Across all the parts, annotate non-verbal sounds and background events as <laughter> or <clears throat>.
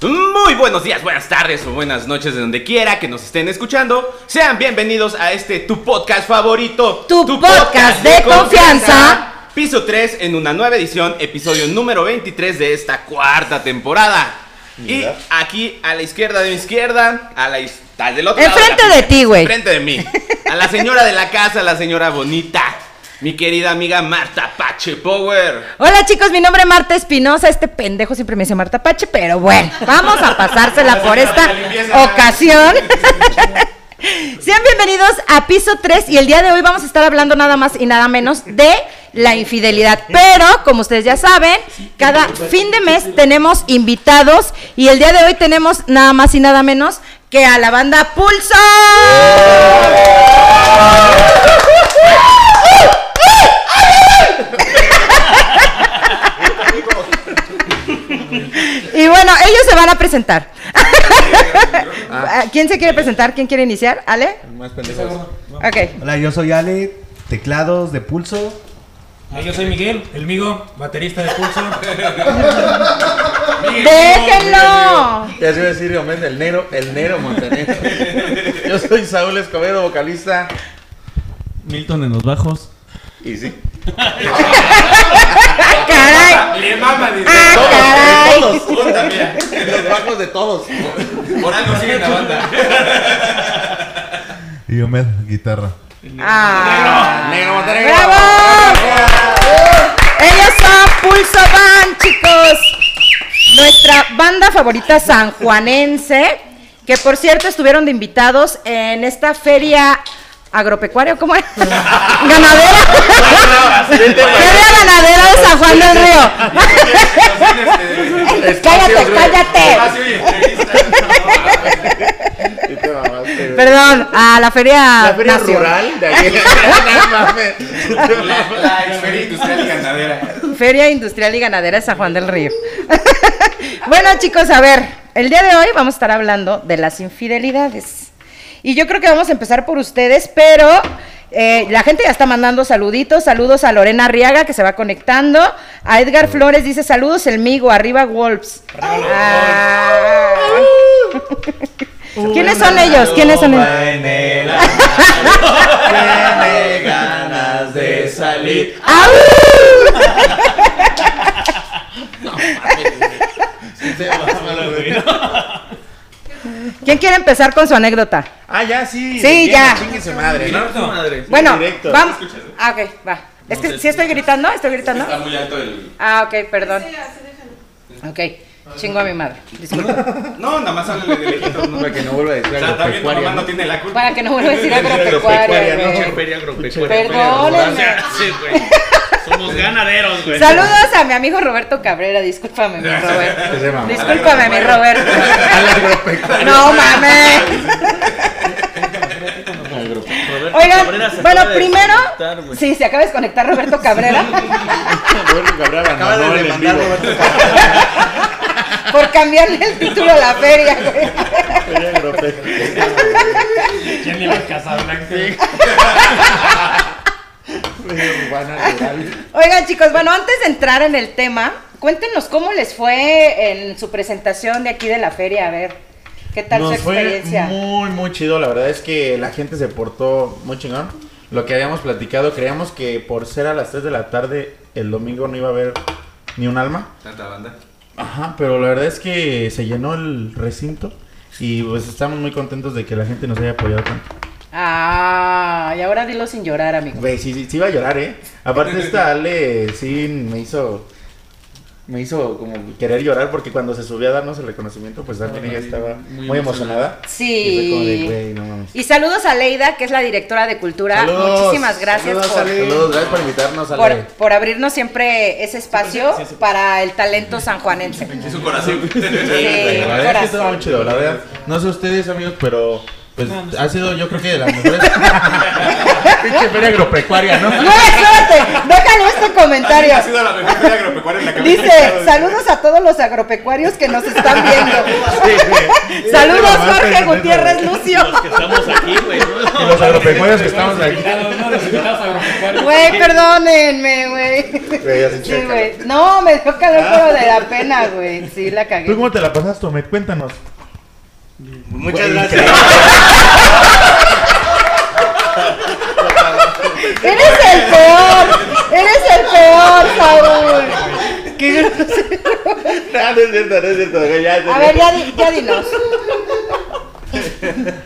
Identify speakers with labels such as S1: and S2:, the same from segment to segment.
S1: Muy buenos días, buenas tardes o buenas noches de donde quiera que nos estén escuchando. Sean bienvenidos a este tu podcast favorito,
S2: Tu podcast de confianza.
S1: Piso 3 en una nueva edición, episodio número 23 de esta cuarta temporada.
S3: Mira.
S1: Y aquí a la izquierda de mi izquierda, a la iz- al del otro
S2: Enfrente
S1: lado la
S2: de
S1: pizarra,
S2: ti, güey.
S1: Enfrente de mí. A la señora de la casa, la señora bonita. Mi querida amiga Marta Pache Power.
S2: Hola chicos, mi nombre es Marta Espinosa. Este pendejo siempre me dice Marta Pache, pero bueno, vamos a pasársela por esta ocasión. <laughs> Sean bienvenidos a Piso 3 y el día de hoy vamos a estar hablando nada más y nada menos de la infidelidad. Pero, como ustedes ya saben, cada fin de mes tenemos invitados y el día de hoy tenemos nada más y nada menos que a la banda Pulso. ¡Eh! Y bueno, ellos se van a presentar. <laughs> ¿Quién se quiere presentar? ¿Quién quiere iniciar? ¿Ale?
S3: Más pendejos.
S2: Ok.
S4: Hola, yo soy Ale, teclados de pulso.
S5: Ah, yo soy Miguel, el migo, baterista de
S2: <laughs>
S5: pulso.
S2: ¡Déjenlo!
S3: Ya se iba a decir Diomedes, el Nero, el Nero Montenegro. Yo soy Saúl Escobedo, vocalista.
S5: Milton en los bajos.
S3: Y sí.
S2: ¡Ah, caray!
S1: Le mama, dice.
S2: ¡Ah, caray!
S3: Todos, todos también. Los bajos de todos.
S1: Por algo sigue en la banda.
S4: Y yo me guitarra.
S2: Ah.
S3: Negro Montenegro.
S2: ¡Bravo! Ellos son Pulso Band, chicos. Nuestra banda favorita sanjuanense, que por cierto estuvieron de invitados en esta feria agropecuaria, ¿cómo
S3: <laughs>
S2: es? Ganadera. Feria ganadera de San Juan del Río. <laughs> Eh, Cállate, cállate.
S3: Y te mamaste, güey.
S2: Perdón, a la feria,
S3: La feria
S2: nacional.
S3: rural de aquí. <laughs> No mames.
S1: La experiencia industrial ganadera.
S2: Feria Industrial y Ganadera de San Juan del Río. <laughs> bueno, chicos, a ver, el día de hoy vamos a estar hablando de las infidelidades. Y yo creo que vamos a empezar por ustedes, pero eh, la gente ya está mandando saluditos. Saludos a Lorena Arriaga, que se va conectando. A Edgar Flores dice: Saludos, el migo, arriba Wolves. Ah. <laughs> ¿Quiénes son ellos? ¿Quiénes son ellos?
S3: Tiene ganas de salir. <laughs>
S2: ¡Au! ¿Quién quiere empezar con su anécdota?
S3: Ah, ya, sí.
S2: Sí,
S3: Bien,
S2: ya.
S3: Chingue su madre, ¿no?
S5: Directo.
S2: Bueno,
S3: directo.
S2: vamos. Ah, ok, va. Es que si estoy gritando, estoy gritando.
S1: <laughs> Está muy alto el.
S2: Ah, ok, perdón. Ok, chingo a mi madre. Disculpa.
S1: No, nada más háblale de lejitos, no
S3: Para que no vuelva a decir
S1: O sea, también tu mamá
S3: agropecuaria.
S1: no
S3: ¿no?
S1: tiene la culpa.
S2: Para que no vuelva a decir
S3: Agropecuaria,
S2: agropecuaria,
S3: ¿no?
S2: güey.
S3: Feria agropecuaria.
S2: Perdónenme. <laughs>
S5: Somos ganaderos, güey.
S2: Saludos a mi amigo Roberto Cabrera. Discúlpame, mi
S3: Ese
S2: Roberto.
S3: mamá.
S2: Discúlpame, mi <laughs> Roberto. No mames. Oigan, bueno, primero. Sí, se acaba de desconectar Roberto Cabrera.
S3: Roberto Cabrera
S4: Acaba de
S3: abandonó el en
S4: demandar
S3: vivo.
S4: Roberto
S3: <laughs>
S2: Por cambiarle el título a la feria, güey.
S3: Feria agropecuaria.
S2: <laughs>
S5: Ya ni la casa blanca.
S3: Feria urbana rural.
S2: Oigan, chicos, bueno, antes de entrar en el tema, cuéntenos cómo les fue en su presentación de aquí de la feria, a ver. ¿Qué tal su
S3: Nos fue
S2: experiencia?
S3: muy, muy chido. La verdad es que la gente se portó muy chingón. Lo que habíamos platicado, creíamos que por ser a las 3 de la tarde, el domingo no iba a haber ni un alma.
S1: Tanta banda.
S3: Ajá, pero la verdad es que se llenó el recinto. Y pues estamos muy contentos de que la gente nos haya apoyado tanto.
S2: Ah, y ahora dilo sin llorar, amigo.
S3: Güey, sí, sí, sí iba a llorar, ¿eh? <laughs> Aparte esta Ale sí me hizo... Me hizo como querer llorar porque cuando se subió a darnos el reconocimiento, pues también ella estaba muy, emocionada. Y fue como de,
S2: Sí.
S3: güey, no mames.
S2: Y ah, saludos a Leida, que es la directora de cultura.
S3: Saludos.
S2: Muchísimas gracias
S4: Saludos,
S2: por,
S4: Ale.
S3: Saludos, gracias por invitarnos, Ale.
S2: por, por abrirnos siempre ese espacio para el talento sanjuanense.
S1: Es su corazón.
S3: Sí,
S2: Sí,
S3: la verdad es que
S2: corazón.
S3: estaba muy chido, la verdad. No sé ustedes, amigos, pero
S6: Pues ha sido, yo creo que de las
S3: <laughs>
S6: mejores. Pinche feria agropecuaria, ¿no?
S2: No, espérate, déjale este comentario.
S1: Ha sido la mejor feria agropecuaria en la que me he
S2: Dice,
S1: encontrado.
S2: saludos a todos los agropecuarios que nos están viendo.
S6: sí.
S2: <laughs> Saludos
S6: Sí,
S2: Jorge
S6: sí.
S2: Gutiérrez Lucio.
S7: Los que estamos aquí, güey. ¿no?
S6: Y los agropecuarios que estamos aquí.
S8: Invitados, ¿no? Los invitados agropecuarios.
S2: Güey, perdónenme, güey.
S6: Güey, ya se
S2: Sí,
S6: checa.
S2: güey. No, me dio calor, pero de la pena, güey. Sí, la cagué.
S6: ¿Tú cómo te la pasaste, Tomet? Cuéntanos.
S3: <laughs>
S7: Muchas gracias.
S2: Eres el peor. Eres el peor, Saúl. <laughs> Qué grosero.
S6: No, no es cierto, no es cierto. güey, ya, ya, ya.
S2: A ver, ya, di- ya dinos.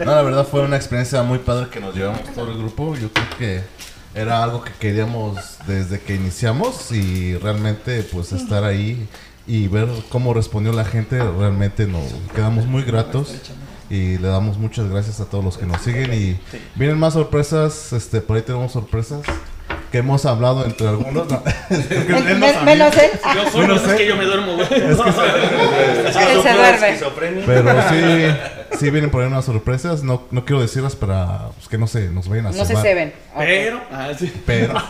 S4: No, la verdad fue una experiencia muy padre que nos llevamos todo el grupo. Yo creo que era algo que queríamos desde que iniciamos y realmente pues estar ahí y ver cómo respondió la gente, realmente nos quedamos muy gratos y le damos muchas gracias a todos los que nos siguen y vienen más sorpresas, este por ahí tenemos sorpresas que hemos hablado entre algunos. ¿no? <laughs>
S2: Men- men- Menos él. Ah,
S7: Yo soy, es que yo me duermo, güey.
S2: él se duerme.
S4: Pero sí, sí vienen por ahí unas sorpresas, no, no quiero decirlas para pues, que no se nos vayan a
S2: No se
S4: cebar,
S2: se ven.
S7: Pero, ah, sí.
S4: Pero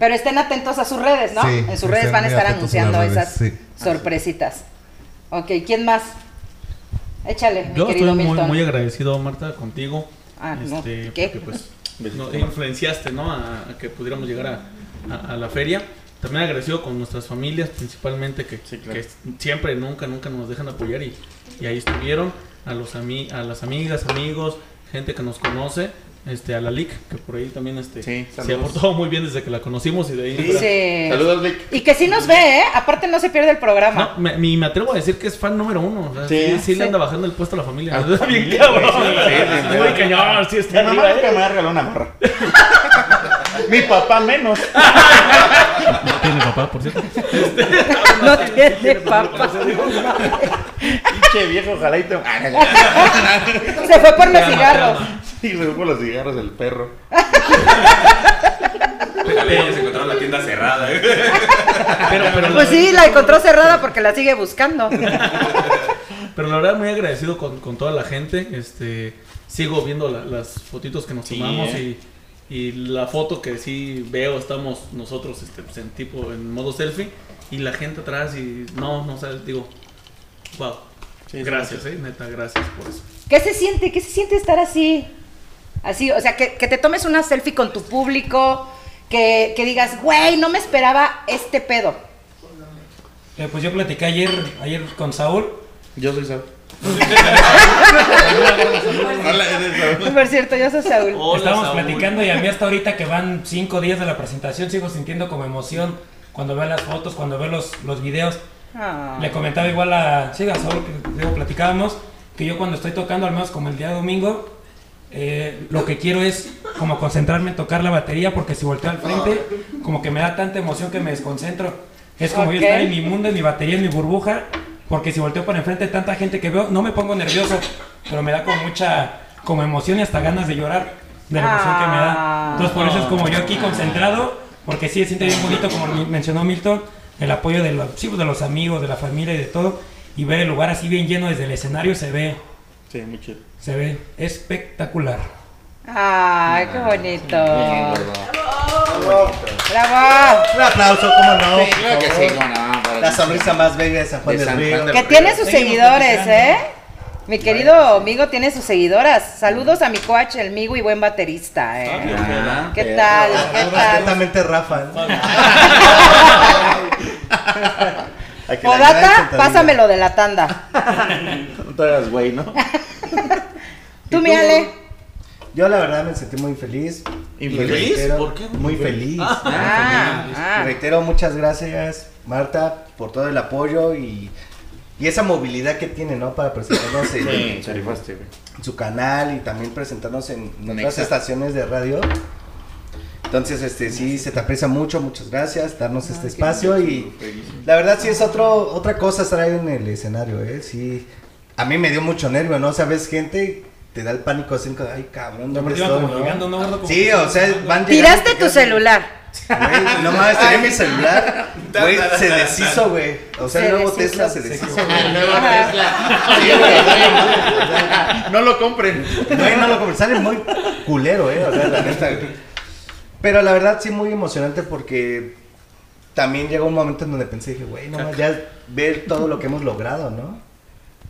S2: Pero estén atentos a sus redes, ¿no?
S4: Sí,
S2: en sus redes
S4: estén
S2: van a
S4: muy
S2: estar
S4: atentos a
S2: anunciando
S4: las redes,
S2: esas
S4: sí.
S2: sorpresitas. Ok, ¿quién más? Échale, mi
S7: Yo
S2: querido
S7: estoy muy,
S2: Milton.
S7: muy agradecido, Marta, contigo.
S2: Ah, no,
S7: Este,
S2: ¿qué?
S7: porque, pues, nos influenciaste, ¿no? A, a que pudiéramos llegar a, a- a la feria. También agradecido con nuestras familias, principalmente, que, que siempre, nunca, nunca nos dejan apoyar y, y ahí estuvieron. A, los ami a las amigas, amigos, gente que nos conoce. Este, a la LIC, que por ahí también este,
S6: Sí,
S7: se ha
S6: saludos.
S7: portado muy bien desde que la conocimos y de ahí. en fuera-
S2: Sí.
S6: Saludos, Vic.
S2: Y que sí nos ve, ¿eh? Aparte no se pierde el programa.
S7: Ah, No, me, me- me atrevo a decir que es fan número uno. o sea, sí,
S6: Sí.
S7: sí,
S2: Sí.
S7: le anda bajando el puesto a la familia.
S6: A la
S7: <laughs> Bien
S6: familia,
S7: cabrón.
S6: güey, sí, sí, sí.
S7: Muy cañón, sí
S6: Mi
S7: está
S6: mamá
S7: arriba, eh.
S6: nunca me ha regalado una
S3: <laughs>
S6: gorra. Mi papá menos.
S7: No tiene papá, por cierto.
S2: <laughs> No, tiene papá.
S6: Pinche viejo, ojalá
S3: <laughs>
S6: y te.
S2: Se fue por los cigarros.
S6: Y se fue por los cigarros del perro.
S1: Ojalá y hayas encontrado la tienda cerrada. ¿eh?
S7: Pero, pero, la-
S2: Pues sí, la encontró cerrada porque la sigue buscando.
S7: pero la verdad, muy agradecido con, con toda la gente. Este, sigo viendo la- las fotitos que nos
S6: Sí,
S7: tomamos
S6: eh.
S7: y, y la foto que sí veo, estamos nosotros este, pues, en tipo, en modo selfie y la gente atrás y no, no sabes, digo, wow. gracias, eh, neta, gracias por eso.
S2: ¿Qué se siente? ¿Qué se siente estar así? Así, o sea, que, que te tomes una selfie con tu público, que, que digas, güey, no me esperaba este pedo.
S8: Eh, pues yo platiqué ayer, ayer con Saúl.
S6: Yo soy Saúl.
S2: Pues, Por cierto, yo soy Saúl.
S8: Estábamos platicando y a mí hasta ahorita que van cinco días de la presentación sigo sintiendo como emoción cuando veo las fotos, cuando veo los, los videos.
S2: Ah.
S8: Le comentaba igual a sí, a Saúl, que digo, platicábamos, que yo cuando estoy tocando, al menos como el día domingo, eh, lo que quiero es como concentrarme en tocar la batería, porque si volteo al frente, como que me da tanta emoción que me desconcentro. Es como
S2: Ok.
S8: yo estar en mi mundo, en mi batería, en mi burbuja, porque si volteo para enfrente, tanta gente que veo, no me pongo nervioso, pero me da como mucha como emoción y hasta ganas de llorar de la emoción que me
S2: Ah.
S8: da. Entonces, por eso es como yo aquí concentrado, porque sí, se siente bien bonito, como men- mencionó Milton, el apoyo de los, sí, pues, de los amigos, de la familia y de todo, y ver el lugar así bien lleno desde el escenario se ve,
S6: Sí, muy chido.
S8: se ve espectacular.
S2: Ay, qué bonito. Bravo.
S9: Un aplauso, cómo no.
S6: Claro que sí, no,
S9: La sonrisa más bella de San Juan
S6: De
S9: del
S6: San Juan
S9: Río.
S6: del-
S2: Que tiene sus
S8: Seguimos
S2: seguidores,
S8: platicando.
S2: ¿eh? Mi querido amigo tiene sus seguidoras. Saludos a mi coach, el migo y buen baterista,
S1: Ah,
S2: ¿eh? ¿Qué tal? ¿Qué tal?
S9: Atentamente, Rafa. ¿no? <laughs>
S2: Podata, pásamelo de la tanda.
S6: No te hagas güey, ¿no?
S2: <laughs> Tú, mi Ale.
S9: Yo la verdad me sentí muy feliz.
S6: Infeliz.
S9: Reitero-
S7: ¿Por qué?
S9: Muy feliz.
S2: Ah,
S9: Y
S2: ah.
S9: Reitero muchas gracias, Marta, por todo el apoyo y, y esa movilidad que tiene, ¿no? Para presentarnos en,
S6: Sí, te rifaste, güey.
S9: en su canal y también presentarnos en otras
S6: Nexa.
S9: estaciones de radio. Entonces, este, sí, se te aprecia mucho, muchas gracias, darnos este espacio y la verdad sí es otro, otra cosa estar ahí en el escenario, ¿eh? Sí, a mí me dio mucho nervio, ¿no? Sabes, gente, te da el pánico así, como, ay, cabrón, ¿dónde
S8: Aparte iban
S9: estoy,
S8: como
S9: no?
S8: llegando, ¿no, gordo? Como
S9: Sí,
S8: que-
S9: o sea, van llegando
S2: Tiraste
S9: y
S2: tu
S9: llegan-
S2: celular.
S9: Güey, no mames, tenía mi celular. Güey, se deshizo, güey. O sea,
S2: Se
S9: el nuevo
S2: deshizo.
S9: Tesla se deshizo. güey.
S2: Ajá.
S9: Sí, güey, güey.
S6: no lo compren.
S9: Güey, no lo compré. Sale muy culero, ¿eh? O sea, la neta. Pero la verdad sí muy emocionante porque también llegó un momento en donde pensé, dije, güey, no más, ya ver todo lo que hemos logrado, ¿no?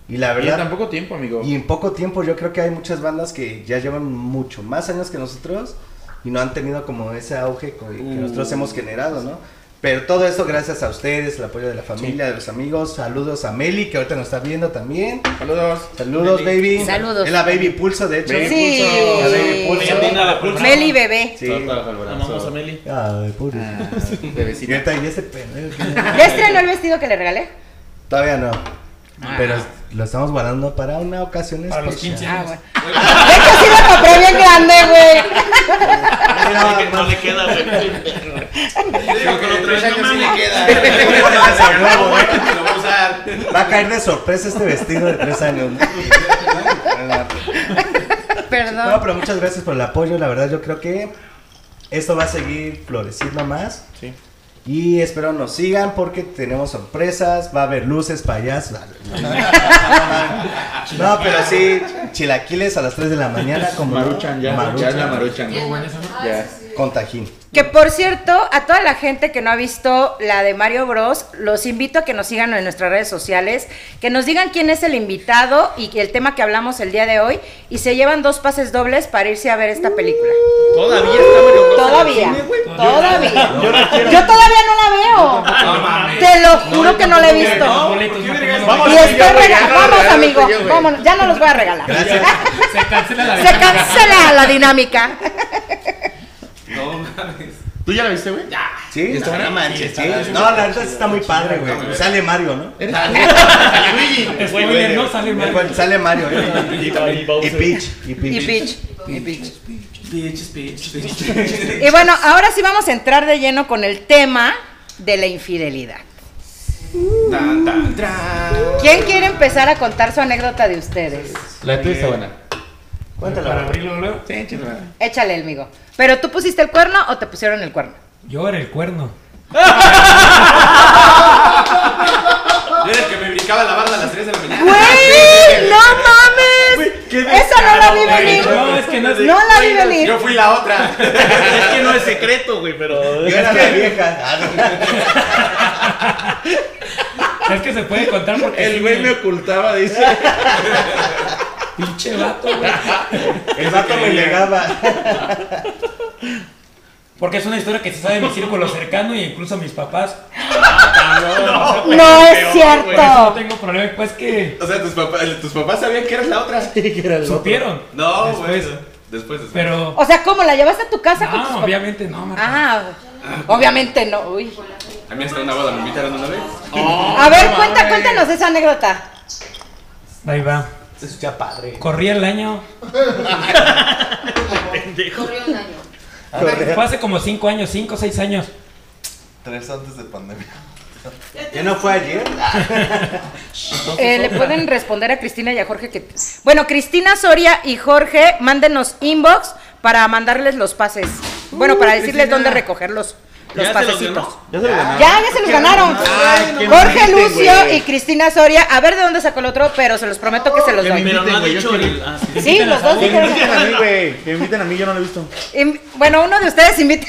S9: Y la
S6: Y en tan
S9: verdad,
S6: poco tiempo, amigo.
S9: y en poco tiempo yo creo que hay muchas bandas que ya llevan mucho más años que nosotros y no han tenido como ese auge co- que, nosotros hemos generado, ¿no? Pero todo eso gracias a ustedes, el apoyo de la familia, de los amigos. Saludos a Meli, que ahorita nos está viendo también.
S6: Saludos.
S9: Saludos, baby.
S2: Saludos.
S9: Es la baby pulso, de hecho.
S2: Sí.
S9: La baby pulso.
S2: Meli bebé.
S9: Sí.
S7: Amamos a Meli.
S9: Ay, pobre. Ah,
S6: Ah,
S9: <laughs> Y
S6: Bebecita.
S9: ahorita, ¿y ese pendejo?
S2: ¿Ya estrenó el vestido que le regalé?
S9: Todavía no.
S6: Ah.
S9: Pero lo estamos guardando para una ocasión
S8: Para los
S9: especial.
S8: 15
S2: Ah,
S8: años.
S2: bueno. De hecho, sí lo compré bien grande, güey.
S9: Ah,
S7: No le queda, güey. <laughs> Yo digo que lo
S1: Tres
S7: traes, no
S1: años sí
S7: mames.
S1: le queda.
S9: a huevo, güey.
S1: Lo voy a usar.
S9: Va a caer de sorpresa este vestido de tres años. ¿no? No,
S2: Perdón.
S9: pero muchas gracias por el apoyo. La verdad, yo creo que esto va a seguir floreciendo más.
S6: Sí.
S9: Y espero nos sigan porque tenemos sorpresas. Va a haber luces, payasos. No, <laughs> pero sí, chilaquiles a las 3 de la mañana con
S6: Maruchan, ya. Ya es la Maruchan. Ya.
S9: Con tajín.
S2: Que por cierto, a toda la gente que no ha visto la de Mario Bros, los invito a que nos sigan en nuestras redes sociales, que nos digan quién es el invitado y que el tema que hablamos el día de hoy, y se llevan dos pases dobles para irse a ver esta película.
S7: Todavía está Mario Bros.
S2: Todavía, todavía. Yo todavía no la veo.
S7: No mames.
S2: Te lo juro que no la he visto.
S8: Los boletos no tenemos.
S6: Vamos.
S2: Y
S6: Yo,
S2: estoy
S6: güey, ya
S2: rega-
S6: no
S2: Vamos,
S6: regalo,
S2: amigo.
S6: yo, güey.
S2: vámonos, Ya no los voy a regalar.
S8: <laughs> Se cancela la
S2: Se
S8: venta.
S2: cancela la dinámica.
S1: No mames.
S6: ¿Tú ya la viste, güey? Ya.
S9: Sí,
S6: Está
S9: no,
S6: buena,
S9: manches,
S6: sí,
S9: sí.
S6: está-
S9: No, la verdad sí está muy padre, güey. Sale
S6: <laughs>
S9: Mario, ¿no?
S8: Spoiler, no sale mal.
S9: Bueno, Sale Mario, ¿eh?
S7: Y también
S9: Y
S7: Bowser.
S9: Peach, y Peach.
S2: Y pitch. Y pitch. Y bueno, ahora sí vamos a entrar de lleno con el tema de la infidelidad.
S1: Tan, tan, tran.
S2: ¿Quién quiere empezar a contar su anécdota de ustedes?
S6: La tuya está buena.
S8: Para abrirlo, luego.
S6: Sí, chingada.
S2: Échale el amigo. ¿Pero tú pusiste el cuerno o te pusieron el cuerno?
S8: Yo era el cuerno.
S1: Yo era el que me brincaba la barda a las 3 de la mañana.
S2: ¡Güey! ¡No mames! Esa no la vi
S8: güey.
S2: venir.
S8: No, es que no es-
S2: No la vi venir.
S1: Yo fui la otra.
S7: Es que no es secreto, güey, pero.
S9: Yo era la vieja. Ah,
S8: Es que se puede contar porque. sí,
S7: El güey me ocultaba, dice.
S8: Pinche vato, güey.
S9: no. El vato me legaba.
S8: Porque es una historia que se sabe en mi círculo cercano y incluso mis papás.
S2: No es
S8: Por eso no
S2: cierto.
S8: tengo problema. Pues que
S1: O sea, tus papás, tus papás sabían que eras la otra.
S8: supieron.
S1: No, güey. Después, después.
S8: Pero.
S2: O sea, ¿cómo? ¿La llevaste a tu casa
S7: Ah,
S2: con tus
S8: No,
S2: papás?
S8: obviamente no, Marta.
S2: Ah, obviamente no. Uy.
S1: A mí hasta una boda me invitaron una vez.
S7: Oh,
S2: A ver, cuenta, cuéntanos esa anécdota.
S8: Ahí va.
S9: Se escucha padre.
S8: Corría el año.
S3: Corrió un año.
S8: Fue hace como 5 años, 5 o 6 años.
S4: <laughs> Tres antes de pandemia.
S9: ¿Ya no fue ayer?
S2: Eh, Le pueden responder a Cristina y a Jorge que... Bueno, Cristina Soria y Jorge, mándenos inbox para mandarles los pases.
S6: Uh,
S2: Bueno, para decirles dónde recoger los, los
S7: ¿Ya se los
S2: pasecitos.
S7: ganó?
S6: Ya se lo
S2: Ya,
S6: ganaron.
S2: ya se los ganaron.
S6: Ay, qué
S2: Jorge
S6: maldito,
S2: Lucio
S6: güey.
S2: y Cristina Soria. A ver de dónde sacó el otro, pero se los prometo que se los doy.
S7: Pero no ha
S6: güey, yo
S7: dicho
S6: quiero-
S7: el. ah, sí.
S2: Sí, los dos
S6: Que me
S2: dijeron.
S6: inviten a mí, güey. Que me inviten a mí, yo no lo he visto.
S2: Im- Bueno, uno de ustedes invita.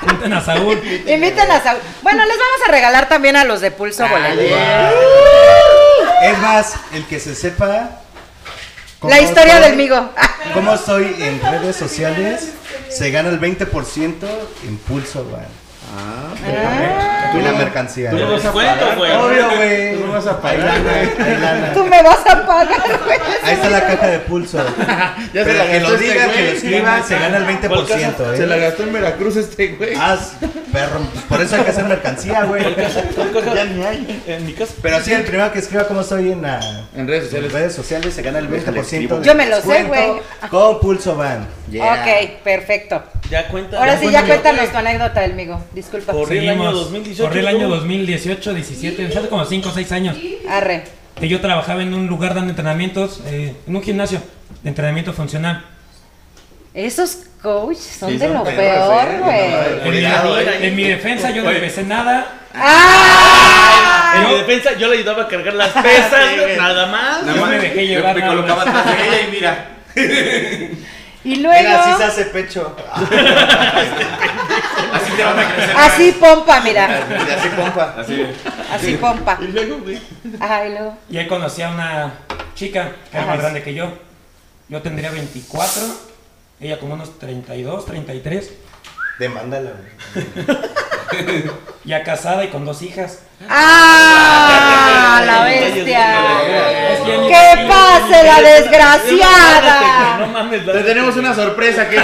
S8: Juntan a Saúl.
S2: Inviten a Saúl. Bueno, les vamos a regalar también a los de Pulso Boleto.
S9: Es más, el que se sepa. cómo
S2: La historia
S9: soy-
S2: del migo.
S9: Cómo soy en redes sociales, se gana el 20% en pulso, güey.
S6: Ah.
S9: Y la mercancía.
S7: Pero
S9: güey.
S7: descuento, güey.
S9: Obvio, güey.
S6: Tú no vas a pagar,
S9: Ahí lana, ahí lana.
S2: <laughs> Tú me vas a pagar, güey.
S9: Ahí está la caja de pulso.
S6: <laughs> Ya
S9: Pero que lo
S6: este
S9: diga, que
S6: güey.
S9: lo escriba, se gana el 20%, eh.
S6: Se la gastó en Veracruz este güey.
S9: Ah, perro. pues Por eso hay que hacer mercancía, güey.
S6: Ya ni hay.
S7: En mi casa.
S9: Pero sí, el primero que escriba cómo soy en, la-
S6: En redes
S9: en
S6: sociales.
S9: redes sociales se gana el 20%. de
S2: Yo me lo sé,
S9: descuento
S2: güey.
S9: Con Pulso Van.
S2: Ok, perfecto.
S7: Ya cuenta.
S2: Ahora sí, ya
S7: cuenta,
S2: cuéntanos tu anécdota del migo. Disculpa.
S7: Corrí el año
S8: Seguimos.
S7: 2018.
S8: Corrí el año
S7: ¿no?
S8: 2018, 17, hace como 5 o 6 años.
S2: Arre.
S8: que yo trabajaba en un lugar dando entrenamientos, eh, en un gimnasio de entrenamiento funcional.
S2: Esos coaches son
S6: Sí,
S2: de
S6: son
S2: lo
S6: perros,
S2: peor,
S6: ¿eh?
S2: güey.
S7: Oye,
S1: Cuidado,
S7: mira,
S1: eh.
S8: En mi defensa yo no empecé nada.
S2: ¡Ah!
S7: En mi defensa, yo le ayudaba a cargar las pesas,
S6: güey.
S7: nada más.
S8: Yo me dejé llevar,
S1: me
S8: nada
S1: colocaba
S8: más.
S1: atrás de ella y mira.
S2: Y
S9: Mira, así se
S2: luego,
S9: hace pecho.
S1: <laughs> Así te van a crecer.
S2: así pompa, mira.
S9: <laughs> Y así pompa.
S1: Así.
S2: Así pompa.
S6: Y luego, güey.
S2: Ajá, y luego.
S8: Y ahí conocí a una chica que era
S2: Ajá.
S8: más grande que yo. Yo tendría 24, ella como unos 32, 33,
S9: Demándala, güey.
S8: <laughs> ya casada y con dos hijas.
S2: ¡Ah! La bestia. ¡Que pase la
S7: No
S2: desgraciada!
S7: mames,
S6: Te
S7: la-
S6: tenemos una sorpresa
S2: <laughs>
S6: que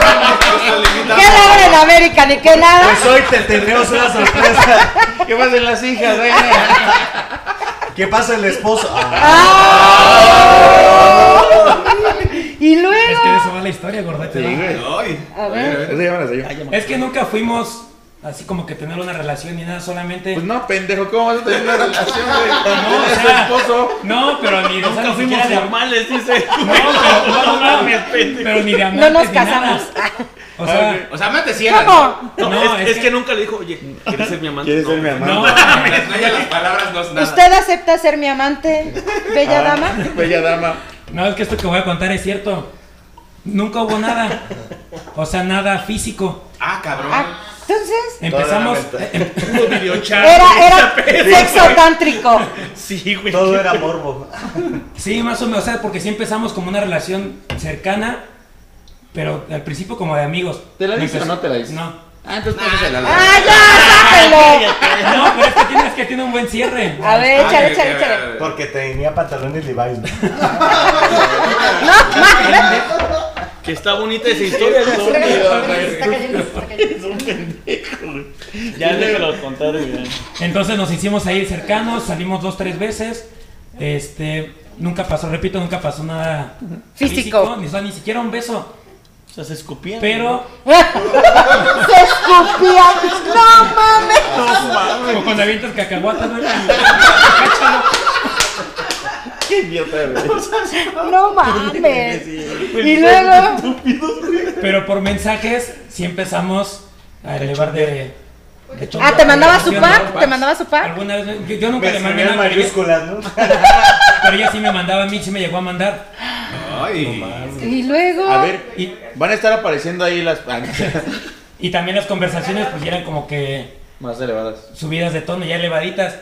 S2: ¿Qué logra el América ni qué nada?
S9: Pues hoy te tenemos una sorpresa.
S6: ¿Qué pasen las hijas, güey?
S9: ¿Qué pasa el esposo? Ah,
S2: Ah. Y
S8: Es que de
S2: luego.
S8: eso va la historia, gordete. ¿no?
S2: A ver.
S6: Eso ya me la sé yo.
S8: Es que nunca fuimos así como que tener una relación ni nada, solamente...
S6: Pues no, pendejo, ¿cómo vas a tener una relación, güey?
S8: No,
S6: No,
S8: o
S6: es su
S8: sea,
S6: esposo.
S8: No, pero ni, o sea,
S7: Nunca
S8: ni
S7: fuimos
S8: siquiera de-
S7: normales, dice. <laughs>
S8: No, pero, no, no,
S7: mames, pendejo.
S8: pero ni de
S2: No
S8: amantes
S2: nos
S8: ni nada.
S2: casamos.
S8: O sea,
S1: O sea, mate ciegas.
S2: ¿Cómo?
S7: No,
S8: No,
S7: es,
S8: es
S7: es
S8: que-
S7: que nunca le dijo, oye, ¿quieres ser mi amante?
S6: ¿Quieres
S7: No,
S6: ser mi
S7: güey.
S6: amante?
S8: no,
S1: Las rayas, las palabras no es nada.
S2: ¿Usted acepta ser mi amante, bella
S6: Ah,
S2: dama?
S6: Bella dama.
S8: no, es que esto que voy a contar es cierto. Nunca hubo nada. O sea, nada físico.
S1: Ah, cabrón.
S2: Ah, entonces,
S8: Empezamos. eh, em,
S6: Toda la
S7: Hubo videochat.
S2: era, era <laughs> sexo tántrico.
S7: Sí, güey.
S9: todo era morbo.
S8: Sí, más o menos. O sea, porque sí empezamos como una relación cercana, pero al principio como de amigos.
S6: ¿Te la
S8: Me
S6: dice o
S8: empezó-
S6: no te la dice?
S8: No.
S6: Ah, entonces
S1: pues,
S6: póngase la
S2: ¡Ah, ya! <laughs> ¡Sáquenlo!
S8: No, pero es que tiene, es que tiene un buen cierre.
S2: A ver,
S1: Ah,
S2: échale,
S1: que-
S2: échale,
S1: que-
S2: échale.
S9: Porque tenía pantalones Levi's, ¿no?
S2: No, <laughs> mames.
S7: Que está bonita esa historia. ¿no?
S2: Está cayendo, está cayendo.
S7: Ya déjalo contar, güey.
S8: Entonces nos hicimos ahí cercanos, salimos dos, tres veces. Este, nunca pasó, repito, nunca pasó nada
S2: Físico.
S8: ni, o sea, ni siquiera un beso.
S7: O sea, se escupían.
S8: Pero,
S2: Se escupía. No mames.
S8: como cuando avientas cacahuatas, ¿no?
S6: Qué idiota, güey.
S2: No mames. Y luego.
S8: Pero por mensajes sí empezamos a elevar de. de todo.
S2: Ah, ¿te mandaba su
S8: Relación,
S2: pack?
S8: ¿no?
S2: ¿Te mandaba su pack?
S8: Alguna vez, yo, yo nunca
S9: Me
S8: le mandé nada,
S9: escribían
S8: pero ella,
S9: mayúsculas, ¿no?
S8: pero ella sí me mandaba a mí, sí me llegó a mandar.
S1: Ay.
S2: Y luego.
S6: A ver,
S8: Y,
S6: van a estar apareciendo ahí las
S8: y también las conversaciones pues ya eran como que
S6: más elevadas.
S8: subidas de tono, ya elevaditas.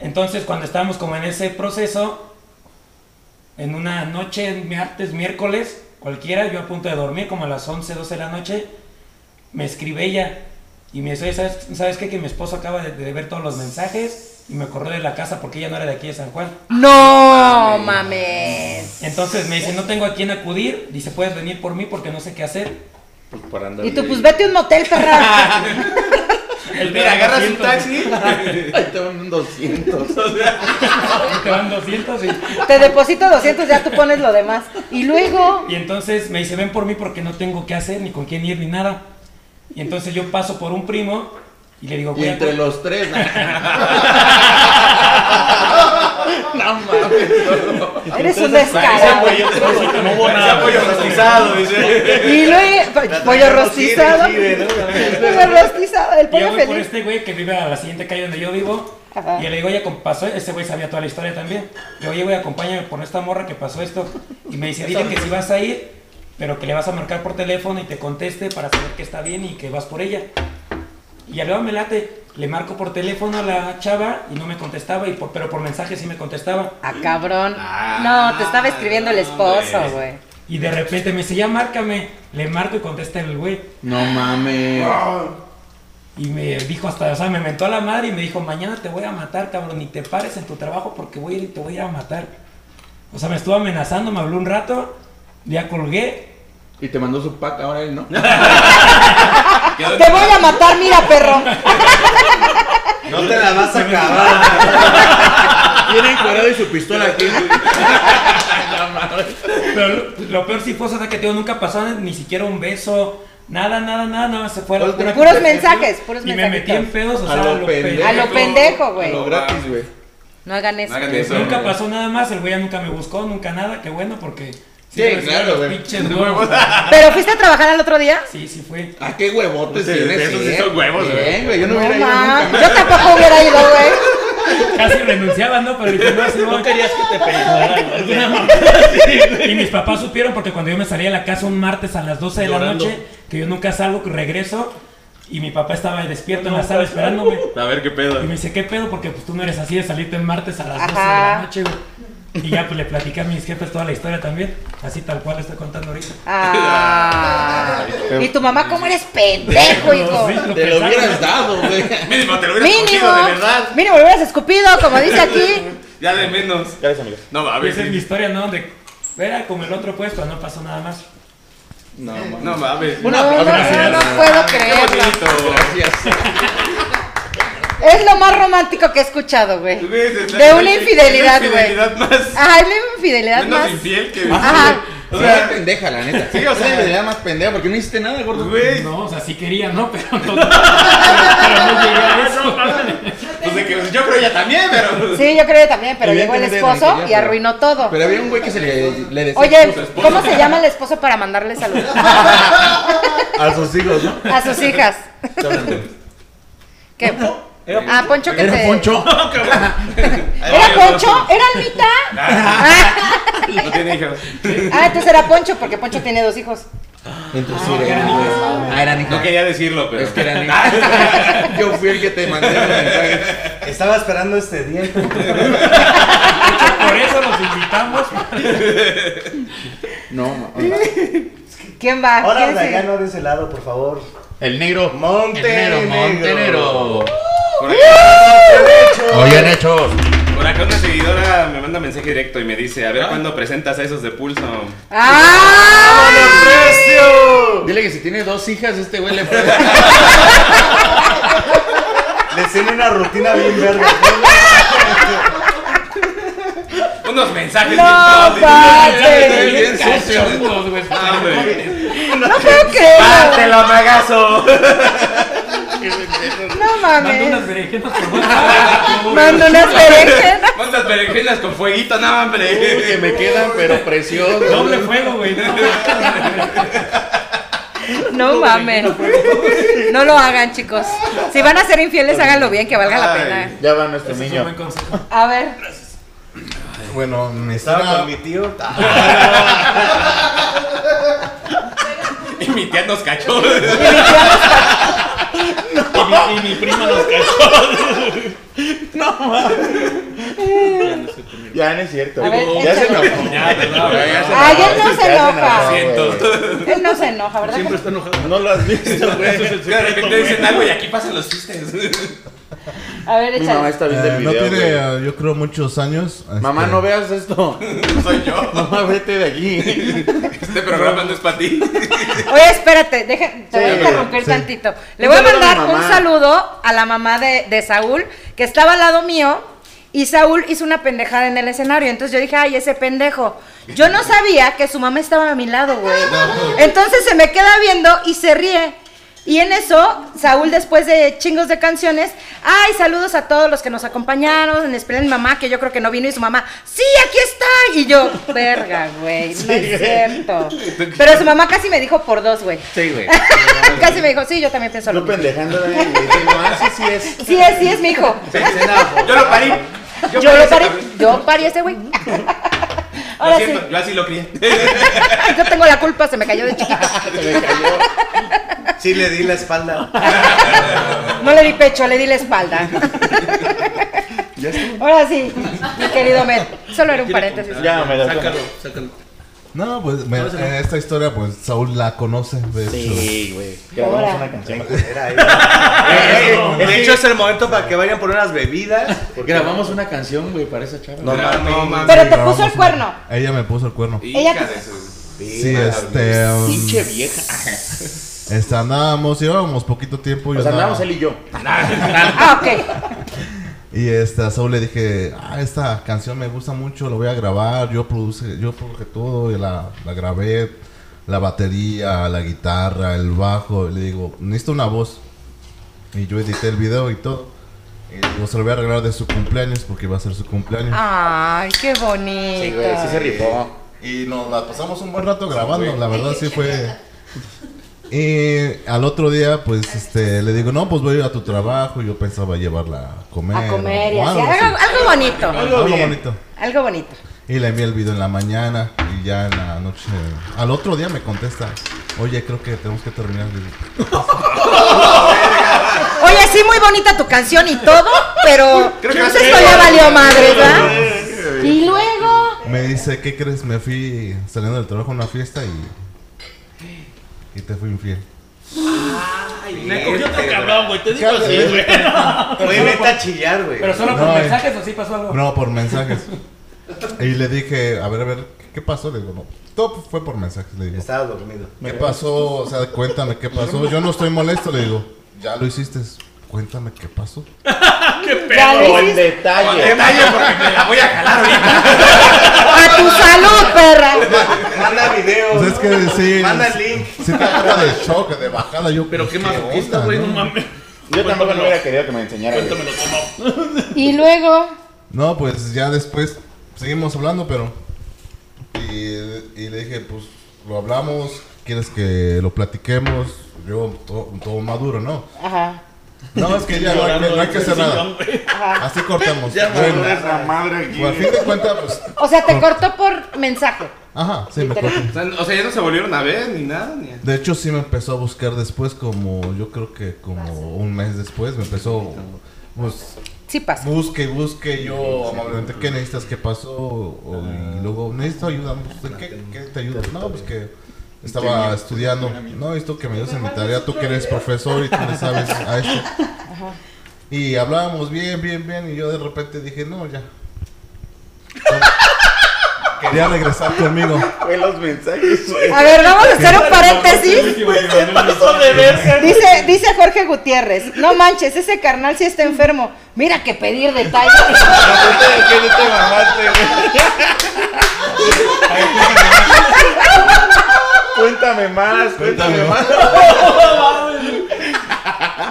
S8: Entonces, cuando estábamos como en ese proceso, en una noche, martes, miércoles, cualquiera, yo a punto de dormir, como a las 11, 12 de la noche, me escribe ella y me dice, "Oye, ¿sabes, ¿sabes qué? Que mi esposo acaba de, de ver todos los mensajes y me corrió de la casa porque ella no era de aquí de San Juan.
S2: No mames.
S8: Entonces me dice, no tengo a quién acudir, dice, puedes venir por mí porque no sé qué hacer.
S6: Pues para andar.
S2: Y tú, pues vete a un motel, perra. <laughs>
S1: Mira, agarras un taxi. <laughs>
S6: Ahí te van un 200.
S8: Te van 200 y...
S2: Te deposito 200, ya tú pones lo demás. Y luego.
S8: Y entonces me dice, ven por mí porque no tengo qué hacer, ni con quién ir, ni nada. Y entonces yo paso por un primo y le digo,
S6: Y
S8: "Voy a
S6: entre
S8: co-
S6: los tres.
S1: <laughs>
S6: No mames.
S2: Eres un descarado.
S7: Ese pollo- No hubo
S1: Se
S7: nada.
S1: apoyo rostizado, dice.
S2: Y <laughs> luego. po- Pollo rostizado. Pollo rostizado, el
S8: Y yo
S2: pollo
S8: voy por
S2: feliz.
S8: este güey que vive a la siguiente calle donde yo vivo.
S2: Ajá.
S8: Y le digo, oye, com- pasó, este güey sabía toda la historia también. Le digo, oye, güey, acompáñame por esta morra que pasó esto. Y me dice, dile que si vas a ir, pero que le vas a marcar por teléfono y te conteste para saber que está bien y que vas por ella. Y ya luego me late, le marco por teléfono a la chava y no me contestaba, y por- pero por mensaje sí me contestaba.
S2: Ah, cabrón. No, te estaba escribiendo el esposo, güey.
S8: Y de repente me dice, ya márcame. Le marco y contesta el güey.
S6: No mames.
S8: Y me dijo hasta, o sea, me mentó a la madre y me dijo, mañana te voy a matar, cabrón, ni te pares en tu trabajo porque voy a ir y te voy a ir a matar. O sea, me estuvo amenazando, me habló un rato, ya colgué.
S6: Y te mandó su pack ahora él, ¿no?
S1: Quedó-
S2: Te voy a matar, mira, perro.
S9: No te la vas a
S1: <laughs>
S9: acabar.
S6: Tiene encuadrado y su pistola aquí.
S8: Pero lo, lo peor sí fue, o sea, que tío, nunca pasó ni siquiera un beso, nada, nada, nada, nada, se fue. a la
S6: Puros
S8: pura
S2: Puros
S8: conversación
S2: mensajes, puros
S8: Y me metí en
S2: mensajes.
S8: pedos, o sea,
S6: A lo pendejo.
S2: A lo pendejo, güey.
S6: Lo gratis, güey.
S2: No hagan eso.
S1: No hagan eso.
S8: Nunca pasó nada más, el güey ya nunca me buscó, nunca nada, qué bueno, porque Sí, claro, güey. Pinches huevos.
S2: ¿Pero fuiste a trabajar al otro día?
S8: Sí, sí fue.
S3: Ah, qué huevotes
S1: Sí,
S3: tienes.
S1: esos sí
S3: eh.
S1: son huevos, güey.
S3: Bien, güey. Yo no, hubiera ido
S2: ma,
S3: nunca.
S2: Yo tampoco hubiera ido, güey.
S8: Casi renunciaba, ¿no? Pero dije, no, sí,
S7: No querías que te
S8: Claro,
S7: pegaran.
S8: güey. Y mis papás supieron porque cuando yo me salía de la casa un martes a las 12 de la
S7: Llorando.
S8: noche, que yo nunca salgo, que regreso, y mi papá estaba despierto en la sala esperándome.
S1: A ver qué pedo.
S8: Y me dice, ¿qué pedo? Porque pues tú no eres así de salirte el martes a las 12 de
S2: Ajá.
S8: la noche, güey. Y ya pues le platicé a mis jefes toda la historia también, así tal cual estoy contando ahorita.
S2: Ah. ¿Y tu mamá cómo eres pendejo, hijo?
S8: Sí,
S3: Te lo
S8: pensaron,
S3: hubieras
S8: ¿no?
S3: dado, güey.
S1: <laughs> Mínimo, te lo hubieras
S2: Mínimo.
S1: cogido, de verdad.
S2: Mínimo, lo hubieras escupido, como dice aquí.
S1: Ya de menos.
S6: Gracias, amigos.
S1: No mames.
S8: Esa es mi historia, ¿no? Donde era como el otro puesto, no pasó nada más.
S3: No,
S1: No mames.
S2: No, no, no, no puedo
S1: Qué
S2: creerlo.
S1: bonito.
S3: Gracias.
S2: Es lo más romántico que he escuchado, güey.
S1: Güey, se-
S2: De una infidelidad,
S1: Una
S2: güey.
S1: infidelidad más.
S2: Ajá, es la infidelidad
S1: menos
S2: más.
S1: infiel que.
S2: Ajá.
S3: O sea, pendeja, la neta. Sí, o sea, la idea más pendeja porque no hiciste nada, gordo.
S1: Güey.
S8: No, o sea, sí quería, ¿no? <laughs> Pero no, pero no llegué a eso.
S1: Pues de que yo creo ella también, pero.
S2: Sí, yo creo que también, pero llegó el
S3: Evidentemente,
S2: esposo
S3: Enrique, ya,
S2: y arruinó todo.
S3: Pero había un güey que se le, le decía.
S2: Oye,
S3: "Puso esposa".
S2: ¿cómo se llama el esposo para mandarle saludos?
S4: A sus hijos, ¿no?
S2: A sus hijas. ¿Qué? Ah, Poncho que
S4: Era
S2: te-
S4: Poncho.
S2: ¿Era Poncho? ¿Era Almita? Ah,
S1: <laughs> No tiene hijos.
S2: ah, entonces era Poncho, porque Poncho tiene dos hijos.
S3: Inclusive. Ah, eran hijos.
S1: No quería decirlo, pero. Ah,
S3: Es que eran hijos. Yo fui el que te mandé el mensaje.
S9: Estaba esperando este día.
S8: Por eso los invitamos.
S3: No, mames.
S2: ¿Quién va?
S9: Ahora,
S2: ¿Quién sigue?
S9: Brian, no de ese lado, por favor.
S6: El negro.
S9: Montenegro.
S3: Montenero, Montenero.
S1: Por acá,
S4: Oye, hechos.
S1: por acá una seguidora me manda mensaje directo y me dice:
S3: ¿Ah?
S1: A ver cuándo presentas a esos de pulso.
S2: ¡Ah!
S3: Dile que si tiene dos hijas, este güey le puede.
S9: Les tiene una rutina bien verde.
S1: Unos mensajes
S2: No,
S1: bien tóxicos.
S2: padre.
S1: Bien sucios.
S8: Cachondos, güey.
S1: Ah, güey.
S2: No puedo creerlo.
S1: ¡Pártelo, magazo!
S2: <laughs> No
S8: Mandó unas
S2: mames.
S8: berenjenas por
S2: <laughs>
S8: WhatsApp.
S2: Mando unas berenjenas.
S1: ¿Cuántas berenjenas con fueguito? No,
S3: Uy, que
S1: hombre.
S3: me quedan, pero preciosos.
S8: Doble fuego, güey. no.
S2: No mames. No lo hagan, chicos. Si van a ser infieles, háganlo bien, que valga la
S1: Ay.
S2: pena.
S6: Ya va nuestro
S8: Ese es un
S6: niño.
S8: buen consejo.
S2: A ver.
S4: Bueno, mi
S9: Estaba con
S4: historia.
S9: mi tío.
S1: Y mi tía nos cachó.
S7: Y mi, y mi prima nos cachó.
S6: Ya no es cierto.
S2: A ver,
S6: ya se
S2: échale.
S6: enojó.
S1: Ya, ¿verdad?
S6: Ya, ya se
S2: Ay,
S6: enojó.
S2: él no se
S6: Ya
S2: enoja.
S6: enojó, güey.
S2: Él no se enoja, ¿verdad?
S7: Siempre está enojado.
S6: No lo has visto, güey.
S1: De repente dicen algo y aquí pasan los chistes.
S2: A ver,
S6: Mi mamá
S2: échale.
S6: está viendo
S4: Eh,
S6: Ah, el
S4: no
S6: video.
S4: tiene,
S6: güey.
S4: eh, yo creo, muchos años. este,
S6: Mamá, no veas esto.
S1: <laughs> Soy yo.
S6: Mamá, vete de aquí.
S1: Este programa no es para ti.
S2: Oye, espérate, deja, te voy a
S6: Sí,
S2: interrumpir
S4: sí.
S2: tantito. Le
S6: Un
S2: voy a
S6: saludo a mi
S2: mandar un
S6: mamá.
S2: saludo a la mamá de, de Saúl, que estaba al lado mío, y Saúl hizo una pendejada en el escenario. Entonces yo dije, ay, ese pendejo. Yo no sabía que su mamá estaba a mi lado, güey. Entonces se me queda viendo y se ríe. Y en eso, Saúl, después de chingos de canciones, ay, saludos a todos los que nos acompañaron, en especial mi mamá, que yo creo que no vino, y su mamá, sí, aquí está. Y yo, verga, güey, no es cierto. Pero su mamá casi me dijo por dos, güey.
S3: Sí, güey.
S2: <laughs> Casi me dijo, sí, yo también pienso lo
S6: Tú
S2: mismo.
S6: pendejando, güey. Digo, ah, sí, sí es.
S2: Sí es, sí es mi hijo.
S1: Yo lo parí.
S2: Yo,
S1: parí
S2: lo
S1: ese
S2: paré,
S1: cabrón.
S2: yo paré a ese güey.
S1: Lo
S2: <laughs> Ahora sí,
S1: siento, yo así lo crié.
S2: <laughs> yo tengo la culpa, se me cayó de chiquita.
S9: Sí, le di la espalda.
S2: No le di pecho, le di la espalda. Ahora sí, mi querido Med, solo era un paréntesis.
S6: Ya, me lo
S7: Sácalo, sácalo.
S4: No, pues me- eh, esta historia, pues Saúl la conoce, de hecho.
S6: Sí, güey. Grabamos
S2: Ahora.
S6: una canción.
S9: Era
S6: <laughs>
S9: ahí. De hecho, es el momento para que vayan por unas bebidas. Porque
S3: Grabamos una canción, güey, para esa chava.
S9: No, mames.
S1: No mames.
S2: Pero
S4: Sí,
S2: te puso el
S4: grabamos
S2: cuerno.
S4: una- Ella me puso el cuerno.
S2: Ella-
S1: Hija de su-
S4: Sí, este. um,
S3: Pinche vieja.
S4: este, andábamos, llevábamos poquito tiempo. yo
S6: Pues
S4: andaba-
S6: andábamos él y yo.
S2: Ah, ok.
S4: Y este, a Saúl le dije, ah, esta canción me gusta mucho, la voy a grabar, yo produce, yo produje todo, y la, la grabé, la batería, la guitarra, el bajo, y le digo, necesito una voz. Y yo edité el video y todo. Y le digo, se lo voy a regalar de su cumpleaños porque va a ser su cumpleaños.
S2: Ay, qué
S6: Ah. Sí, güey, sí se
S2: bonito.
S6: rifó.
S4: Y nos la pasamos un buen rato grabando, la verdad sí fue... Y al otro día, pues, este, le digo, no, pues voy a ir a tu trabajo. Yo pensaba llevarla a comer.
S2: A comer y
S4: o
S2: así.
S4: algo
S2: Algo,
S4: así.
S2: algo bonito.
S4: Algo bonito.
S2: Algo bonito.
S4: Y le envié el video en la mañana y ya en la noche. Al otro día me contesta, oye, creo que tenemos que terminar. Le digo,
S2: Oye, sí, muy bonita tu canción y todo, pero
S1: Creo que
S2: pues
S1: va a
S2: esto
S1: ser-
S2: ya valió madre, ¿verdad? Y luego.
S4: Me dice, ¿qué crees? Me fui saliendo del trabajo a una fiesta y. Y te fui infiel.
S7: Me cogió otro cabrón, güey. Te digo
S4: Cállate,
S1: eh.
S7: así, pues, güey.
S9: Pero vete a chillar, güey.
S8: Pero solo
S4: No,
S8: por
S4: eh.
S8: mensajes o sí pasó algo.
S4: No, por mensajes. Y le dije, a ver, a ver, ¿qué pasó? Le digo, no. Todo fue por mensajes, le digo.
S9: Estaba dormido.
S4: ¿Qué pasó? O sea, cuéntame qué pasó. Yo no estoy molesto, le digo. Ya lo hiciste. Cuéntame qué pasó.
S2: Ya lo
S6: Con
S2: hiciste.
S6: detalle.
S1: Detalle porque me la voy a jalar ahorita.
S2: A tu salud, perra.
S9: Manda videos.
S4: Pues es que sí.
S7: <laughs>
S9: Manda el link.
S4: Sí, te acaba de shock, de bajada. Yo, pues,
S7: Pero qué
S4: más
S7: masoquista, güey. No mames.
S6: Yo tampoco no hubiera querido que me enseñara. güey.
S7: Cuéntamelo, ¿cómo?
S2: Y luego.
S4: No, pues ya después seguimos hablando, pero. Y, y le dije, pues lo hablamos, quieres que lo platiquemos. Yo, to- todo maduro, ¿no?
S2: Ajá.
S4: No,
S7: <laughs>
S4: es que ya no hay, que- no hay que hacer nada. Así cortamos. Bueno,
S6: madre
S4: pues, al fin de cuentas, pues.
S2: O sea, te cortó por mensaje.
S4: Ajá, sí, me cortó.
S1: O sea, no- O sea, ya no se volvieron a ver ni nada. Ni
S4: De hecho, sí me empezó a buscar después, como yo creo que como un mes después, me empezó. Pues
S2: Sí pasa.
S4: Busque, busque yo amablemente qué necesitas, qué pasó, O- y luego necesito ayuda, pues, ¿qué, qué te ayuda? No, pues que estaba estudiando, no, esto que me ayudas en mi tarea, tú que eres profesor y tú le sabes a esto. Y hablábamos bien, bien, bien, y yo de repente dije, no, ya. Quería regresar conmigo.
S6: Fue los mensajes, güey.
S2: A ver, vamos a hacer un paréntesis.
S7: Pasó de verga.
S2: Dice, dice Jorge Gutiérrez, no manches, ese carnal sí está enfermo. Mira que pedir detalles.
S6: ¿Qué no te mamaste, güey? Cuéntame más, cuéntame más.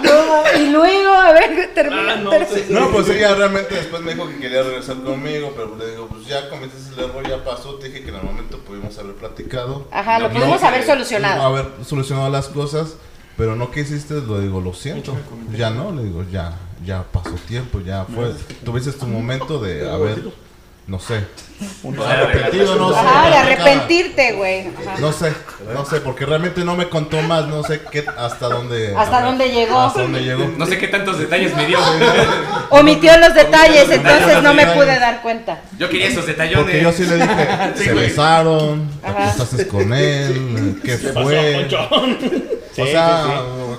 S2: No, y luego, a ver, termina. termina.
S4: No, pues ella realmente después me dijo que quería regresar conmigo, pero le digo, pues ya cometiste el error, ya pasó, te dije que en el momento pudimos haber platicado.
S2: Ajá, lo
S4: No,
S2: pudimos
S4: no,
S2: haber solucionado.
S4: haber solucionado las cosas, pero no quisiste, lo digo, lo siento. Ya no, le digo, ya, ya pasó tiempo, ya fue. Tuviste tu momento de haber, no sé, arrepentido, no sé.
S2: Ajá, de
S4: platicaba.
S2: arrepentirte, güey. Ajá.
S4: No sé, no sé, porque realmente no me contó más, no sé qué, hasta dónde.
S2: Hasta dónde llegó.
S4: Ah, Hasta dónde llegó.
S1: No sé qué tantos detalles me dio.
S2: Omitió los detalles, entonces
S4: detalles.
S2: no me pude dar cuenta.
S1: Yo quería esos
S4: Porque yo
S1: detallones.
S4: sí
S2: <laughs>
S4: le dije, se besaron, te acostaste con él, ¿qué fue?
S3: <laughs>
S4: O sea,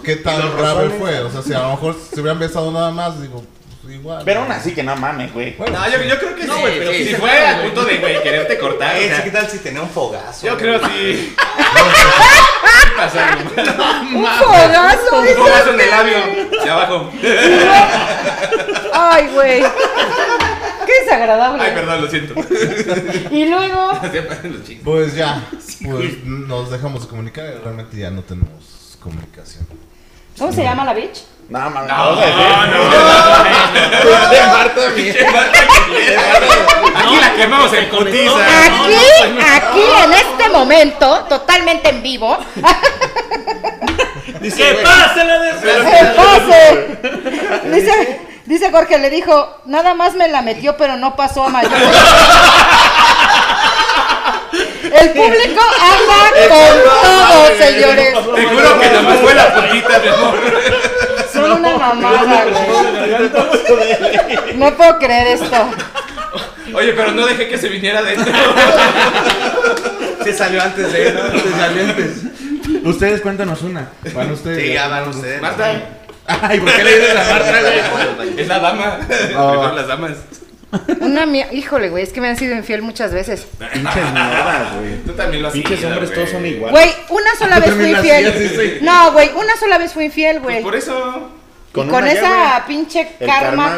S4: ¿qué tan grave fue? O sea, si a lo mejor se hubieran besado nada más, digo, pues, igual.
S6: Pero aún así que no mames, güey.
S4: Bueno,
S1: No, yo, yo creo que
S7: No,
S1: sí.
S7: güey, pero
S1: sí,
S7: sí
S1: si
S7: se
S1: fue
S7: fueron,
S1: al
S7: güey.
S1: punto de, güey, quererte cortar. o
S9: Ese,
S1: sea,
S9: ¿Qué tal si tenía un fogazo?
S1: yo
S9: güey?
S1: creo que sí. Sí pasó algo malo.
S2: Un fogazo,
S1: Un
S2: dice.
S1: fogazo en el labio. De abajo.
S2: Ay, güey. Qué desagradable.
S1: Ay, perdón, lo siento.
S2: Y luego,
S1: Los chingos.
S3: <laughs>
S4: Pues ya, pues nos dejamos de comunicar y realmente ya no tenemos comunicación.
S2: ¿cómo se llama la
S1: <laughs>
S2: bitch?
S6: No mames.
S1: No,
S6: o sea,
S7: Ah,
S1: no, no.
S6: De Marta, mi-
S1: Aquí la quemamos en putiza.
S2: Aquí, aquí, en este momento, totalmente en vivo,
S7: ¡Que pase la verga!
S2: se pase. Dice, dice Jorge, le dijo, nada más me la metió, pero no pasó a mayor. El público anda con todo, señores.
S1: Te juro que nomás fue la puntita, mi amor.
S2: Son una mamada, güey. No puedo creer esto.
S1: Oye, pero no dejé que se viniera dentro.
S3: Se salió antes de él, ¿no? Se salió antes.
S7: Ustedes cuéntanos una. Van ustedes.
S3: Sí, ya van ustedes.
S1: Marta,
S7: Ay, ¿por qué le dices a Marta, güey? Ah.
S1: es la dama. Primero las damas.
S2: Una mía, híjole, güey, es que me han sido infiel muchas veces.
S6: Pinches mierdas, güey.
S1: Tú también lo has
S6: Pinches
S1: sido,
S6: hombres todos
S1: güey.
S6: son iguales.
S2: Güey, una sola vez fui infiel. No, güey, una sola vez fui infiel,
S1: Pues
S2: güey.
S1: Por eso.
S2: Con,
S6: una ya,
S2: esa
S6: güey.
S2: pinche
S6: El karma,
S2: karma,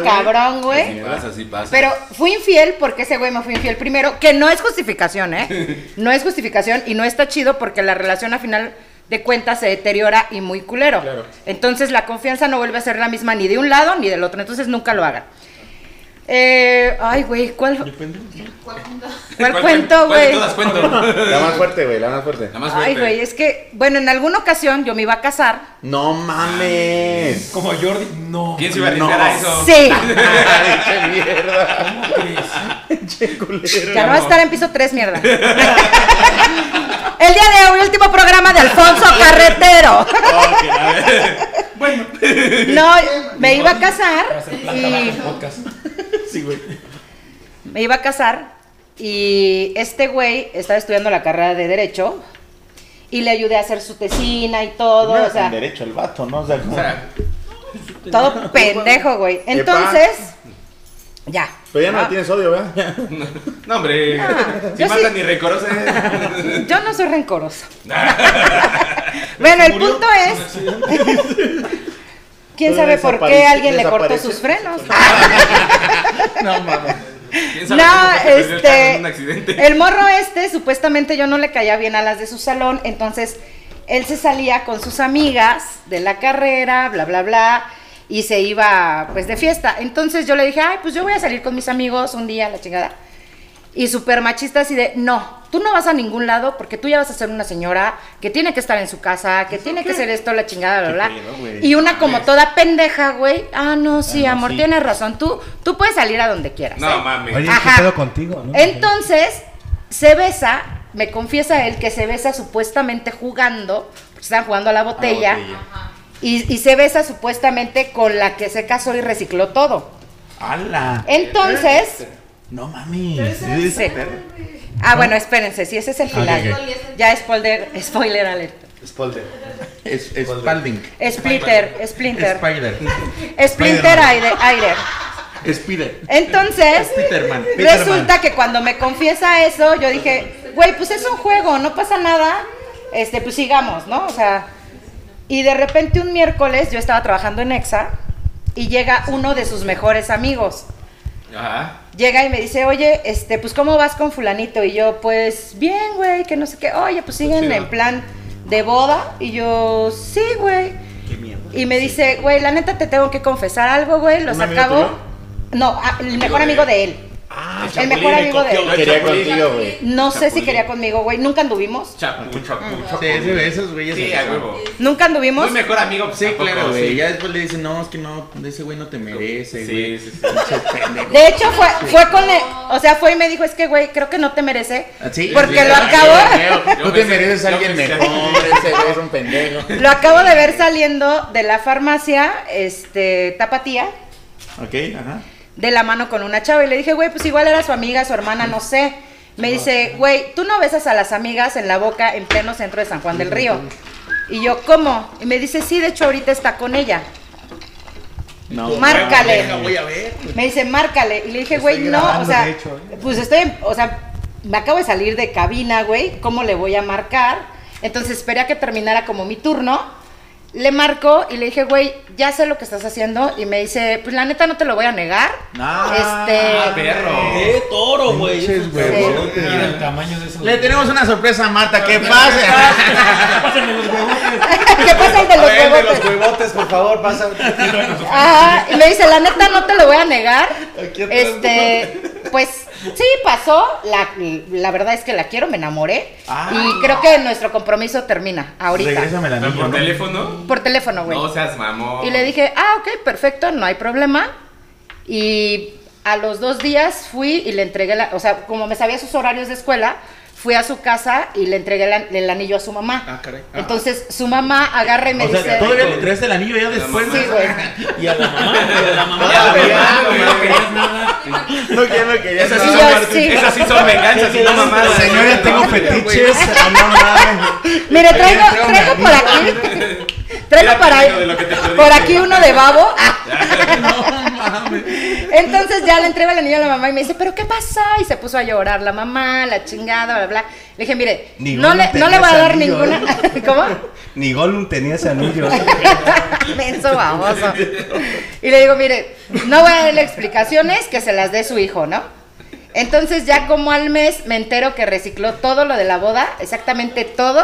S6: güey.
S2: cabrón,
S1: Sí
S2: güey.
S1: pasa, sí pasa.
S2: Pero fui infiel porque ese güey me fue infiel primero, que no es justificación, ¿eh? No es justificación y no está chido porque la relación a final de cuentas se deteriora y muy culero. Entonces la confianza no vuelve a ser la misma ni de un lado ni del otro, entonces nunca lo hagan. Eh, ay, güey, ¿cuál, cuál
S1: ¿Cuál
S2: cuento,
S1: cuen- cuál
S2: güey?
S1: de todas
S7: <laughs>
S1: cuento?
S6: La más fuerte, güey, la más fuerte.
S1: La más
S2: Ay,
S1: fuerte.
S2: güey, es que, bueno, en alguna ocasión yo me iba a casar.
S6: No mames.
S8: Como Jordi, no.
S1: ¿Quién se iba a arriesgar a eso?
S2: Sí,
S6: <laughs> Ay, ¡Qué mierda!
S8: ¿Cómo crees?
S6: ¡Qué culero!
S2: ya no va a estar en piso 3,
S6: <laughs>
S2: mierda. El día de hoy, último programa de Alfonso Carretero.
S8: Bueno,
S2: No, me iba a casar
S8: hacer planta baja
S2: y
S8: el podcast.
S2: me iba a casar y este güey estaba estudiando la carrera de derecho y le ayudé a hacer su tesina y todo, o sea,
S6: En derecho el vato, ¿no? O sea, como-
S2: todo pendejo, güey. Entonces, ya.
S6: Pero ya no
S2: ah.
S6: le tienes odio, ¿verdad?
S1: No, hombre. si
S2: yo
S1: matan
S2: sí-
S1: ni rencorosa.
S2: <laughs> Yo no soy
S1: <laughs>
S2: rencorosa. bueno, el punto es.
S1: <laughs>
S2: ¿Quién
S6: Pero
S2: sabe por qué
S6: desaparece-
S2: alguien le cortó
S6: desaparece.
S2: sus frenos?
S1: <laughs>
S6: No mames.
S1: ¿Quién sabe
S2: No,
S1: cómo se perdió el carro en un accidente?
S2: este. El morro este, supuestamente yo no le caía bien a las de su salón, entonces él se salía con sus amigas de la carrera, bla, bla, bla, y se iba pues de fiesta. Entonces yo le dije, ay, pues yo voy a salir con mis amigos un día, la chingada. Y súper machista así de, no, tú no vas a ningún lado porque tú ya vas a ser una señora que tiene que estar en su casa, que tiene que ser esto, la chingada, bla, bla.
S6: pedo, güey?
S2: y una como toda pendeja, güey, ah, no, sí,
S6: Ah, no,
S2: amor,
S6: sí.
S2: tienes razón, tú, tú puedes salir a donde quieras. ¿eh?".
S1: No mames.
S9: Oye,
S2: Ajá.
S9: ¿qué pedo contigo? no?
S2: Entonces, se besa, me confiesa él que se besa supuestamente jugando, porque estaban jugando a la botella,
S6: botella.
S2: Y, y se besa supuestamente con la que se casó y recicló todo.
S7: ¡Hala!
S2: Entonces,
S7: No mames. Es-
S2: sí. Ah, bueno, espérense, si ese es el final. Ya spoiler, spoiler alert.
S6: Spolder.
S3: Es, es Spalding.
S2: Splinter, Splinter.
S1: <laughs>
S3: Spider.
S2: Splinter aire, aire.
S3: Spider.
S2: Entonces,
S3: Peterman, Peterman.
S2: resulta que cuando me confiesa eso, yo dije, güey, pues es un juego, no pasa nada, este, pues sigamos, ¿no? O sea, y de repente un miércoles yo estaba trabajando en EXA y llega uno de sus mejores amigos.
S1: Ajá.
S2: Llega y me dice, oye, este, pues ¿cómo vas con fulanito? Y yo, pues bien, güey, que no sé qué. Oye, pues siguen
S1: chido.
S2: en plan de boda. Y yo, sí, güey. Y me dice, güey, la neta te tengo que confesar algo, güey. Los
S6: ¿Un amigo
S2: acabo.
S6: tuyo?
S2: No, ah, el mejor amigo de él. el mejor amigo de él.
S6: <laughs> Quería contigo, güey.
S2: No sé si
S1: Chapulín.
S2: quería conmigo, güey. Nunca anduvimos.
S1: Chapu, chapu, chapu.
S3: Sí, ese, güey, esos güeyes.
S1: Sí,
S3: se
S1: a
S3: besan.
S1: huevo.
S2: Nunca anduvimos.
S1: Muy mejor amigo. pues,
S3: Sí,
S1: tampoco,
S3: claro, güey.
S1: sí.
S3: Ya después le dicen, no, es que no, ese güey no te merece,
S1: Sí,
S3: güey.
S1: sí, sí.
S2: De hecho, fue, fue con el- O sea, fue y me dijo, es que, güey, creo que no te merece.
S3: Ah, sí,
S2: Porque
S3: sí,
S2: lo
S3: sí,
S2: acabo.
S1: Yo
S6: Tú te
S1: pensé-
S6: mereces a
S1: yo
S6: alguien
S1: pensé-
S6: mejor. Ese güey es un pendejo. <laughs>
S2: Lo acabo de ver saliendo de la farmacia, este, tapatía,
S6: Ok, ajá.
S2: de la mano con una chava. Y le dije, güey, pues igual era su amiga, su hermana, no sé. Me dice, güey, tú no besas a las amigas en la boca en pleno centro de San Juan del Río. Y yo, ¿cómo? Y me dice, sí, de hecho ahorita está con ella.
S6: No.
S2: Márcale.
S3: Deja, voy a ver.
S2: Me dice, márcale. Y le dije,
S9: Estoy
S2: güey, no, o
S9: grabando,
S2: sea,
S9: de hecho, ¿eh?
S2: pues estoy, en- o sea, me acabo de salir de cabina, güey, ¿cómo le voy a marcar? Entonces esperé a que terminara como mi turno. Le marco y le dije, güey, ya sé lo que estás haciendo. Y me dice, pues la neta no te lo voy a negar.
S1: Ah,
S2: este.
S1: perro.
S7: ¡Qué toro, güey!
S9: Pinches
S2: huevotes.
S7: Mira
S8: Mira
S7: el
S8: el tamaño de esos.
S3: Le tenemos una sorpresa a Marta, que pase.
S8: Pásenme los huevotes.
S2: <laughs> ¿Qué pasa el de los
S9: Ven de los
S2: huevotes?
S9: huevotes, por favor, pasa.
S2: Ajá, y me dice, la neta no te lo voy a negar. Este, pues sí, pasó. La, la verdad es que la quiero, me enamoré. y creo que nuestro compromiso termina ahorita.
S3: Regrésame la
S1: Pero
S3: niña.
S1: ¿Por
S3: ¿no?
S1: teléfono?
S2: Por teléfono, güey.
S1: No seas mamón.
S2: Y le dije, ah, ok, perfecto, no hay problema. Y a los dos días fui y le entregué la, o sea, como me sabía sus horarios de escuela, fui a su casa y le entregué la- el anillo a su mamá.
S3: Ah, caray. Ah.
S2: Entonces su mamá agarra y me
S3: O
S2: dice,
S3: sea, todavía le entregaste el anillo ya después.
S1: mamá.
S2: "Pues sí,
S1: <laughs>
S6: <laughs>
S2: güey.
S7: Y a la mamá, güey, a la mamá.
S1: Ya,
S7: güey.
S1: mamá, güey, no querías nada.
S6: No, ya no quería.
S1: Esas
S2: Y
S1: sí
S2: yo,
S1: son-
S2: sí.
S1: esas sí son venganzas y no mamadas.
S9: Señora, tengo fetiches. ah, no mames.
S2: Mire, traigo,
S3: trae un
S2: traigo por aquí, traigo
S1: Mira,
S2: por ahí,
S1: amigo, de lo que te perdiste.
S2: por aquí uno de
S1: <laughs>
S2: babo. Entonces ya le entrega el anillo a la mamá y me dice, ¿pero qué pasa? Y se puso a llorar la mamá, la chingada, bla, bla. Le dije, mire,
S9: Ninguno
S2: no le, no
S9: tenía
S2: le voy a
S9: ese
S2: dar
S9: anillo, ¿eh?
S2: ninguna. <laughs> ¿Cómo?
S9: Ni Gollum tenía ese anillo.
S2: <laughs> Menso baboso. Y le digo, mire, no voy a darle explicaciones, que se las dé su hijo, ¿no? Entonces ya como al mes me entero que recicló todo lo de la boda, exactamente todo.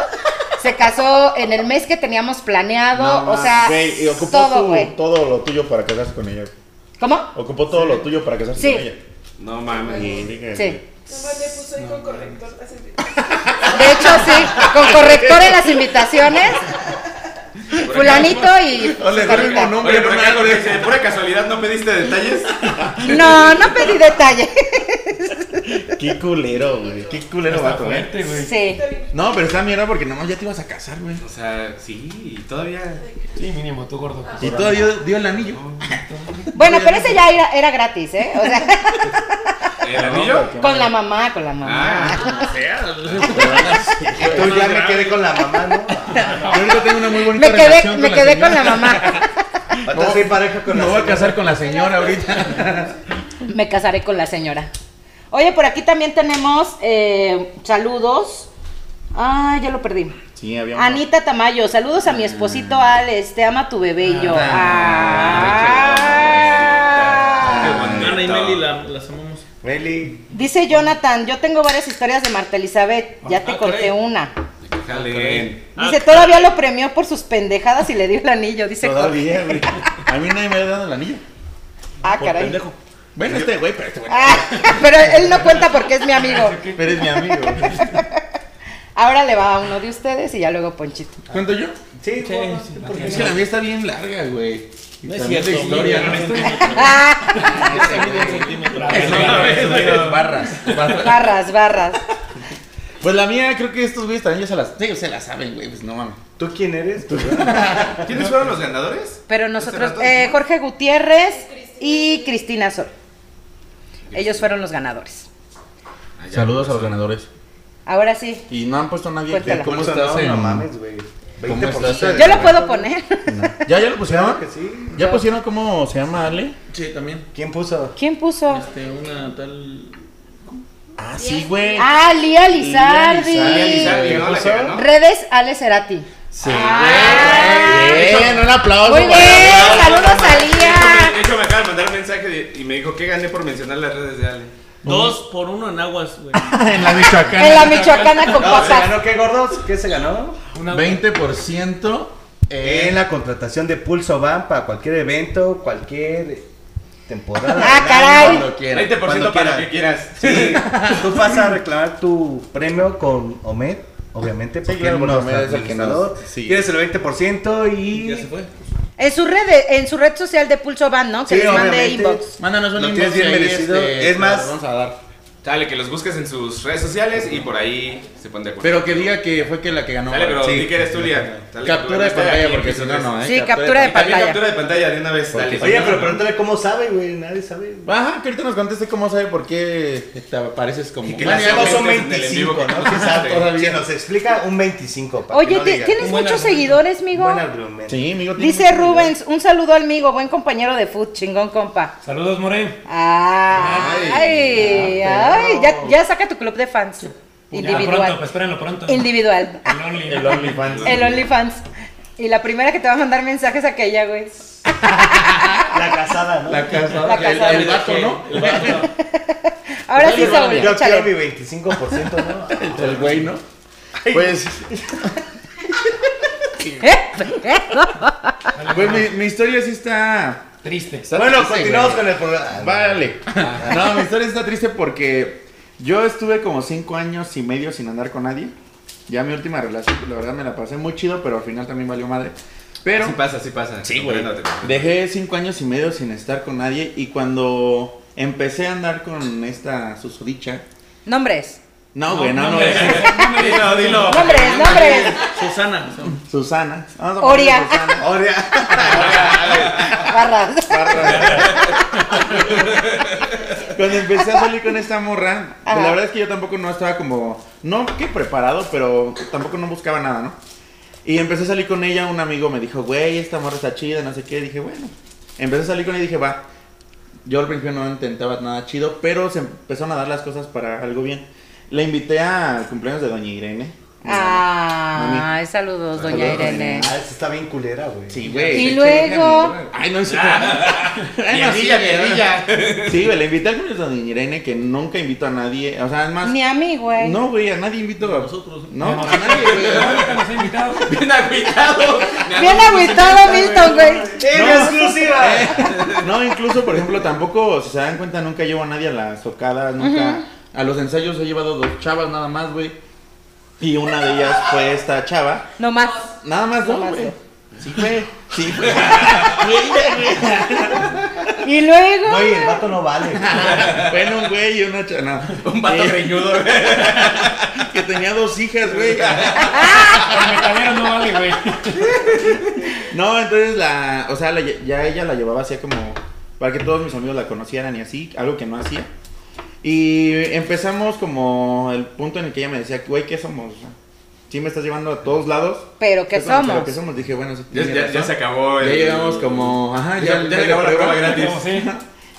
S2: Se casó en el mes que teníamos planeado, o sea,
S6: Güey, y ocupó
S2: todo,
S6: tu-
S2: güey.
S6: todo lo tuyo para quedarse con ella.
S2: ¿Cómo?
S6: Ocupó todo lo tuyo para casarse
S2: Sí.
S6: con ella.
S1: No mames.
S6: Fíjate.
S2: Sí.
S10: Nomás le puso ahí con corrector las
S2: De hecho, sí, con corrector en las invitaciones. Fulanito y.
S3: Ole,
S2: Fulanita.
S3: no, nombre,
S1: Oye, pero
S3: no me
S1: acá,
S3: acuerdo.
S1: de pura casualidad, ¿no pediste detalles?
S2: No, no pedí detalle.
S6: Qué culero, güey. Qué culero vato, eh.
S3: Fuerte, güey.
S2: Sí.
S3: No, pero está mierda porque nomás ya te ibas a casar, güey.
S1: O sea, sí, y todavía.
S8: Sí, mínimo, tú gordo.
S3: Y todavía dio, dio el anillo.
S2: Bueno, pero ese ya era, era gratis, ¿eh? O sea,
S1: ¿El anillo?
S2: con la mamá, con la mamá.
S1: Ah, o sea.
S9: Yo ya me quedé con la mamá, ¿no?
S3: Yo ahorita tengo una muy bonita
S2: Me quedé,
S3: relación
S2: me
S3: con
S2: quedé
S3: la
S2: con
S3: señora.
S2: la mamá.
S9: Ahorita soy pareja con
S3: Me
S9: la
S3: voy a
S9: señora.
S3: casar con la señora ahorita.
S2: Me casaré con la señora. Oye, por aquí también tenemos eh, saludos. Ah, ya lo perdí.
S6: Sí, había una-
S2: Anita Tamayo, saludos a mi esposito Alex, te ama tu bebé y yo. Ah.
S7: Ana y Meli la- las amamos.
S9: Meli,
S2: Dice Jonathan, yo tengo varias historias de Marta Elizabeth, ya te
S7: Ah,
S2: conté
S7: caray.
S2: una.
S1: Jalen.
S2: Dice,
S3: Ah,
S2: todavía lo premió por sus pendejadas y le dio el anillo, dice.
S6: Todavía, güey.
S3: A mí nadie me ha dado el anillo.
S2: Ah,
S3: Por
S2: caray.
S3: pendejo. Bueno, este güey, pero este güey.
S2: Ah, <laughs> pero él no cuenta porque es mi amigo.
S3: Pero es mi amigo.
S2: Ahora le va a uno de ustedes y ya luego Ponchito.
S3: ¿Cuánto yo?
S9: sí,
S8: Sí, sí, la
S3: Es que
S8: tienes.
S3: la mía está bien larga, güey.
S7: No
S3: También de historia, ¿no? <laughs>
S9: barras. barras.
S2: Barras, barras.
S3: Pues la mía, creo que estos güeyes también ya se las, sí, se las saben, güey. Pues no mames.
S9: ¿Tú quién eres?
S1: ¿Quiénes fueron los ganadores? Este
S2: Pero nosotros, eh, Jorge Gutiérrez y Cristina Sol. Ellos fueron los ganadores.
S3: Saludos a los ganadores.
S2: Ahora sí.
S6: Y no han puesto a nadie.
S2: Cuéntala.
S3: ¿Cómo
S9: No,
S3: estás? en-
S9: no mames, güey.
S3: ¿Cómo
S9: 20%.
S3: estás?
S2: Yo lo puedo
S3: <laughs>
S2: poner.
S3: ¿Ya, ya lo pusieron?
S9: Claro que sí.
S3: ¿Ya pusieron cómo se llama Ale?
S7: Sí, también.
S9: ¿Quién puso?
S2: ¿Quién puso?
S7: Este, una tal.
S3: Ah, sí, güey.
S2: Ah, Lía Lizardi.
S1: Lía Lizardi, ¿no? La que ganó.
S2: Redes Ale Cerati. Ah, Sí.
S3: Bien, un aplauso.
S2: Muy
S3: para
S2: bien,
S3: Ale.
S2: saludos a
S1: De
S2: Lía.
S1: hecho, me acaba de mandar un mensaje de- y me dijo que gané por mencionar las redes de Ale.
S7: Dos por uno en aguas, güey.
S3: En la Michoacana.
S2: En la Michoacana con
S9: No, ¿se
S2: papas.
S9: ganó qué, gordos? ¿Qué se ganó?
S8: Una-
S3: 20%
S9: En
S3: en
S9: la contratación de Pulso Van para cualquier evento, cualquier temporada. <laughs>
S2: Ah, caray.
S3: cuando quiera.
S1: 20%
S3: cuando
S1: para
S3: quiera.
S1: lo que quieras.
S9: Sí, tú vas a reclamar tu premio con Omed, obviamente, porque
S3: claro,
S9: él
S3: porque
S9: no
S3: Omed
S9: está
S3: es el que nos
S9: administrador.
S3: sigue.
S9: Tienes el 20% y.
S7: Ya se fue.
S2: En su red, en su red social de Pulso Van, ¿no? Que
S9: Sí,
S2: les mande
S9: obviamente.
S2: inbox.
S3: Mándanos un
S9: Lo
S3: inbox
S9: tienes bien
S3: y ahí,
S9: merecido. Es
S3: te
S9: más-
S3: lo vamos a dar.
S1: Dale, que los busques en sus redes sociales y por ahí se ponen de acuerdo.
S3: Pero que diga que fue que la que ganó.
S1: Dale, pero
S3: Sí.
S1: di que eres tú, Lía. Dale,
S3: Captura de
S1: que tú eres
S3: pantalla,
S1: aquí,
S3: porque
S1: pues,
S3: si no, no, ¿eh?
S2: Sí, captura de
S1: También
S2: pantalla.
S1: captura de pantalla de una vez, dale.
S9: Oye, pero pregúntale cómo sabe, güey. Nadie sabe. güey.
S3: Ajá, que ahorita nos conteste cómo sabe por qué te apareces como.
S1: Y que
S3: Bueno,
S1: la
S3: ya
S1: gente
S9: Bueno,
S3: pasó.
S9: son
S4: este
S1: es en el en vivo
S9: 25,
S1: que
S9: ¿no?
S1: no
S9: Quizá
S1: sabe.
S9: todavía nos explica un 25. para que
S2: Oye,
S9: no
S2: ti-
S9: diga.
S2: ¿tienes
S9: Un buen
S2: muchos
S9: argumento.
S2: seguidores, migo?
S9: Buen argumento.
S3: Sí, amigo. tiene
S2: Dice
S3: mucho
S2: Rubens, un saludo al migo, buen compañero de food, chingón compa.
S8: Saludos, More.
S2: Ay, ay, ya, ya saca tu club de fans.
S8: Ya, pronto, pues
S2: Individual.
S8: espérenlo pronto.
S2: Individual.
S8: El Only.
S6: El OnlyFans.
S2: El OnlyFans. Y la primera que te va a mandar mensajes aquella, güey.
S9: La casada, ¿no?
S3: La casa.
S2: La
S3: el-
S2: casa.
S3: El, vato, ¿no?
S7: El vato.
S2: Ahora sí, Saúl,
S9: Yo quiero mi
S2: échale.
S9: 25%, ¿no?
S3: El güey, ¿no?
S6: Pues,
S3: Pues mi, mi historia sí está.
S8: Triste.
S3: está
S9: Bueno,
S3: triste,
S9: continuamos
S3: güey. Ah,
S9: con el programa.
S3: Vale. No, mi historia está triste porque yo estuve como cinco años y medio sin andar con nadie. Ya mi última relación, la verdad me la pasé muy chido, pero al final también valió madre. Pero
S1: Sí pasa, sí pasa. Sí,
S3: güey. dejé cinco años y medio sin estar con nadie y cuando empecé a andar con esta susodicha.
S2: Nombres.
S3: No, güey, no, no,
S8: hombre.
S1: <laughs>
S3: es
S1: Dilo, dilo.
S2: Nombres,
S7: <laughs>
S2: nombres.
S7: Susana. son-
S3: Susana. Vamos a ponerle
S2: <laughs> Oria.
S3: Susana.
S9: Ahora,
S2: Barras.
S3: Cuando empecé a salir con
S2: <laughs>
S3: esta morra, pues,
S2: Ajá.
S3: la verdad es que yo tampoco no estaba como, no que preparado, pero tampoco no buscaba nada, ¿no? Y empecé a salir con ella, un amigo me dijo, güey, esta morra está chida, no sé qué, dije, bueno. Empecé a salir con ella y dije, va. Yo al principio no intentaba nada chido, pero se empezaron a dar las cosas para algo bien. La invité a cumpleaños de Doña Irene.
S2: Ay, saludos, Ah, doña Irene.
S9: Ah, esta está bien culera, güey.
S3: Sí,
S2: Y
S3: güey.
S2: luego-
S3: Ay, no, es
S1: Ah. <laughs>
S3: Piedilla, piedilla. Sí, güey, le invité a con doña Irene que nunca invito a nadie. O sea, es más.
S2: Ni a mí, güey.
S3: No, güey, a nadie invito a nosotros. No,
S8: No.
S3: a nadie, güey.
S8: Nos ha invitado.
S1: Bien agüitado.
S2: Bien
S3: pues,
S2: agüitado, Milton, güey.
S3: <laughs> exclusiva! eh, No, incluso, por ejemplo, tampoco, si se dan cuenta, nunca llevo a nadie a las tocadas, nunca. A los ensayos he llevado dos chavas nada más, güey. Y una de ellas fue esta chava.
S2: No más.
S3: Nada más dos,
S2: Nomás
S3: güey.
S2: dos.
S3: Sí, güey. Sí, <laughs> güey.
S2: Y luego.
S9: Güey, el vato no vale. güey.
S3: Bueno, un güey y una chava.
S1: Un vato greñudo, güey.
S3: que tenía dos hijas, güey.
S8: El metalero no vale, güey.
S3: No, entonces la, o sea, la- ya ella la llevaba así como para que todos mis amigos la conocieran y así, algo que no hacía. Y empezamos como el punto en el que ella me decía, güey, ¿qué somos? O sea, Sí me estás llevando a todos lados.
S2: Pero ¿qué
S3: Pero,
S2: somos?
S3: ¿Qué somos? Dije, bueno, sí,
S1: Ya,
S3: tiene
S1: ya-
S3: razón.
S1: ya se acabó.
S3: Ya
S1: el- Ah,
S3: llegamos como, ajá,
S1: Ya- ya
S3: medio
S1: se acabó la prueba gratis.
S8: Como sí.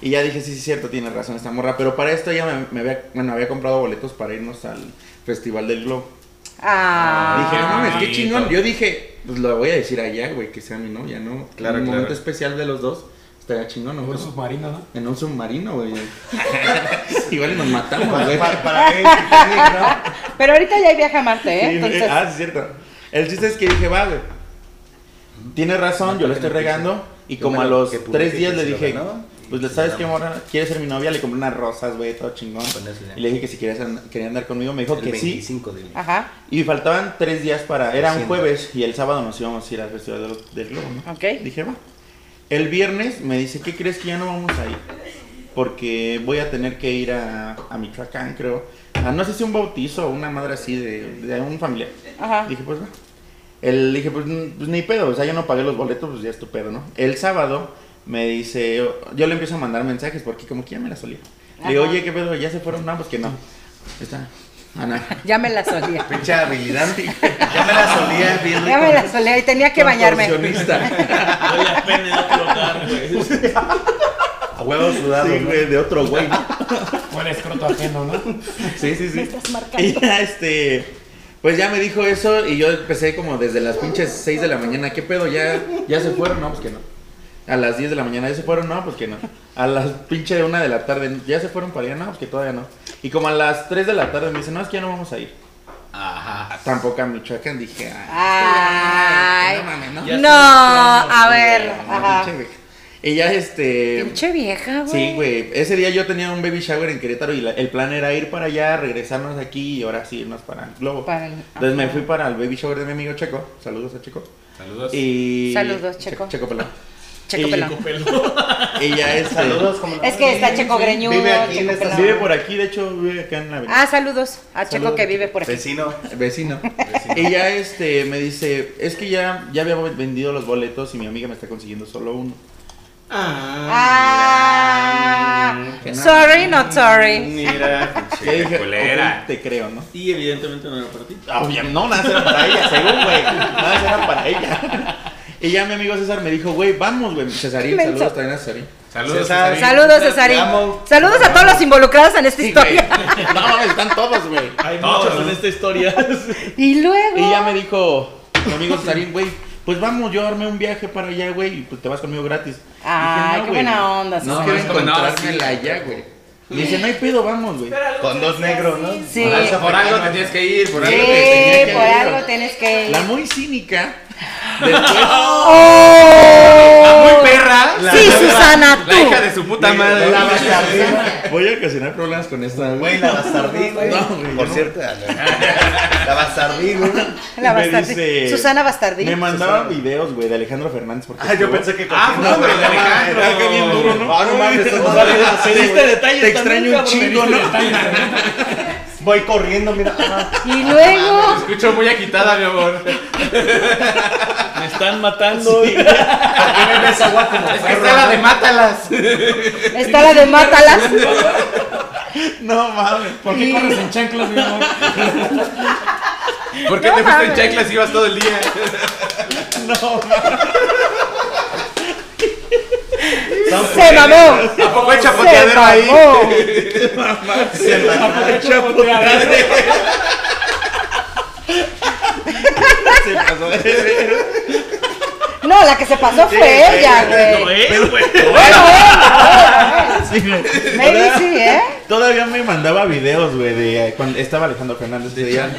S3: Y ya dije, sí, sí, cierto, tiene razón esta morra. Pero para esto ella me, me había, bueno, había comprado boletos para irnos al Festival del Globo.
S2: Ah.
S3: Dije, no mames, qué
S1: bonito.
S3: chingón. Yo dije, pues lo voy a decir allá, güey, que sea mi novia, ¿no?
S1: Claro, claro.
S3: Un momento especial de los dos. Estaría chingón, ¿no?
S8: Un submarino, ¿no?
S3: En un submarino,
S9: <laughs>
S3: güey. Igual y nos matamos, güey.
S9: Para, para que tiene, ¿no?
S2: Pero ahorita ya hay viaje a Marte,
S3: Sí,
S2: ¿eh?
S3: güey.
S2: Entonces.
S3: Ah, sí, es cierto. El chiste es que dije, va, güey. Tiene razón, yo le estoy regando. Y como a
S9: bueno
S3: los
S9: que publique
S3: tres
S9: que
S3: días
S9: se
S3: le
S9: lo
S3: dije,
S9: ganó,
S3: pues le sabes qué mora, quieres ser mi novia, le compré unas rosas, güey, todo chingón. Y le dije que si querías and- quería andar conmigo, me dijo
S9: El
S3: que sí.
S9: 25 de enero.
S2: Ajá.
S3: Y faltaban tres días para. Era un
S9: Haciendo.
S3: jueves y el sábado nos íbamos a ir al Festival de los- del Globo, ¿no?
S2: Ah, Ok.
S3: Dije, va. El viernes me dice, ¿qué crees que ya no vamos a ir? Porque voy a tener que ir a, a Michoacán, creo. A, no sé si un bautizo o una madre así de, de un familiar.
S2: Ajá.
S3: Dije, pues va. El, dije, pues, mm, pues, ni pedo, o sea, yo no pagué los boletos, pues ya es tu pedo, ¿no? El sábado me dice, yo le empiezo a mandar mensajes porque como que ya me la solía. Le digo,
S2: Ajá.
S3: oye, ¿qué pedo? ¿Ya se fueron? No, pues que no. Está. Ah, Ana.
S2: Ya me la solía.
S3: "Pues,
S9: Pinche habilidad.
S3: <laughs>
S9: Ya me la solía bien
S2: Ya
S9: rico.
S2: me la solía y tenía que bañarme.
S7: Doy la pena de otro lugar, güey.
S9: A huevo sudado.
S3: Sí,
S9: ¿no?
S3: güey, de otro güey. ¿no?
S8: O el escroto ajeno, ¿no?
S3: Sí, sí, sí. <laughs> Y ya, este. Pues ya me dijo eso y yo empecé como desde las pinches 6 de la mañana. ¿Qué pedo? ¿Ya, ya se fueron? No, pues que no. A las 10 de la mañana, ¿ya se fueron? No, pues que no. A las pinche 1 de la tarde, ¿ya se fueron para allá? No, pues que todavía no. Y como a las 3 de la tarde me dice, no, es que ya no vamos a ir. Ajá. Tampoco a Michoacán, dije, ah.
S2: Ay.
S3: No mames, ¿no?
S2: No, a ver.
S3: Pinche
S2: Ajá.
S3: vieja. Y ya este.
S2: Pinche vieja, güey.
S3: Sí, güey. Ese día yo tenía un baby shower en Querétaro y la- el plan era ir para allá, regresarnos aquí y ahora sí irnos para el globo.
S2: Para el-
S3: Entonces me
S2: ajá.
S3: fui para el baby shower de mi amigo Checo. Saludos a Checo.
S1: Saludos.
S3: Y...
S2: Saludos, Checo.
S3: Che- Checo Pelón.
S2: Checo
S3: Y-
S2: pelón.
S3: Y ya es.
S9: Saludos, como no.
S2: Es que está Checo Greñudo,
S9: Vive aquí en
S2: Checo
S9: esta
S2: Pelón.
S3: Vive por aquí, de hecho, vive acá en la avenida.
S2: Ah, saludos a Checo
S3: Saludos.
S2: que vive por aquí.
S9: Vecino.
S3: Vecino. Y ya este me dice, es que ya, ya había vendido los boletos y mi amiga me está consiguiendo solo uno.
S2: Ah. Sorry, not sorry.
S1: <laughs> Mira,
S3: Y yo dije,
S1: pinche culera.
S3: "Ok, te creo, ¿no?
S7: Y evidentemente no era para ti.
S1: Oh,
S3: Obviamente, no, nada más era para ella, según, güey. Nada más era para ella. Y ya mi amigo César me dijo, güey, vamos, güey. Cesarín,
S2: Menso.
S3: saludos también a Cesarín.
S1: Saludos,
S9: César.
S1: Cesarín.
S2: Saludos, Cesarín. Saludos a todos los involucrados en esta
S3: Sí, güey.
S2: historia.
S3: <laughs> No, mames, están todos, güey.
S7: Hay
S1: Todos,
S7: muchos
S1: ¿no?
S7: en esta historia.
S2: Y luego.
S3: Y ya me dijo mi amigo Cesarín, güey, pues vamos, yo armé un viaje para allá, güey, y pues te vas conmigo gratis.
S2: Ay, qué
S3: güey,
S2: buena onda,
S3: No
S2: Cesarín.
S3: quiero
S1: No, no,
S3: encontrármela
S1: sí.
S3: allá, güey. Me dice, no hay pedo, vamos, güey.
S9: Con dos negros, ¿no?
S2: Sí.
S1: Por algo te tienes que ir, por
S2: Sí,
S1: algo te
S3: tenía que
S2: por
S3: haber
S2: algo
S3: ido.
S2: tienes que ir.
S3: La muy
S2: <laughs>
S3: cínica, después...
S1: Muy perra.
S2: Oh. Sí, Susana,
S1: La hija
S2: tú.
S1: de su puta madre.
S9: La bastardí.
S3: Voy a ocasionar problemas con esta,
S9: Güey, la bastardí, güey.
S3: No, güey,
S9: Por
S3: no.
S9: cierto.
S3: Ah,
S9: La bastardí, güey.
S2: La
S3: Me
S2: bastardi.
S3: dice-
S2: Susana Bastardi.
S3: Me mandaban videos, güey, de Alejandro Fernández. Porque
S9: Ah, yo
S3: estuvo-
S9: pensé que.
S1: Ah, no, pero de Alejandro.
S3: Ah, qué bien duro, ¿no?
S9: Ah, no mames, esto no vale la serie,
S7: Este
S9: güey.
S7: detalle
S3: Te
S7: está bien
S3: extraño un
S7: cabrón.
S3: chingo, ¿no?
S9: Voy corriendo,
S3: <laughs>
S9: mira. ah,
S2: Y luego.
S1: Escucho muy agitada, mi amor.
S7: Me están matando.
S1: Es que está la de mátalas.
S2: Está la de Mátalas.
S3: No mames.
S8: ¿Por qué corres en chanclas, mi amor?
S1: ¿Por qué te fuiste en chanclas y ibas todo el día?
S2: Se mamó.
S1: ¿A poco hay
S2: Se
S1: chapoteadero ahí?
S2: mamó.
S9: Se la-
S8: Chapotear.
S3: pasó. Pero-
S2: No, la que se pasó
S3: Sí,
S2: fue ella,
S3: pero-
S2: güey.
S3: pero- Sí, güey.
S2: Maybe
S3: Todavía-
S2: sí, ¿eh?
S3: Todavía me mandaba videos, güey, de eh, cuando estaba Alejandro Fernández ese día.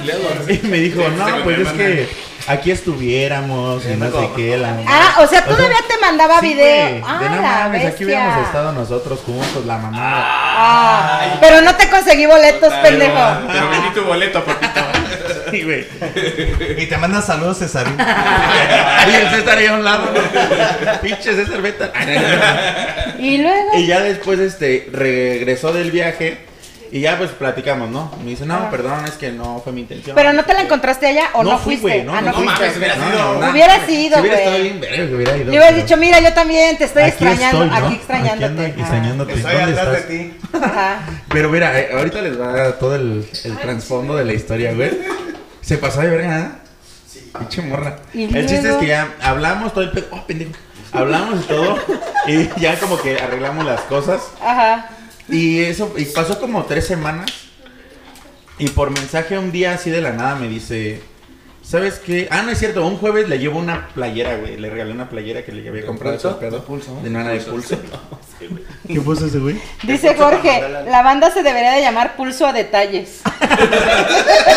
S3: Y me dijo, no, pues es que aquí estuviéramos y no sé qué. La mamá".
S2: Ah, o sea, todavía te mandaba
S3: sí,
S2: video.
S3: güey,
S2: ah,
S3: de no
S2: la
S3: mames, aquí
S2: bestia.
S3: hubiéramos estado nosotros juntos, la mamá.
S2: Ah, pero no te conseguí boletos, pendejo.
S1: Pero vendí tu boleto, papito.
S3: Sí, <laughs> güey.
S9: Y te manda saludos, Cesarín.
S3: Pues, Ahí el César ahí a un lado. Pinche César Beta.
S2: Y luego.
S3: Y ya después este regresó del viaje y ya pues platicamos, ¿no? Me dice, no, perdón, es que no fue mi intención.
S2: Pero no te la encontraste allá o no,
S3: fui,
S2: fuiste.
S3: güey, no,
S2: ah, no,
S3: no, no
S2: fuiste.
S3: mames, hubiera sido.
S2: no. Hubiera sido,
S3: Si hubiera
S2: güey.
S3: estado bien, verga, que hubiera ido.
S2: Le hubieras
S3: pero-
S2: dicho, mira, yo también te estoy
S3: Aquí
S2: extrañando,
S3: estoy, ¿no?
S2: aquí extrañándote.
S3: Aquí ando extrañándote.
S9: Estoy
S3: ¿Dónde
S9: atrás de
S3: estás?
S9: ti.
S2: Ajá.
S3: Pero mira, eh, ahorita les va a dar todo el, el trasfondo de la historia, güey. Se pasó de verga, ¿eh? Sí. Pinche morra.
S2: Y
S3: El chiste es
S2: luego-
S3: que ya hablamos todo el pedo. Oh, pendejo. Hablamos y todo. Y ya como que arreglamos las cosas.
S2: Ajá.
S3: Y eso, y pasó como tres semanas. Y por mensaje un día así de la nada me dice, ¿sabes qué? Ah, no es cierto, un jueves le llevo una playera, güey. Le regalé una playera que le había comprado.
S9: Pulso?
S3: ese pedo. De nana de pulso.
S6: ¿Qué puso ese güey?
S2: Dice Jorge, la banda se debería de llamar Pulso a Detalles.
S3: <laughs>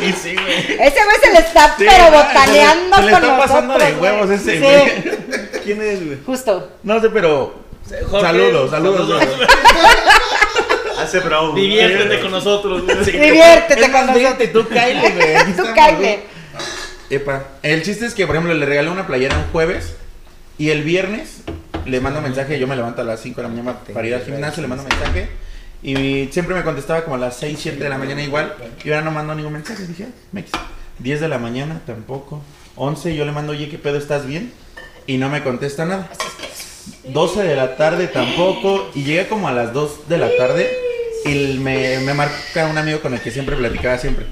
S3: Y sí, güey.
S2: Ese güey se le está
S3: Sí,
S2: pero
S3: güey,
S2: botaneando
S3: se le- se le
S2: con
S3: está pasando
S2: nosotros,
S3: de huevos
S2: güey.
S3: ese,
S2: Sí,
S3: güey.
S6: ¿Quién es, güey?
S2: justo.
S3: <laughs> No sé, pero...
S7: Jorge,
S3: saludos, saludos.
S7: saludos.
S3: güey.
S6: Hace bravo.
S7: <laughs> Diviértete con nosotros, güey.
S2: Diviértete
S3: Es
S2: con
S3: más,
S2: nosotros.
S3: vente, tú cáele, güey. Aquí
S2: Tú
S3: estamos,
S2: cállate.
S3: Epa, el chiste es que, por ejemplo, le regalé una playera un jueves y el viernes le mando mensaje, yo me levanto a las 5 de la mañana para ir al gimnasio, le mando mensaje y siempre me contestaba como a las 6, 7 de la mañana igual y ahora no mando ningún mensaje, dije, "Ah, "Mex". 10 de la mañana tampoco, 11 yo le mando, oye, ¿qué pedo, estás bien? Y no me contesta nada. 12 de la tarde tampoco y llegué como a las 2 de la tarde y me, me marca un amigo con el que siempre platicaba siempre.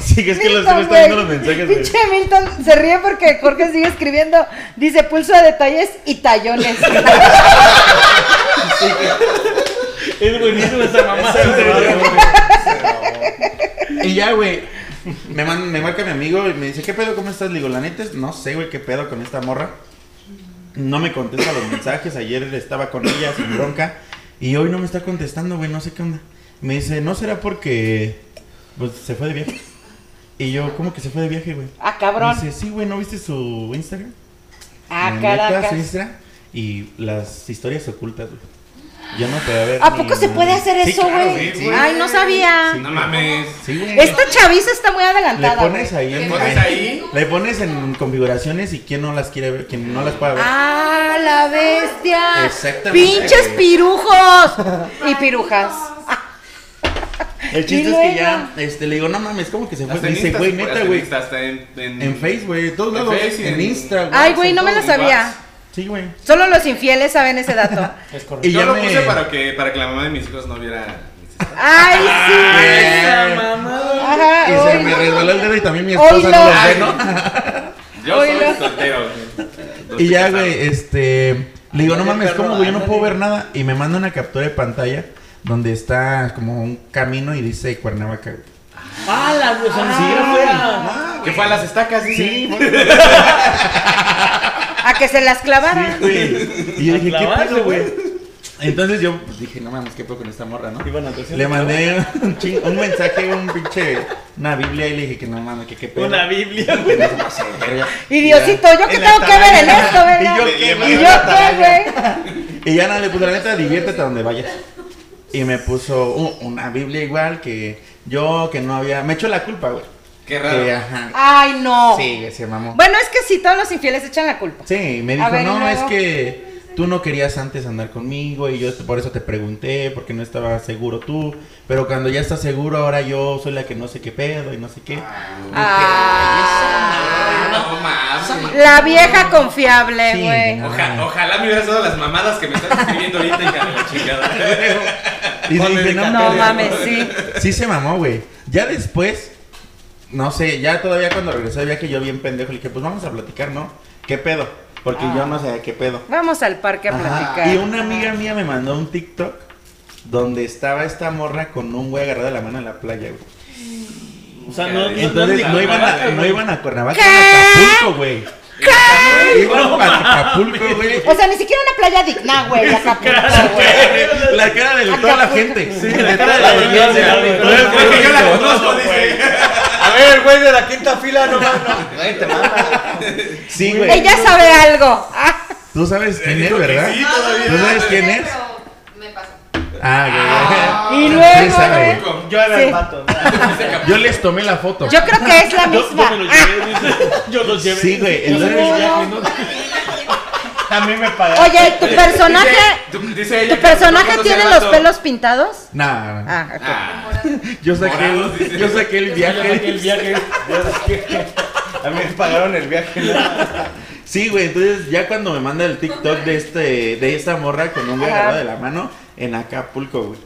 S3: Sí, que es que los
S2: Milton,
S3: estoy viendo los
S2: güey.
S3: mensajes. güey.
S2: Pinche Milton se ríe porque Jorge sigue escribiendo. Dice pulso a detalles y tallones.
S7: Es buenísimo esa mamá.
S3: Y ya, güey. Me, man- me marca mi amigo y me dice, ¿qué pedo? ¿Cómo estás? Le digo, la neta, es- no sé, güey, qué pedo con esta morra. No me contesta los mensajes. Ayer estaba con ella sin bronca. Y hoy no me está contestando, güey, no sé qué onda. Me dice, ¿no será porque pues, se fue de viaje? Y yo, ¿cómo que se fue de viaje, güey?
S2: ah,
S3: Me
S2: cabrón.
S3: dice, sí, güey, ¿no viste su Instagram?
S2: Ah,
S3: Me meto a
S2: caracas.
S3: su Instagram y las historias ocultas, güey. Yo no podía ver.
S2: ¿A
S3: ni
S2: poco se
S3: madre.
S2: puede hacer
S3: Sí,
S2: eso,
S3: claro,
S2: güey?
S3: sí, güey.
S2: Ay, no sabía.
S3: Sí,
S1: No mames.
S3: Sí, güey.
S2: Esta chaviza está muy
S3: Le
S2: adelantada.
S3: pones
S2: güey.
S3: ahí en,
S1: pones ahí?
S3: Le pones en configuraciones y quién no las quiere ver, quién no las puede ver.
S2: Ah, la bestia.
S3: Exactamente,
S2: Pinches
S3: güey.
S2: pirujos y pirujas.
S3: El chiste
S2: y
S3: es que
S2: luego.
S3: ya este, le digo, no mames, ¿cómo que se fue?
S1: Hasta
S3: Me
S1: en
S3: dice,
S1: Insta
S3: güey,
S1: se puede,
S3: neta,
S1: hasta
S3: güey.
S1: en Insta, hasta en, en,
S3: En Face, güey, en todos
S1: En
S3: lados.
S1: Face y
S3: en
S1: en-
S3: Insta,
S2: Ay, güey, no me lo
S1: Todo igual.
S2: sabía.
S3: Sí, güey.
S2: Solo los infieles saben ese dato.
S8: Es correcto.
S3: Y
S1: Yo
S3: ya
S1: lo
S3: me-
S1: puse para que, para que la mamá de mis hijos no viera. mis historias.
S2: Ay, sí.
S3: Eh,
S2: Ajá,
S3: Ah, Y se
S2: hoy
S3: me
S2: no.
S3: resbaló el dedo y también mi
S2: Hoy
S3: esposa
S2: no.
S3: no lo ve, ¿no?
S1: Yo
S2: Oílo.
S1: soy soltero. güey.
S3: Y ya,
S1: Estoy
S3: güey,
S1: casado.
S3: este. Le digo, no mames,
S9: perro,
S3: ¿cómo, güey? Yo no
S9: ándale.
S3: puedo ver nada. Y me manda una captura de pantalla donde está como un camino y dice Cuernavaca, güey.
S7: Ah, la güey, o sea, ni siquiera fuera.
S1: Que fue a las estacas, dice.
S3: Sí,
S2: A que se las clavaran.
S3: Y yo dije, ¿qué
S7: Clavarse,
S3: pedo,
S7: güey.
S3: güey? Entonces yo pues, dije, no mames, ¿qué pedo con esta morra, no?
S6: Iban a hacer-
S3: Le mandé un, ching- un mensaje, un pinche, una biblia y le dije que no mames, que qué pedo.
S7: Una biblia,
S3: Que no se pase de verga.
S2: Y Diosito, ¿yo qué
S3: En la
S2: tengo que ver en
S3: tabla.
S2: esto, verdad?
S3: Y yo qué,
S2: ¿Y
S3: güey.
S2: yo qué, güey?
S3: Y ya nada, le puse la neta, diviértete a donde vayas. Y me puso u- una biblia igual que yo, que no había, me echó la culpa, güey.
S1: Qué raro.
S3: eh, Que, ajá.
S2: Ay, no.
S3: Sí, que se mamó.
S2: Bueno, es que sí, todos los infieles echan la culpa.
S3: Sí, me
S2: A
S3: dijo,
S2: ver, ¿y
S3: no,
S2: luego?
S3: es que tú no querías antes andar conmigo y yo por eso te pregunté, porque no estaba seguro tú, pero cuando ya estás seguro, ahora yo soy la que no sé qué pedo y no sé qué.
S2: Ah,
S1: No mames.
S2: la vieja confiable,
S3: Sí,
S2: güey.
S3: no.
S1: Oja- ojalá me hubieras dado las mamadas que me estás escribiendo ahorita, hija de la
S3: <laughs>
S1: chingada. <laughs>
S3: Y
S1: Ponle
S3: dije,
S1: el
S3: no,
S2: No
S3: mames".
S2: mames, sí.
S3: Sí se mamó, güey. Ya después, no sé, ya todavía cuando regresé de viaje yo bien pendejo, le dije, pues vamos a platicar, ¿no? ¿Qué pedo? Porque yo no sé qué pedo.
S2: Vamos al parque a
S3: Ajá.
S2: platicar.
S3: Ah, Y una amiga mía me mandó un TikTok donde estaba esta morra con un güey agarrado de la mano en la playa, güey. O sea, no, no- no-
S7: Entonces,
S3: no iban a, no iban a Cuernavaca,
S2: ¿Qué?
S3: a Acapulco, güey.
S2: ¿Qué?
S3: Iban para Acapulco, güey.
S2: O sea, ni siquiera una playa digna, güey, Acapulco.
S3: La cara de toda la gente. Sí, la cara de la audiencia.
S1: Creo que yo la conozco, dice.
S9: A ver, el güey de la quinta fila, no mames. Güey, te mama.
S3: Sí, güey.
S2: Ella sabe algo. Ah.
S3: Tú sabes quién es, ¿verdad?
S1: Sí, todavía.
S3: ¿Tú sabes quién es?
S10: Me pasó.
S3: Ah,
S2: Y
S3: Sí
S2: luego,
S3: sabe.
S2: güey,
S9: Yo era
S2: Sí.
S9: el vato.
S3: güey. Yo les tomé la foto.
S2: yo creo que es la misma. Ah,
S7: Yo los llevé.
S3: Sí, güey. Entonces,
S9: A mí me
S2: Ah,
S9: pagaron.
S2: Oye, ¿tu personaje,
S1: Dice- tú- dice ella
S2: ¿tu
S1: que
S2: personaje
S1: no conoce
S2: tiene
S1: al
S2: los
S1: vato.
S2: pelos pintados?
S3: nah, nah.
S2: Ah, ok.
S3: yo saqué
S1: Morados, dice.
S3: el, yo saqué el viaje.
S8: El <laughs> viaje.
S9: A mí me pagaron el viaje. ¿no?
S3: Sí, güey, entonces ya cuando me manda el TikTok de este de esta morra con un güey agarrado de la mano en Acapulco, güey.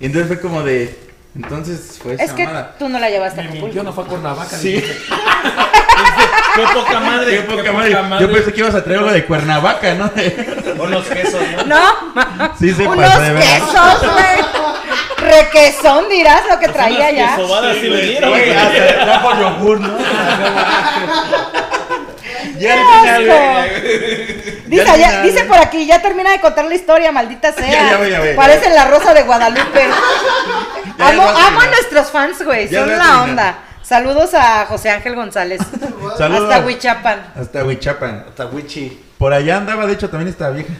S3: Y entonces fue como de entonces fue esa
S2: Es que
S3: mamada.
S2: tú no la llevaste a
S8: Me mintió,
S2: Acapulco.
S8: no fue a Cuernavaca.
S3: Sí.
S7: Qué poca madre.
S3: Qué poca madre. Yo pensé que ibas a traer algo de Cuernavaca, ¿no?
S9: O los quesos, ¿no?
S2: No,
S3: Sí se
S2: unos
S3: pasó de verdad.
S2: quesos, güey. Requesón, dirás lo que traía ya.
S7: Sobadas sí le dieron.
S9: Güey, hasta trajo yogur, ¿no?
S3: Ya al final,
S2: ¡Qué asco!
S3: güey,
S2: Dice,
S3: Ya al
S2: ya-
S3: final,
S2: dice
S3: güey.
S2: por aquí, ya termina de contar la historia, maldita sea.
S3: <laughs> Ya, ya voy, ya voy, ya
S2: Parece la rosa de Guadalupe.
S3: <laughs> Ya,
S2: amo
S3: ya
S2: amo
S3: voy a
S2: a
S3: terminar.
S2: nuestros fans, güey.
S3: Ya
S2: Son
S3: voy a
S2: la
S3: terminar.
S2: onda. Saludos a José Ángel
S3: <laughs>
S2: González.
S3: Saludos.
S2: Hasta Huichapan.
S3: hasta Huichapan.
S9: Hasta Wichi.
S3: Por allá andaba, de hecho, también estaba vieja.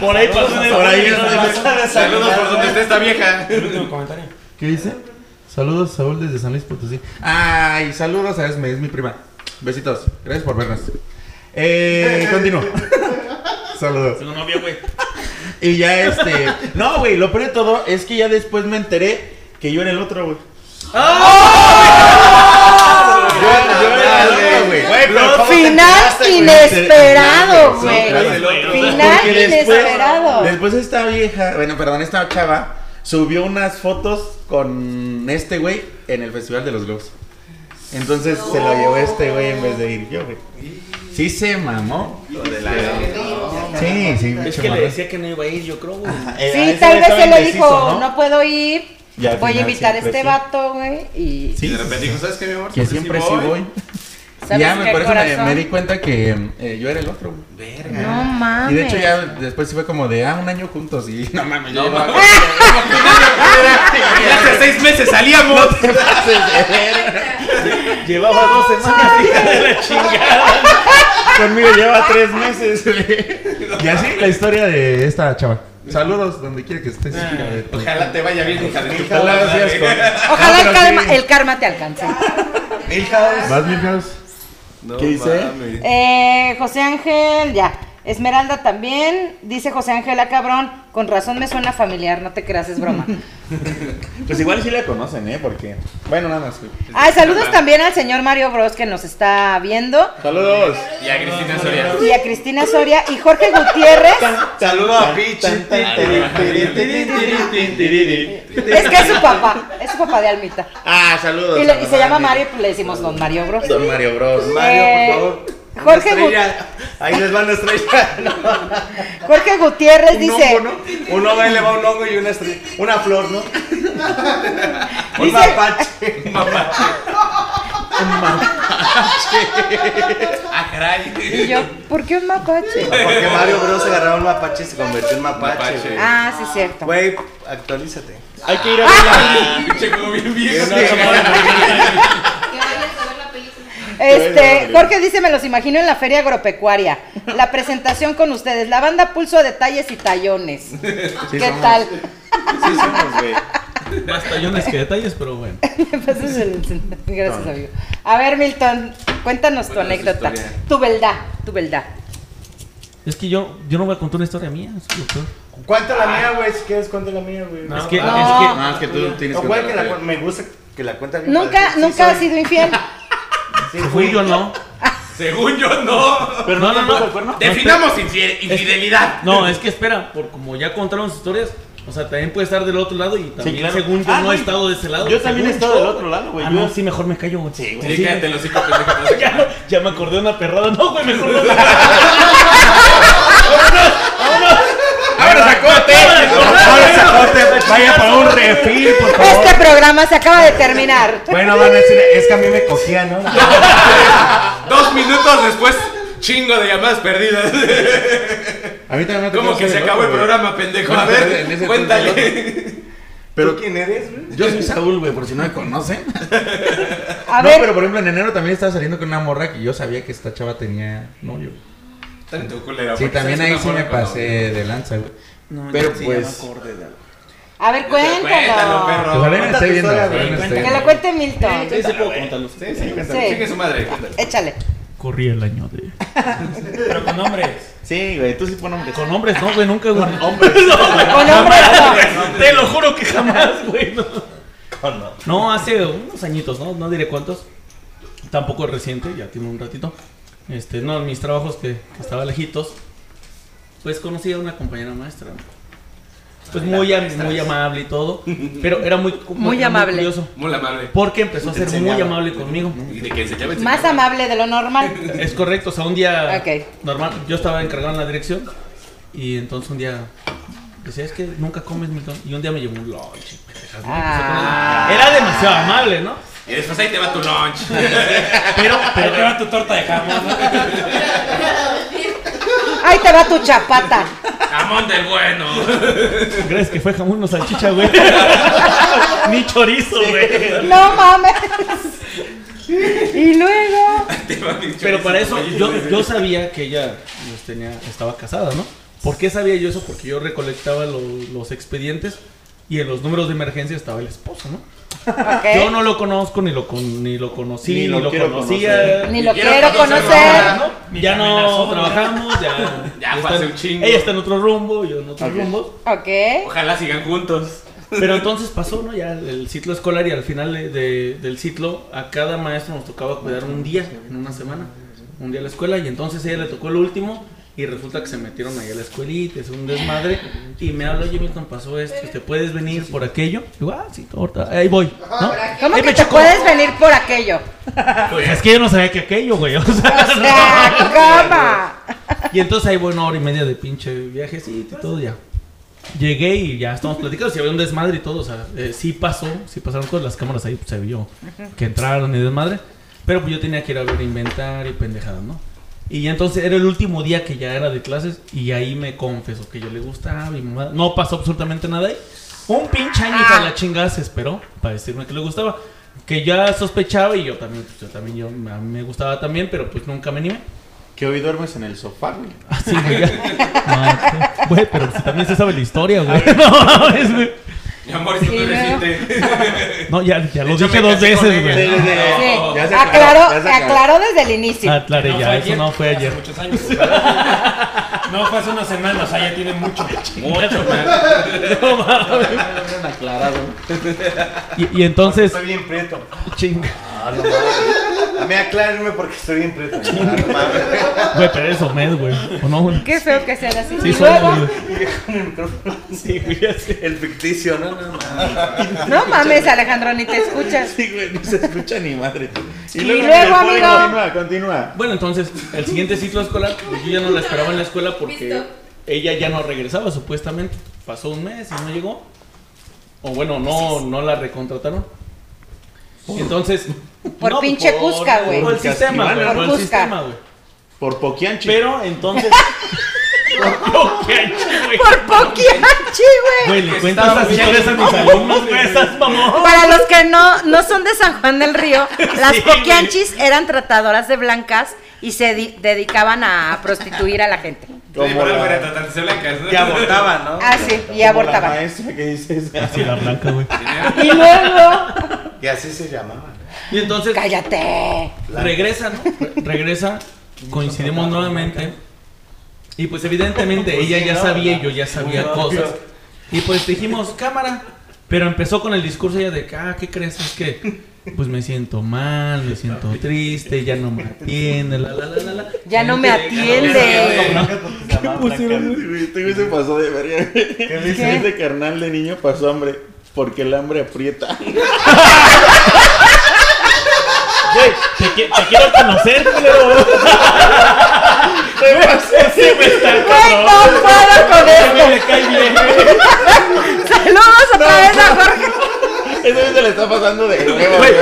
S7: Por ahí pasó en el-
S3: Por ahí andaba.
S1: Saludos por donde esté esta vieja.
S8: El último comentario.
S3: ¿Qué dice? Saludos, Saúl, desde San Luis Potosí. Ay, saludos a Esme, es mi prima. Besitos. Gracias por vernos. Eh, continúo. <laughs> saludos.
S7: Su novia, güey.
S3: Y ya este. No, güey, lo peor de todo es que ya después me enteré que yo era el otro, güey. Yo- yo era el otro, güey.
S2: Final inesperado, güey. Final
S3: Porque después-
S2: inesperado.
S3: Después esta vieja, bueno, perdón, esta chava subió unas fotos con este güey en el Festival de los Globos. Entonces se lo llevó este güey en vez de ir yo, güey. Sí se mamó. Sí, sí,
S7: Es
S3: se
S7: que le
S3: mamó.
S7: decía que no iba a ir, yo creo, güey.
S3: Ajá, eh, a
S2: Sí,
S3: ese
S2: tal
S3: güey
S2: vez
S3: estaba
S2: se le
S3: indeciso,
S2: dijo, no puedo ir.
S3: Y al
S2: Voy a
S3: final
S2: invitar a
S3: siempre
S2: este
S3: sí.
S2: vato, güey. Y
S3: Sí,
S1: Y de repente dijo, ¿sabes qué, mi amor?
S3: que siempre sí <laughs> voy.
S2: ¿Sabes
S3: Ya me
S2: qué,
S3: por eso me,
S2: corazón?
S3: me di cuenta que eh, yo era el otro. güey. Verga.
S2: No mames.
S3: Ah. Y de hecho ya después sí fue como de, ah, un año juntos y <laughs> no mames, yo llevaba-
S1: Y hace seis meses salíamos.
S3: <laughs>
S9: Llevaba dos semanas.
S3: <laughs> Conmigo lleva tres meses, güey. Y así la historia de esta chava. Saludos donde quiera que estés. hija de tu-
S1: Ojalá te vaya bien, hija de tu
S3: Ah. Ojalá
S1: puta
S3: seas
S1: madre.
S3: con-
S2: Ojalá
S3: No,
S2: el,
S3: pero
S2: karma,
S3: sí.
S2: el karma te alcance.
S9: Milhouse.
S3: ¿Vas, Milhouse?
S1: No
S3: ¿Qué dice?
S1: mames.
S2: Eh, José Ángel, ya. Esmeralda también. Dice José Ángel, ah, cabrón. Con razón me suena familiar, no te creas, es
S3: <laughs>
S2: broma.
S3: Pues igual sí la conocen, ¿eh? Porque. Bueno, nada más. güey.
S2: Ay, saludos también al señor Mario Bros que nos está viendo.
S3: Saludos.
S1: Y a Cristina Soria.
S2: Y a Cristina Soria y Jorge Gutiérrez.
S9: Saludos a Pichi.
S2: Es que es su papá, es su papá de Almita.
S3: Ah, saludos.
S2: Y,
S3: a
S2: le- y se llama
S3: Mario.
S2: Mario, pues le decimos Don Mario Bros.
S3: Don Mario Bros.
S2: Eh,
S9: Mario, por favor. Una
S2: Jorge
S9: estrella. Ahí les va una estrella. ¿no?
S2: Jorge Gutiérrez
S9: Un
S2: dice,
S9: hongo, ¿no? Un hongo, ahí le va un hongo y una estrella. Una flor, <laughs> ¿no? Un <laughs>
S2: Dice-
S9: mapache.
S1: Ah, caray.
S2: y yo, ¿por qué un mapache?
S1: <laughs>
S9: Porque Mario Bros agarraba un mapache y se convirtió en mapache.
S1: Mapache.
S9: güey.
S2: Ah, sí, cierto.
S9: Güey, actualízate.
S3: Hay que ir a verla.
S1: Pinche como bien viejo.
S10: Que vayas a ver la película.
S2: Este, Jorge dice, me los imagino en la feria agropecuaria. La presentación con ustedes, la banda pulso de talles y tallones.
S3: Sí
S2: ¿Qué
S3: somos.
S2: tal? <laughs>
S3: Sí, somos, güey.
S7: <laughs> Más tallones que detalles, pero bueno.
S2: Me pasas Pues el- Gracias, amigo. A ver, Milton, cuéntanos tu
S1: Cuéntanos tu
S2: anécdota.
S1: historia.
S2: Tu beldad, tu beldad.
S7: Es que yo, yo no voy a contar una historia mía. Es lo peor.
S9: Cuenta
S1: Ah.
S9: la mía, güey. Si quieres, cuenta la mía, güey.
S7: es que,
S2: no.
S7: es que
S3: No, Ah, es que tú tienes
S9: O
S3: que.
S9: güey, que la
S3: contar.
S9: cu- me gusta que la cuenta bien
S2: Nunca,
S9: padre. Sí
S2: nunca has
S9: soy.
S2: sido infiel. <laughs>
S9: Sí
S7: Según
S9: fui. <laughs>
S7: yo no.
S1: Según yo, no.
S7: Pero no, no, no.
S1: Definamos infide- infidelidad.
S7: No, es que espera, por como ya contaron sus historias, o sea, también puede estar del otro lado y también
S3: claro.
S7: según yo
S3: Ah,
S7: no he
S3: no,
S7: estado de ese lado.
S3: Yo también he
S7: según
S3: estado
S7: yo.
S3: del otro lado, güey.
S7: Ah,
S3: Yo-
S7: no, sí, mejor me callo, güey. Sí,
S1: Sí, cállate los hijos pendeja, no sé qué.
S7: Ya, ya me acordé de una perrada, no, güey, mejor no.
S3: A ver, Vámonos a corte. Vámonos a corte. Vaya para un refil, <laughs> por favor.
S2: Este programa se acaba de terminar.
S9: Bueno, van a decir, es que a mí me cogía, ¿no?
S3: <laughs>
S1: Dos minutos después, chingo de llamadas perdidas.
S3: A mí también me ha tocado
S1: Como que
S3: ser
S1: se
S3: el
S1: acabó
S3: otro,
S1: el
S3: güey.
S1: programa, pendejo.
S3: Bueno,
S1: A
S3: pero en
S1: ver,
S3: ese
S1: cuéntale.
S3: Pero
S9: quién eres, güey?
S3: yo soy Saúl, güey, por si no me conocen.
S2: A
S3: no,
S2: ver.
S3: pero por ejemplo, en enero también estaba saliendo con una morra que yo sabía que esta chava tenía novio.
S9: Ah,
S1: Dale tu culera,
S3: Sí,
S1: porque
S3: también
S1: sabes
S3: ahí
S1: una
S3: sí me
S1: forma con
S3: pasé de lanza, güey.
S7: No,
S3: pero
S7: ya sí, ya me
S3: pues.
S7: acordé de algo.
S2: A ver,
S1: Cuéntalo,
S2: cuéntalo.
S1: perro.
S3: Ojalá me esté viendo.
S9: historia,
S3: ojalá
S9: güey,
S3: me esté
S2: Que
S3: viendo.
S2: lo cuente Milton.
S7: Sí, sí puedo contarlo. Sí, sí,
S2: Sí.
S1: Chingue su madre, cuéntalo.
S2: Échale.
S7: Corrí el año de.
S8: Pero con nombres.
S3: Sí, güey, tú sí pon nombres.
S7: Con hombres, <laughs> no, güey, nunca, güey.
S2: Con hombres no.
S7: Te lo juro que jamás, güey. No. No, hace unos añitos, ¿no? No diré cuántos. Tampoco es reciente, ya tiene un ratito. Este, no, en mis trabajos que, que estaba lejitos, pues conocí a una compañera maestra. Pues muy, am- muy amable y todo, pero era muy,
S2: Muy amable.
S7: curioso,
S1: Mola madre.
S7: porque empezó a
S3: Te
S7: ser muy
S3: enseñaba.
S7: amable conmigo.
S1: Y de que se llame. <laughs>
S2: Más amable de lo normal.
S7: Es correcto, o sea, un día
S2: Ok.
S7: normal, yo estaba encargado en la dirección y entonces un día decía, es que nunca comes, Milton. Y un día me llevó un lunch. pendejas, ¿no?
S2: Ah.
S7: Era demasiado amable, ¿no?
S1: Y después ahí te va tu lunch.
S7: Pero,
S8: Ahí te
S7: pero,
S8: va tu torta de jamón. ¿no?
S2: Ahí te va tu chapata.
S1: Jamón del bueno.
S7: ¿crees que fue jamón o salchicha, güey? <laughs> Ni chorizo, güey.
S2: No mames. Y luego.
S1: Te va mi
S7: Pero para eso
S1: chorizo,
S7: yo,
S1: güey.
S7: yo sabía que ella pues, tenía, estaba casada, ¿no? ¿Por qué sabía yo eso? Porque yo recolectaba lo- los expedientes y en los números de emergencia estaba el esposo, ¿no? Yo
S2: Ok.
S7: no lo conozco, ni lo, con- ni lo conocí,
S3: Ni
S7: ni
S3: lo
S7: lo,
S3: quiero
S7: conocía.
S2: Ni lo
S1: Quiero
S2: quiero
S1: conocerlo
S2: conocer.
S1: ahora.
S7: ¿no?
S8: Ni
S7: Ya no
S8: amenazó,
S7: trabajamos, ya.
S1: <laughs> Ya
S7: está-
S1: pasé un chingo.
S7: Ella está en otro rumbo, yo en otro
S3: Ok.
S7: rumbo.
S2: Ok.
S1: Ojalá sigan juntos.
S7: Pero entonces pasó, ¿no? Ya el ciclo escolar y al final de- de- del ciclo, a cada maestro nos tocaba cuidar un día en una semana. Un día a la escuela y entonces a ella le tocó el último. Y resulta que se metieron ahí a la escuelita, es un desmadre. Y me habló, oye, Milton, pasó esto, ¿te puedes venir por aquello? Y digo, ah, sí, ahorita, ahí voy. ¿no?
S2: ¿Cómo
S7: Ahí
S2: que
S7: me
S2: te
S7: chocó.
S2: puedes venir por aquello?
S7: Pues es que yo no sabía que aquello, güey. O sea, <laughs>
S2: O sea, ¿cómo?
S7: Y entonces ahí, bueno, hora y media de pinche viajecito y todo ya. Llegué y ya estamos platicando, si había un desmadre y todo, o sea, eh, sí pasó, sí pasaron cosas, las cámaras ahí pues, se vio que entraron y desmadre, pero pues yo tenía que ir a ver inventario y pendejadas, ¿no? Y ya entonces era el último día que ya era de clases y ahí me confesó que yo le gustaba y mamá, no pasó absolutamente nada ahí. Un pinche año
S2: Ah.
S7: para la chingada se esperó para decirme que le gustaba, que ya sospechaba y yo también, pues yo también, yo, a mí me gustaba también, pero pues nunca me animé.
S3: Que hoy duermes en el sofá, güey.
S7: Ah, sí, güey. ya. No, güey, pero si también se sabe la historia, güey. No, mames, güey.
S1: Mi amor, esto
S2: Sí,
S1: no es
S2: luego.
S1: reciente.
S7: No, ya, ya lo
S1: Yo
S7: dije
S1: me
S7: dos
S1: casé con
S7: veces,
S1: ella.
S7: güey.
S3: Sí, sí, sí.
S2: Sí.
S3: Ya se
S2: Aclaró,
S3: ya se
S2: aclaró desde el inicio.
S7: Ah, claro,
S8: No
S7: ya,
S8: fue
S7: eso no fue ayer.
S8: Hace muchos años. No fue hace unas semanas, allá tiene mucho.
S1: Mucho, man.
S7: Y, y entonces,
S9: Estoy bien preto.
S7: ching,
S9: Ah, no mames. A mí aclárenme porque estoy bien preto. Ah, no mames.
S7: güey, pero eso <laughs> mes, güey. ¿O no, güey?
S2: Qué feo que sean así.
S7: Sí,
S2: y
S7: soy,
S2: luego,
S7: güey.
S9: Sí, güey, ya sé. El ficticio, no, no, no.
S2: no mames, Alejandro, ni te escuchas.
S3: Sí, güey, no se escucha ni madre.
S2: Y luego, amigo.
S3: Continúa, continúa.
S7: Bueno, entonces, el siguiente ciclo escolar, pues, yo ya no la esperaba en la escuela porque
S10: Visto.
S7: ella ya no regresaba, supuestamente. Pasó un mes y no llegó. O bueno,
S2: Pues
S7: no, no la recontrataron. Entonces.
S2: Por
S7: no,
S2: pinche
S7: por-
S2: cusca, güey.
S7: Por el sistema, güey.
S2: Por
S7: Por el
S2: cusca.
S7: sistema, güey.
S3: Por Poquianchi.
S7: Pero
S2: <laughs>
S7: entonces. Ok, güey.
S2: Por Poquianchi, güey.
S7: Güey, le cuentas esas historias a mis <laughs> alumnos, güey. Esas mamón.
S2: Para los que no, no son de San Juan del Río, las
S7: Sí,
S2: Poquianchis eran tratadoras de blancas y se di- dedicaban a prostituir a la gente.
S3: Como
S1: Sí, por algo
S3: la-
S1: era tratarse blancas, ¿no?
S9: Que abortaba, ¿no?
S2: Ah, sí, y
S3: como La
S2: abortaban.
S3: maestra que dices.
S7: Así la blanca, güey.
S2: Y luego,
S9: Y así se llamaba.
S6: <laughs>
S7: Y entonces.
S2: cállate.
S7: Regresa, ¿no? Re- Regresa, coincidimos nuevamente. Y pues evidentemente ella ya sabía y yo ya sabía cosas. Y pues dijimos, cámara. Pero empezó con el discurso ella de, que, ah, ¿qué crees? Es que pues me siento mal, me siento triste, ya no me atiende, la, la, la, la, la".
S2: Ya no me
S7: <laughs>
S2: atiende.
S3: Este güey- este güey se pasó de verga. ¿Qué dice? Ese carnal de niño pasó hambre. Porque el
S6: <laughs>
S3: hambre aprieta.
S7: <laughs> Güey, te, qui- te quiero conocer, culero.
S2: Güey, no puedo con esto. Saludos otra vez a Jorge.
S6: Eso se le está pasando de huevo,
S7: Güey.
S6: güey.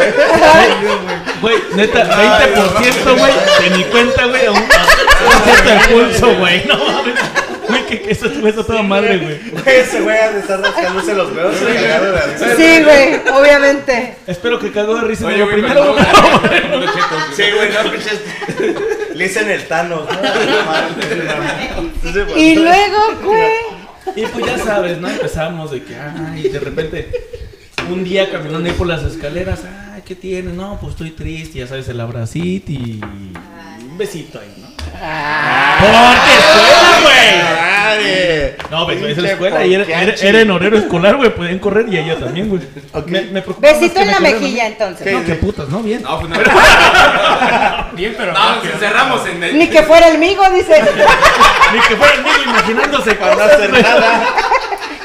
S7: Güey, neta, 20%, güey, de mi cuenta, güey, a un concepto de pulso, güey. No mames. Güey, que que eso está toda madre, güey.
S9: Ese güey ha de estar rascándose los huevos y cagado de la risa.
S2: Sí, güey, obviamente.
S7: Espero que cagó de risa.
S1: Oye,
S7: Oye,
S1: güey,
S7: primero,
S1: pero
S7: güey.
S9: Sí, güey, no pinches. Le dicen el
S6: <laughs>
S9: Thanos. ¿no? No mames.
S2: Y luego, güey.
S7: Y pues ya sabes, ¿no? Empezamos de que, ay, de repente, un día caminando ahí por las escaleras, ay, ¿qué tienes? No, pues estoy triste, ya sabes, el abracito y un besito ahí, ¿no? ¡Porque escuela, güey!
S6: Madre.
S7: No, pues es la
S6: Pinche
S7: escuela y era, era-
S6: porquianchi.
S7: era en horario escolar, güey, podían correr y ella también, güey. Me, me preocupaba más
S2: Besito
S7: que
S2: en
S7: me
S2: la
S7: corrieran a mí.
S2: mejilla, entonces.
S7: No, qué putas, ¿no? Bien.
S1: No, pues <laughs> no.
S8: Bien, pero.
S1: No, nos encerramos en el.
S2: Ni que fuera el migo, dice.
S7: Ni que fuera el niño imaginándose con la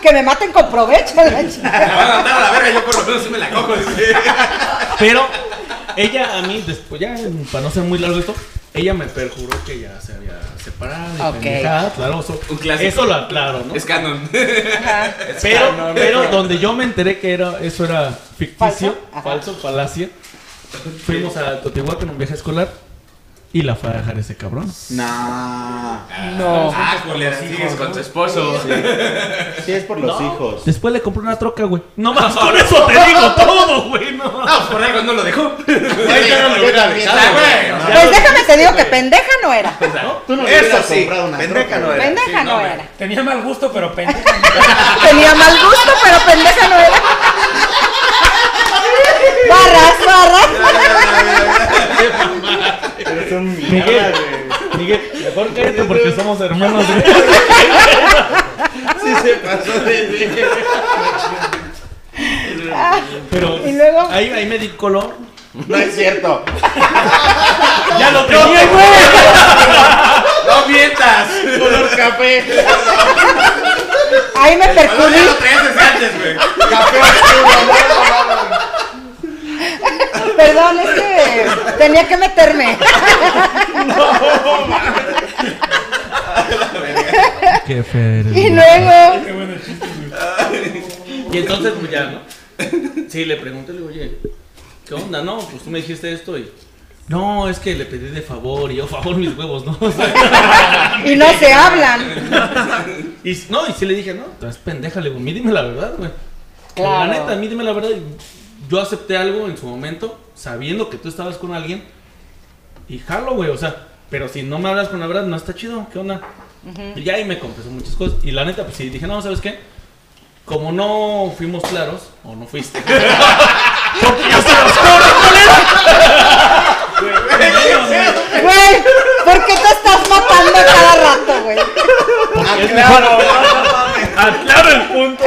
S2: Que me maten con provecho. la chingada.
S1: La van a matar a la verga, yo por lo menos sí me la cojo. dice.
S7: Pero ella a mí, después, ya para no ser muy largo esto, ella me perjuró que ya se había separado. Y
S2: Ok.
S7: pendejada, claro, eso,
S1: Un clásico.
S7: eso lo aclaro, ¿no?
S1: Es Ah, canon.
S7: pero pero donde yo me enteré que era, eso era ficticio,
S2: Falso, ajá.
S7: falso, falacia, fuimos a Totihuacán en un viaje escolar y la fue a dejar ese cabrón.
S6: Nah.
S2: No.
S1: Ah, culera, sigues con tu esposo.
S6: Sí, es por los
S7: No.
S6: hijos.
S7: Después le compró una troca, güey. No más, con eso te digo todo, güey. No.
S1: Ah, pues por algo no lo dejó.
S6: yo no lo hubiera avisado, güey.
S1: <laughs> O sea,
S2: Pues déjame te digo que pendeja no era.
S6: Tú no
S1: Eso
S6: hubieras
S1: sí,
S6: comprado una
S9: Pendeja no
S6: troca,
S9: era.
S2: Pendeja
S1: sí, no,
S2: no
S1: güey.
S2: era.
S8: Tenía mal gusto, pero pendejo.
S2: Tenía mal gusto, pero pendeja no era. Barras, barras.
S6: Eres un
S7: Miguel,
S6: mierda, güey.
S7: Miguel, mejor cállate porque somos hermanos, güey.
S6: Sí se pasó de ver.
S7: Pero
S2: ¿Y luego?
S7: Ahí, ahí me di color.
S6: No es cierto.
S7: ¡Ya lo tenía, güey!
S1: No mientas.
S6: Color café.
S2: Ahí me
S1: No, ya
S2: percudí.
S1: lo traías desde antes, güey.
S6: Café oscuro.
S2: Perdón, es que tenía que meterme.
S7: Qué feo.
S2: Y luego.
S7: Y entonces, pues ya, ¿no? Sí, le pregunté, le digo, oye, ¿qué onda? No, pues tú me dijiste esto y. No, es que le pedí de favor y yo, favor mis huevos, ¿no? O sea,
S2: Y no se hablan.
S7: y s- no, y sí le dije, no, tú eres pendeja, le digo, mí dime la verdad, güey.
S2: Claro.
S7: La neta, a mí dime la verdad. y Yo acepté algo en su momento, sabiendo que tú estabas con alguien y jalo, güey, o sea, pero si no me hablas con la verdad, no está chido, ¿qué onda? Y ya ahí me confesó muchas cosas. Y la neta, pues sí, dije, no, ¿sabes qué? Como no fuimos claros, o no fuiste. <laughs> Porque yo se los
S2: Güey, ¿por qué te estás matando cada rato, güey?
S7: Aclaro el punto.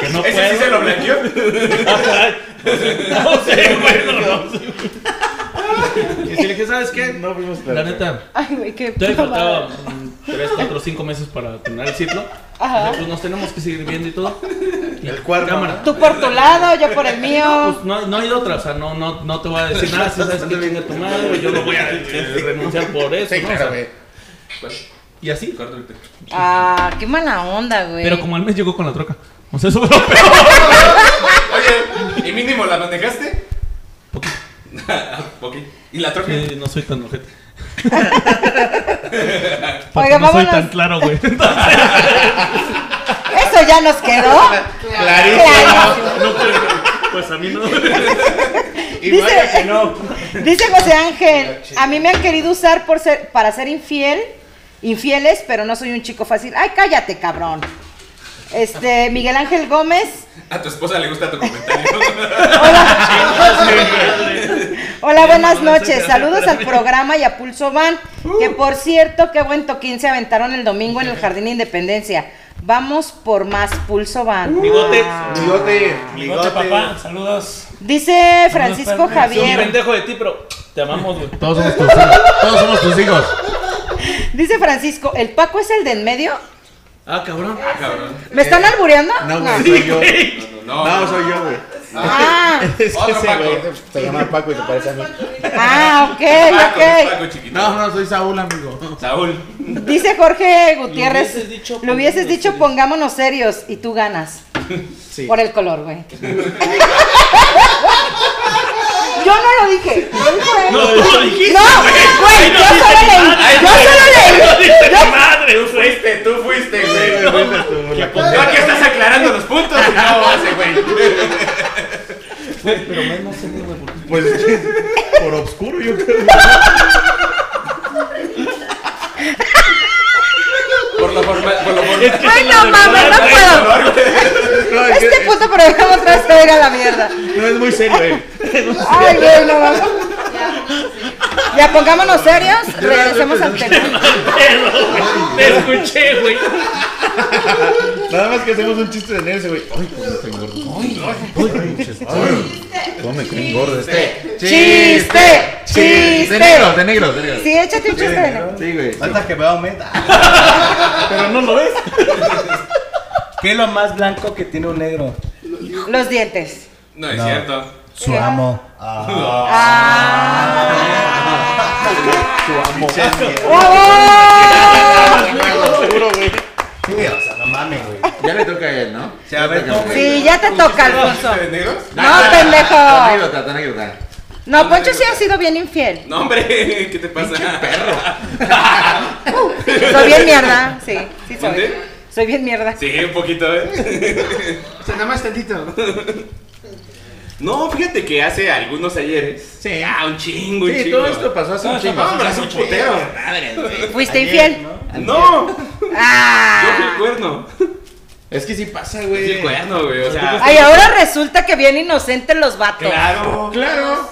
S7: que no
S1: Ese sí se lo blanqueó.
S7: <laughs>
S1: <laughs>
S7: No sé, bueno, no sé. Y si le dije, ¿sabes qué?
S6: No fuimos
S7: La
S6: claros.
S7: neta,
S2: Ay, güey, qué
S7: todavía faltaba
S2: mamada.
S7: 3, 4, 5 meses para terminar el ciclo.
S2: Ajá.
S7: Pues nos tenemos que seguir viendo y todo. Y
S6: El cuarto.
S7: Cámara.
S2: Tú por tu lado, yo por el mío.
S7: Pues no, no hay de otra, o sea, no, no, no te voy a decir nada, si sabes que venga tu madre, güey, yo no voy a eh, renunciar por eso,
S6: Sí,
S7: ¿no? O sea,
S6: claro, güey.
S7: y así.
S2: Ah, qué mala onda, güey.
S7: Pero como al mes llegó con la troca. O sea, eso fue lo
S1: <laughs>
S7: peor.
S1: Oye, ¿y mínimo la manejaste? <laughs> Poquito. ¿Y la troca?
S7: Sí, no soy tan ojete.
S2: Oiga,
S7: Porque no soy
S2: vámonos.
S7: tan claro, güey.
S2: Eso ya nos quedó. Clarísimo.
S7: pues a mí no.
S6: Y
S2: Dice-
S6: vaya que no.
S2: Dice José Ángel, a mí me han querido usar por ser, para ser infiel, infieles, pero no soy un chico fácil. Ay, cállate, cabrón. Este, Miguel Ángel Gómez.
S1: A tu esposa le gusta tu comentario.
S2: Hola, buenas noches. Saludos
S6: <laughs>
S2: al programa y a Pulso Van.
S6: Uh.
S2: Que por cierto, qué buen toquín se aventaron el domingo en el Jardín Independencia. Vamos por más Pulso
S6: Uh.
S2: Van.
S7: Bigotes.
S6: Bigote.
S1: Ah.
S8: Bigote, papá. Saludos.
S2: Dice Francisco
S8: Saludos, Fran.
S7: Soy un
S2: Javier.
S7: pendejo de ti, pero te amamos, güey.
S4: Todos somos tus hijos. Todos somos tus hijos.
S2: Dice Francisco, ¿el Paco es el de en medio?
S7: Ah, cabrón.
S1: Ah, cabrón.
S2: ¿Me están albureando?
S6: Eh, No, güey, soy yo.
S1: No,
S6: No, soy yo, güey.
S2: Ah,
S6: Es que
S1: Otro
S6: ese
S1: Paco.
S6: güey se llama Paco y se parece a mí.
S2: Ah, ok,
S1: Paco, es
S2: ok.
S1: Paco chiquito.
S7: No, no, soy Saúl, amigo.
S1: Saúl.
S2: Dice Jorge Gutiérrez, lo hubieses dicho, pongámonos
S7: pongámonos
S2: serios y tú ganas.
S3: Sí.
S2: Por el color, güey. <laughs> Yo no lo dije. Lo dijo él.
S1: No, tú lo dijiste,
S2: No,
S1: güey.
S2: güey,
S1: Ahí no
S2: yo
S1: dice
S2: solo
S1: ni
S2: leí. Yo solo leí.
S1: madre, güey. Ahí no dice
S2: Yo-
S1: ni madre, tú fuiste, tú fuiste, güey.
S3: Güey, güey, güey, tú, la
S1: Tú aquí estás aclarando los puntos y no hace, güey.
S7: Pero menos sé, güey, porque
S3: Pues por obscuro yo creo.
S1: Por lo forma, por lo forma.
S2: Ay, no mames, no puedo.
S3: No, es,
S2: Este
S3: que-
S2: puto programa otra vez te ir a la mierda.
S3: no es muy serio él.
S2: Ay, güey, no mames. Ya pongámonos serios, regresemos al tema.
S7: Te escuché, güey.
S3: Nada más que hacemos un chiste de nerds, güey. Ay, cómo me cae gordo. Ay, pinches, ay, cómo me cae gordo este.
S2: Chiste,
S3: De
S2: chiste.
S3: negro, de negro, de negro.
S2: Sí, échate un chiste de negro.
S3: Sí, güey.
S9: Falta que me aumenta.
S3: Pero no lo ves.
S9: ¿Qué es lo más blanco que tiene un negro?
S2: Los dientes.
S1: No es
S9: No.
S1: cierto.
S9: Su amo.
S2: Ah.
S3: Seguro, güey.
S9: Sí, o sea, no mames,
S3: <laughs>
S9: güey.
S3: Ya le toca a él, ¿no?
S1: Ya me toca.
S2: Sí, ya te toca, Alfonso.
S1: ¿De negros?
S2: No, pendejo.
S3: Anécdota, anécdota.
S2: No, Poncho sí ha sido bien infiel.
S1: No, hombre, <laughs> ¿qué te pasa? <laughs> perro.
S2: Soy bien mierda. Sí, sí soy.
S1: ¿Dónde?
S2: Soy bien mierda.
S1: Sí, un poquito, ¿eh?
S7: O sea, nada más tantito.
S1: <laughs> No, fíjate que hace algunos ayeres.
S3: Sí.
S1: Ah, un chingo, un
S3: Sí,
S1: chingo.
S3: todo esto pasó hace un
S8: Todo esto
S3: chingo.
S8: pasó
S3: Hombre,
S1: hace
S3: hace
S1: un
S3: un putero.
S1: chingo.
S3: Madre, güey.
S2: ¿Fuiste
S3: Ayer,
S2: infiel?
S3: ¿no?
S1: No, yo fui el
S2: Ah.
S1: cuerno.
S3: Es que sí pasa,
S1: Yo fui
S3: güey.
S1: el cuerno, güey. O sea,
S2: Ay, ahora resulta que bien inocentes los vatos.
S1: claro.
S3: Claro.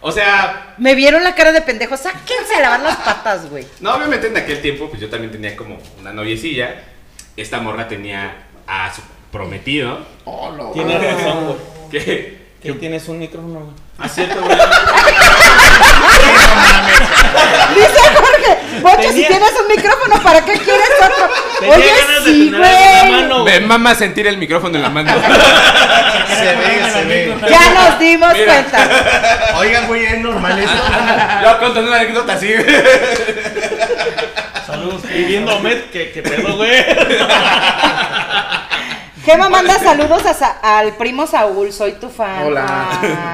S1: O sea,
S2: Me vieron la cara de Ah, pendejo. Sáquense a lavar las patas,
S7: <laughs>
S2: güey.
S1: no, obviamente en aquel tiempo, pues yo también tenía como una noviecilla. Esta morra tenía a su prometido.
S7: Tienes razón, güey.
S1: Que
S7: Que tienes un micrófono, güey.
S1: Ah, cierto, güey.
S2: Dice Jorge, Poncho, si
S7: Tenía-
S2: tienes un micrófono, ¿para qué quieres otro?
S7: Tenía
S2: Oye,
S7: ganas de
S2: sí,
S7: tener algo en la
S2: güey.
S7: mano,
S1: Me
S7: güey.
S1: mama sentir el micrófono en la <laughs> mano.
S9: Se ve, se ve.
S2: Ya nos dimos
S1: Mira.
S2: cuenta.
S9: Oigan, güey, es normal
S3: <laughs>
S9: esto.
S1: Yo contando una anécdota así.
S7: Saludos. Y viendo a Omet, que, que pedo, <laughs> güey. <laughs>
S2: Gema manda saludos a Sa- al primo Saúl, soy tu fan.
S3: Hola.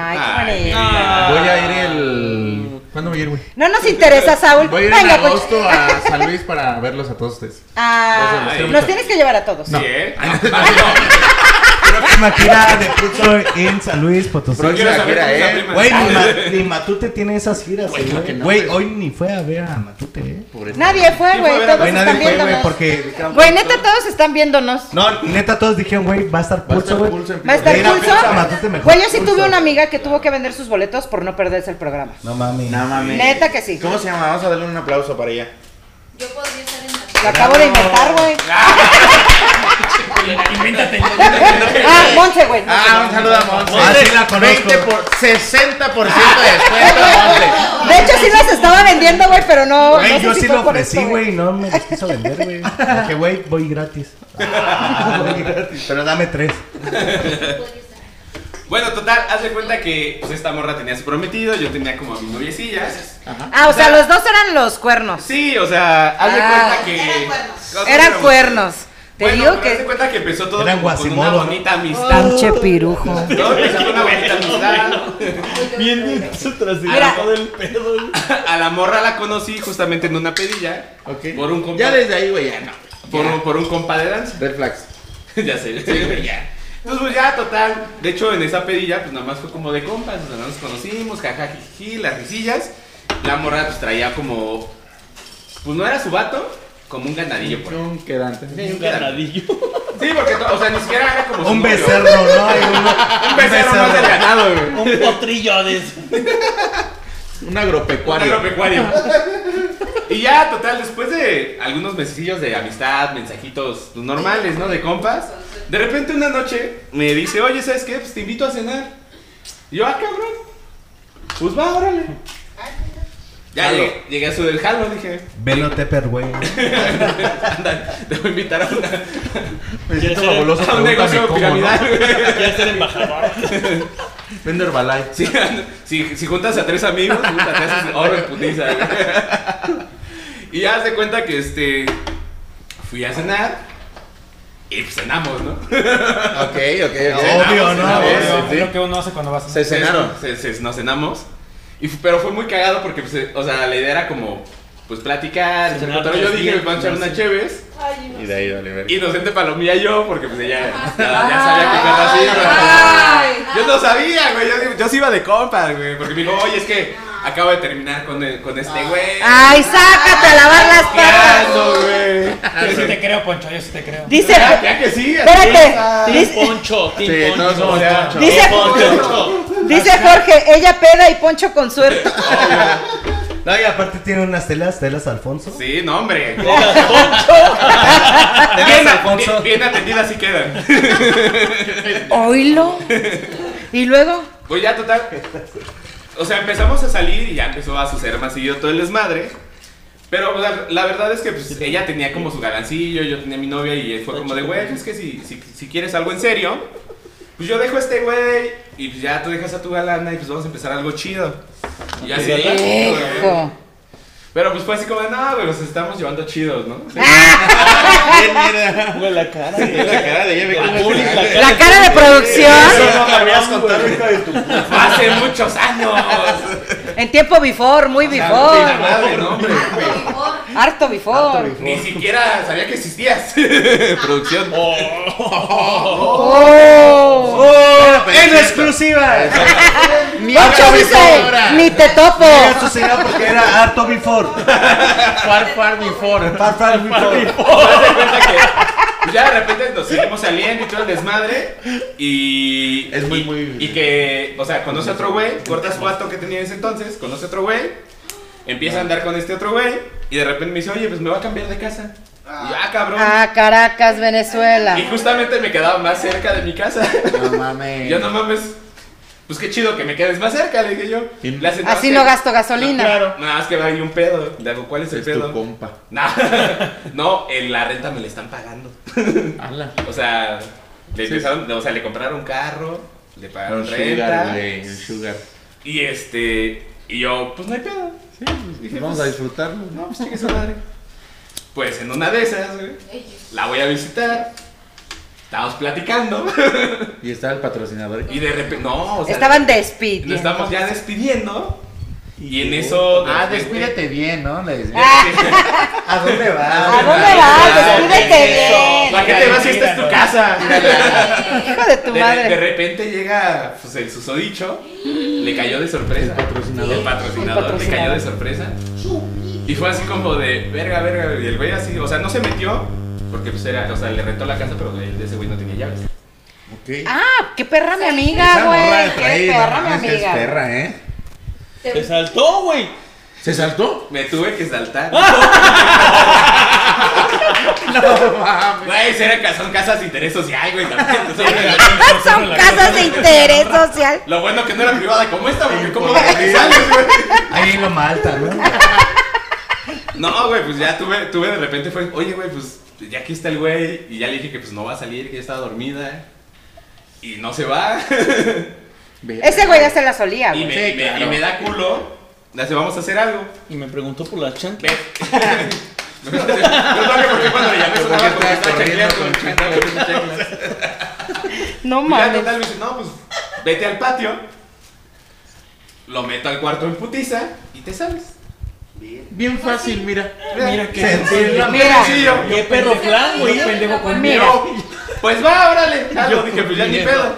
S2: Ay, qué bonito.
S1: Ay,
S3: Voy a ir el. ¿Cuándo voy a ir, güey?
S2: No nos interesa, Saúl.
S3: Voy a ir en
S2: Venga, pues.
S3: agosto a San Luis para verlos a todos ustedes.
S2: Ah,
S1: Ay.
S2: los tienes que llevar a todos.
S1: Sí, ¿eh? Ah,
S9: Próxima gira de Pulso en San Luis, Potosí.
S1: no quiero saber
S3: gira,
S1: cómo
S3: ¿eh?
S9: Güey,
S1: se apriman.
S3: <laughs>
S9: ni, Ma- ni Matute tiene esas giras,
S3: Güey,
S9: güey.
S3: claro que no,
S9: Güey,
S3: güey.
S9: hoy ni fue a ver a Matute, eh.
S2: Nadie fue,
S1: ¿Quién fue a
S2: güey.
S1: ver a
S2: Todos
S9: Güey,
S2: están
S9: nadie fue, güey,
S2: viéndonos.
S9: porque dijeron,
S2: Güey, neta, todos están viéndonos.
S9: No, neta, todos dijeron, güey, va a estar
S3: Va a
S9: Pulso,
S3: estar
S9: güey.
S3: pulso en
S2: Va a estar
S9: Mira, piensa,
S2: pulso.
S9: Matute, mejor
S2: Güey, yo sí
S9: Pulso.
S2: tuve una amiga que tuvo que vender sus boletos por no perderse el programa.
S9: No mami.
S3: No mames.
S2: Neta que sí.
S3: ¿Cómo se llama? Vamos a darle un aplauso para ella.
S10: Yo podría estar en la
S2: La acabo de inventar, güey.
S7: Invéntate.
S2: Ah, Monse, güey.
S3: Ah, un saludo a Monse.
S9: Ah, sí la conozco.
S3: 20 por 60% de descuento, Monse.
S2: De hecho, sí las estaba vendiendo, güey, pero no. no
S9: Güey,
S2: sé
S9: yo
S2: si
S9: sí
S2: fue
S9: lo
S2: por
S9: ofrecí,
S2: esto,
S9: güey, no me los quiso vender,
S2: <laughs>
S9: güey. Que, güey, voy
S3: <laughs>
S9: gratis. Voy gratis. Pero dame tres.
S1: Bueno, total, haz de cuenta que pues, esta morra tenía su prometido, yo tenía como a mi noviecilla.
S2: Ah, o sea, los dos eran los cuernos.
S1: Sí, o sea, haz de
S2: Ah.
S1: cuenta que.
S10: Eran cuernos.
S1: No,
S2: Eran
S1: éramos-
S2: cuernos. Te
S1: Bueno,
S2: digo
S1: pero Haz de
S2: que.
S1: cuenta que empezó todo
S9: Eran
S1: como con una
S9: guasimodo, ¿no?
S1: bonita amistad.
S2: Pinche pirujo.
S1: Todo <laughs> empezó con <laughs> una bonita amistad.
S7: Bien, bien, su trasero
S2: Mira.
S7: todo el pedo, güey.
S1: A la morra la conocí justamente en una pedilla.
S3: Ok.
S1: Por un compa.
S3: Ya desde ahí, güey, ya no.
S1: Por, un, por un compa de danza.
S3: Red flags.
S1: <laughs> ya sé, güey, ya. Entonces, pues ya, total. De hecho, en esa pedilla, pues nada más fue como de compas. O sea, nada más nos conocimos, jajajiji, las risillas. La morra, pues traía como. Pues no era su vato, como un ganadillo por ahí.
S3: Un quedante.
S1: Sí, un ganadillo.
S7: Ganadillo.
S1: Sí, porque, to- o sea, ni siquiera era como. su
S9: Un
S1: novio.
S9: becerro, ¿no?
S1: <laughs> Un becerro más del ganado, güey.
S7: Un potrillo de eso.
S3: Un agropecuario.
S1: agropecuario. <laughs> y ya, total, después de algunos mesecillos de amistad, mensajitos normales, ¿no? De compas, de repente una noche me dice, oye, ¿sabes qué? Pues te invito a cenar. Y yo, ah, cabrón. Pues va, órale. Ya
S3: Jalo.
S1: llegué, llegué a su del jalo, dije,
S9: Velo Tepper,
S1: <laughs>
S9: güey.
S1: anda, te voy a invitar a, una-
S3: Me siento
S7: ser-
S3: fabuloso.
S1: a un
S3: pregúntame
S1: negocio
S3: cómo, ¿no?
S1: piramidal. güey.
S7: Ya ser embajador.
S3: Vende Herbalife.
S1: Si, <laughs> si, si juntas a tres amigos, puta, te haces oro en putiza. <laughs> güey. Y ya se cuenta que este. Fui a cenar. Y pues cenamos, ¿no?
S3: Ok, ok, ok.
S4: Eh, Obvio, ¿no?
S1: Sí,
S4: Obvio.
S8: Es lo que uno hace cuando vas a
S3: Se cenaron.
S1: Se- se- nos cenamos. Y, fu- pero fue muy cagado porque, pues, eh, o sea, la idea era como, pues, platicar. echar
S7: Cenar
S1: cotorreo. yo
S3: pues,
S7: tres
S1: dije,
S7: días,
S1: me van a echar
S7: ¿no?
S1: una chéves.
S10: Ay, no.
S3: Y de ahí, dale, ver.
S1: Y inocente palomía yo, porque, pues, ella ya, ya sabía que era así. güey.
S10: Ay.
S1: Yo no sabía, güey. Yo, yo sí iba de compas, güey. Porque me dijo, oye, es que acabo de terminar con, el- con este güey.
S2: Ay, sácate a lavar las
S1: ¿Qué
S2: patas.
S1: hago, güey?
S8: Ah, Yo sí te creo, Poncho, yo sí te creo.
S2: Dice,
S1: Ya, ya que sí. así está.
S2: espérate,
S7: Team
S2: dice,
S7: Poncho, Team
S3: Sí, todos
S7: Poncho.
S3: somos
S7: Team
S3: Poncho.
S7: Team
S2: Dice-
S7: Poncho.
S2: dice Jorge, ella peda y Poncho con suerte.
S9: No, y aparte tiene unas telas, telas Alfonso.
S1: Sí, no, hombre. <laughs> Bien,
S9: Telas Alfonso.
S1: bien, bien atendida sí quedan.
S2: Oílo. Y luego,
S1: Pues ya, total. O sea, empezamos a salir y ya empezó a suceder más y yo todo el desmadre. Pero la, la verdad es que pues, ella tenía como su galancillo, yo tenía mi novia y fue como de, güey, es que si, si, si quieres algo en serio, pues yo dejo a este güey y pues ya tú dejas a tu galana y pues vamos a empezar algo chido. Y ya así, "Eh, güey".
S2: hijo.
S1: Pero pues fue así como, de, no, güey, los estamos llevando chidos, ¿no? <laughs>
S3: Bien, mira.
S7: Güey, la cara.
S3: Sí, la cara de ella, ve cómo
S7: Uy,
S3: está.
S2: La cara de producción
S3: Eso no me habías contado, hija de tu puta.
S1: Hace muchos años.
S2: en tiempo before, muy
S1: La
S2: before.
S1: madre, ¿no, hombre?
S2: Harto before.
S1: Ni siquiera sabía que
S3: <laughs>
S1: existías. Oh, Producción.
S2: Oh.
S3: ¡En
S9: exclusiva!
S2: Poncho dice, ni te topo.
S9: Eso será porque era harto before.
S7: Far, far before.
S9: Far, far before.
S1: Oh, Haz de cuenta que pues, ya de repente nos seguimos saliendo y todo el desmadre. Y.
S3: Es muy,
S1: y-
S3: muy-
S1: Y que, o sea, conoce a otro güey, cortas su vato que tenía en ese entonces, conoce a otro güey, empieza a andar con este otro güey. Y de repente me dice, oye, pues me va a cambiar de casa. Y yo, ah, cabrón.
S2: Ah, Caracas, Venezuela.
S1: Y justamente me quedaba más cerca de mi casa.
S3: No
S1: Y <laughs>
S3: mames.
S1: yo, no mames. Pues qué chido que me quedes más cerca, le dije yo.
S3: Y-
S1: Le hace,
S2: Así
S1: es
S2: no
S1: que-
S2: gasto gasolina.
S1: Claro. Nada más que hay un pedo. Le hago, ¿cuál es el
S3: Es tu
S1: pedo?
S3: compa.
S1: Nah. <laughs> no, en la renta me la están pagando.
S7: Ala.
S1: O sea, le empezaron, o sea, le compraron un carro, le pagaron
S3: Un
S1: renta.
S3: sugar, güey. Un sugar.
S1: Y este, y yo, pues no hay pedo. Sí, pues, dije,
S3: Vamos a
S1: pues,
S3: disfrutarlo.
S1: No, pues chingue su madre. Pues en una de esas, güey, la voy a visitar. Estábamos platicando
S3: Y está el patrocinador.
S1: y de repente, no, o sea,
S2: Estaban
S1: nos
S2: despidiendo.
S1: estamos ya despidiendo. Y en eso,
S6: Ah,
S1: de Ah. repente-
S6: despídete bien, ¿no? Le decía.
S1: <laughs>
S9: ¿A dónde vas?
S2: ¿A dónde vas? Despídete
S1: Eso, ¿A
S2: bien.
S1: qué te vas si esta es tu casa?
S2: Hijo de tu
S1: De, de
S2: madre.
S1: repente llega pues, el susodicho, le cayó de sorpresa. El patrocinador. El patrocinador,
S2: El
S1: le cayó
S2: patrocinador.
S1: de sorpresa. Y fue así como de verga, verga. Y el güey así, o sea, no se metió, porque pues era, o sea, le rentó la casa, pero el de ese güey no tenía llaves. <laughs>
S3: Ok.
S2: Ah, qué perra mi amiga,
S3: Esa morra de
S2: güey.
S3: traí,
S2: Qué
S3: no
S2: perra mi
S3: mames, que Es
S2: amiga.
S3: perra, ¿eh?
S7: Se saltó, güey.
S3: ¿Se saltó?
S1: Me tuve que saltar.
S3: No mames.
S1: Güey, será que son casas de interés social, güey. también, entonces, güey,
S2: Son casas de interés social.
S1: Lo bueno que no era privada como esta, porque como sales, güey.
S9: Ahí lo malta, ¿no?
S1: No, güey, pues ya tuve, tuve de repente fue, oye, güey, pues ya aquí está el güey. Y ya le dije que pues no va a salir, que ya estaba dormida. Y no se va.
S2: Ese güey ya se la solía,
S1: Y
S2: güey.
S1: me, y me- y me da culo. Le hace, vamos a hacer algo.
S7: Y me preguntó por la chancla.
S3: <laughs>
S1: Ve. <laughs> No sé por qué cuando le llamé sonaba
S3: Porque
S1: como que estaba
S3: estaba corriendo
S1: chacleando.
S3: con
S1: Estaba haciendo chanclas.
S2: No
S1: Y ya
S2: mames.
S1: total me dice, no, pues vete al patio. Lo meto al cuarto en putiza y te sales.
S3: Bien fácil, mira.
S8: Mira que.
S2: Mira.
S1: Sencillo.
S7: Qué perro flan, güey.
S8: Yo pendejo con
S1: Y
S2: Mira.
S1: yo, Pues va, órale. Ya lo dije, pues ya ni pedo.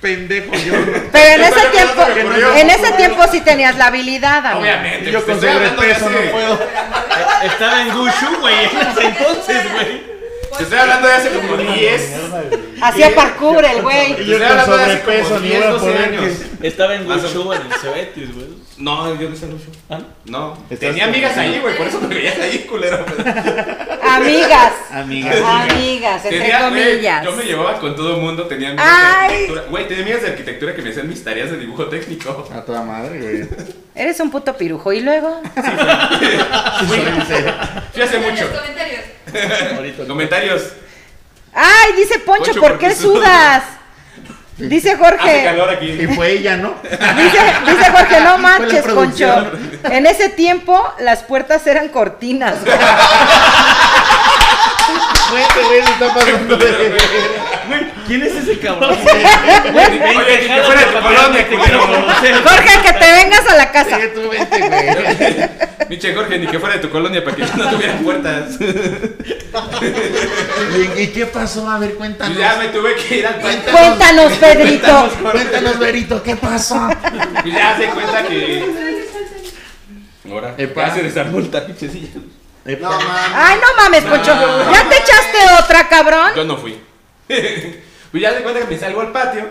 S3: Pendejo yo.
S2: Pero en ese
S1: Eso fue lo
S2: tiempo,
S1: primero que me ocurrió.
S2: en ese tiempo sí tenías la habilidad, amigo.
S1: Obviamente.
S3: Yo
S1: pues, te
S3: con
S1: estoy hablando de
S3: sobrepeso
S1: hace-
S3: no puedo.
S7: Estaba en Gushu, güey. en ese Entonces, güey.
S1: Te estoy hablando de hace como 10.
S2: Hacía parkour el güey.
S1: Te
S6: Y yo
S1: estoy
S6: con
S1: hablando de hace
S6: sobrepeso
S1: como
S6: ni
S1: 10,
S6: iba a
S1: 12
S6: poder
S1: años.
S7: Estaba en
S1: Más o
S7: Gushu en el Cebetis, güey.
S1: No, yo no sé mucho.
S7: ¿Ah, no?
S1: No.
S3: Estás
S1: Tenía amigas
S3: confundido.
S1: ahí, güey, por eso me veías ahí, culero.
S2: <laughs> Amigas.
S3: Amiga.
S2: Amigas, entre
S1: Tenía, güey,
S2: comillas.
S1: yo me llevaba con todo el mundo, tenía amigas
S2: Ay.
S1: de arquitectura. Güey, tenía amigas de arquitectura que me hacían mis tareas de dibujo técnico.
S3: A toda madre, güey.
S2: Eres un puto pirujo. ¿Y luego?
S1: Fui hace
S10: En los
S1: mucho.
S10: comentarios.
S7: Ahorita.
S1: Comentarios.
S2: Ay, dice Poncho,
S1: Poncho,
S2: ¿por
S1: ¿por qué
S2: qué
S1: sudas?
S2: sudas? Dice Jorge.
S1: Hace calor aquí.
S6: Y fue ella, ¿no?
S2: Dice, dice Jorge, no manches, Poncho.
S6: producción.
S2: En ese tiempo las puertas eran cortinas. güey.
S6: Güey, este güey se está pasando de-
S7: ¿Quién es ese cabrón?
S1: Oye, que fuera este tu colonia, culero.
S2: Jorge, que te vengas a la casa.
S6: Oye, tú vete, güey.
S1: <laughs> Miche Jorge, ni que fuera de tu colonia para que no tuvieran puertas. Pues
S6: ¿Y- ¿Y qué pasó? A ver, cuéntanos.
S1: Ya me tuve que ir al baño.
S2: Cuéntanos, <laughs> Pedrito.
S6: Cuéntanos, Berito, ¿qué pasó?
S1: Pues ya se cuenta que. Ahora,
S6: Epa.
S1: ya se desarmó el tapiche, sí.
S6: No, mames.
S2: Ay, no mames, Poncho. Ya te echaste otra,
S6: ¿Ah?
S2: cabrón.
S1: Yo no fui. <laughs> pues ya se cuenta que me salgo al patio.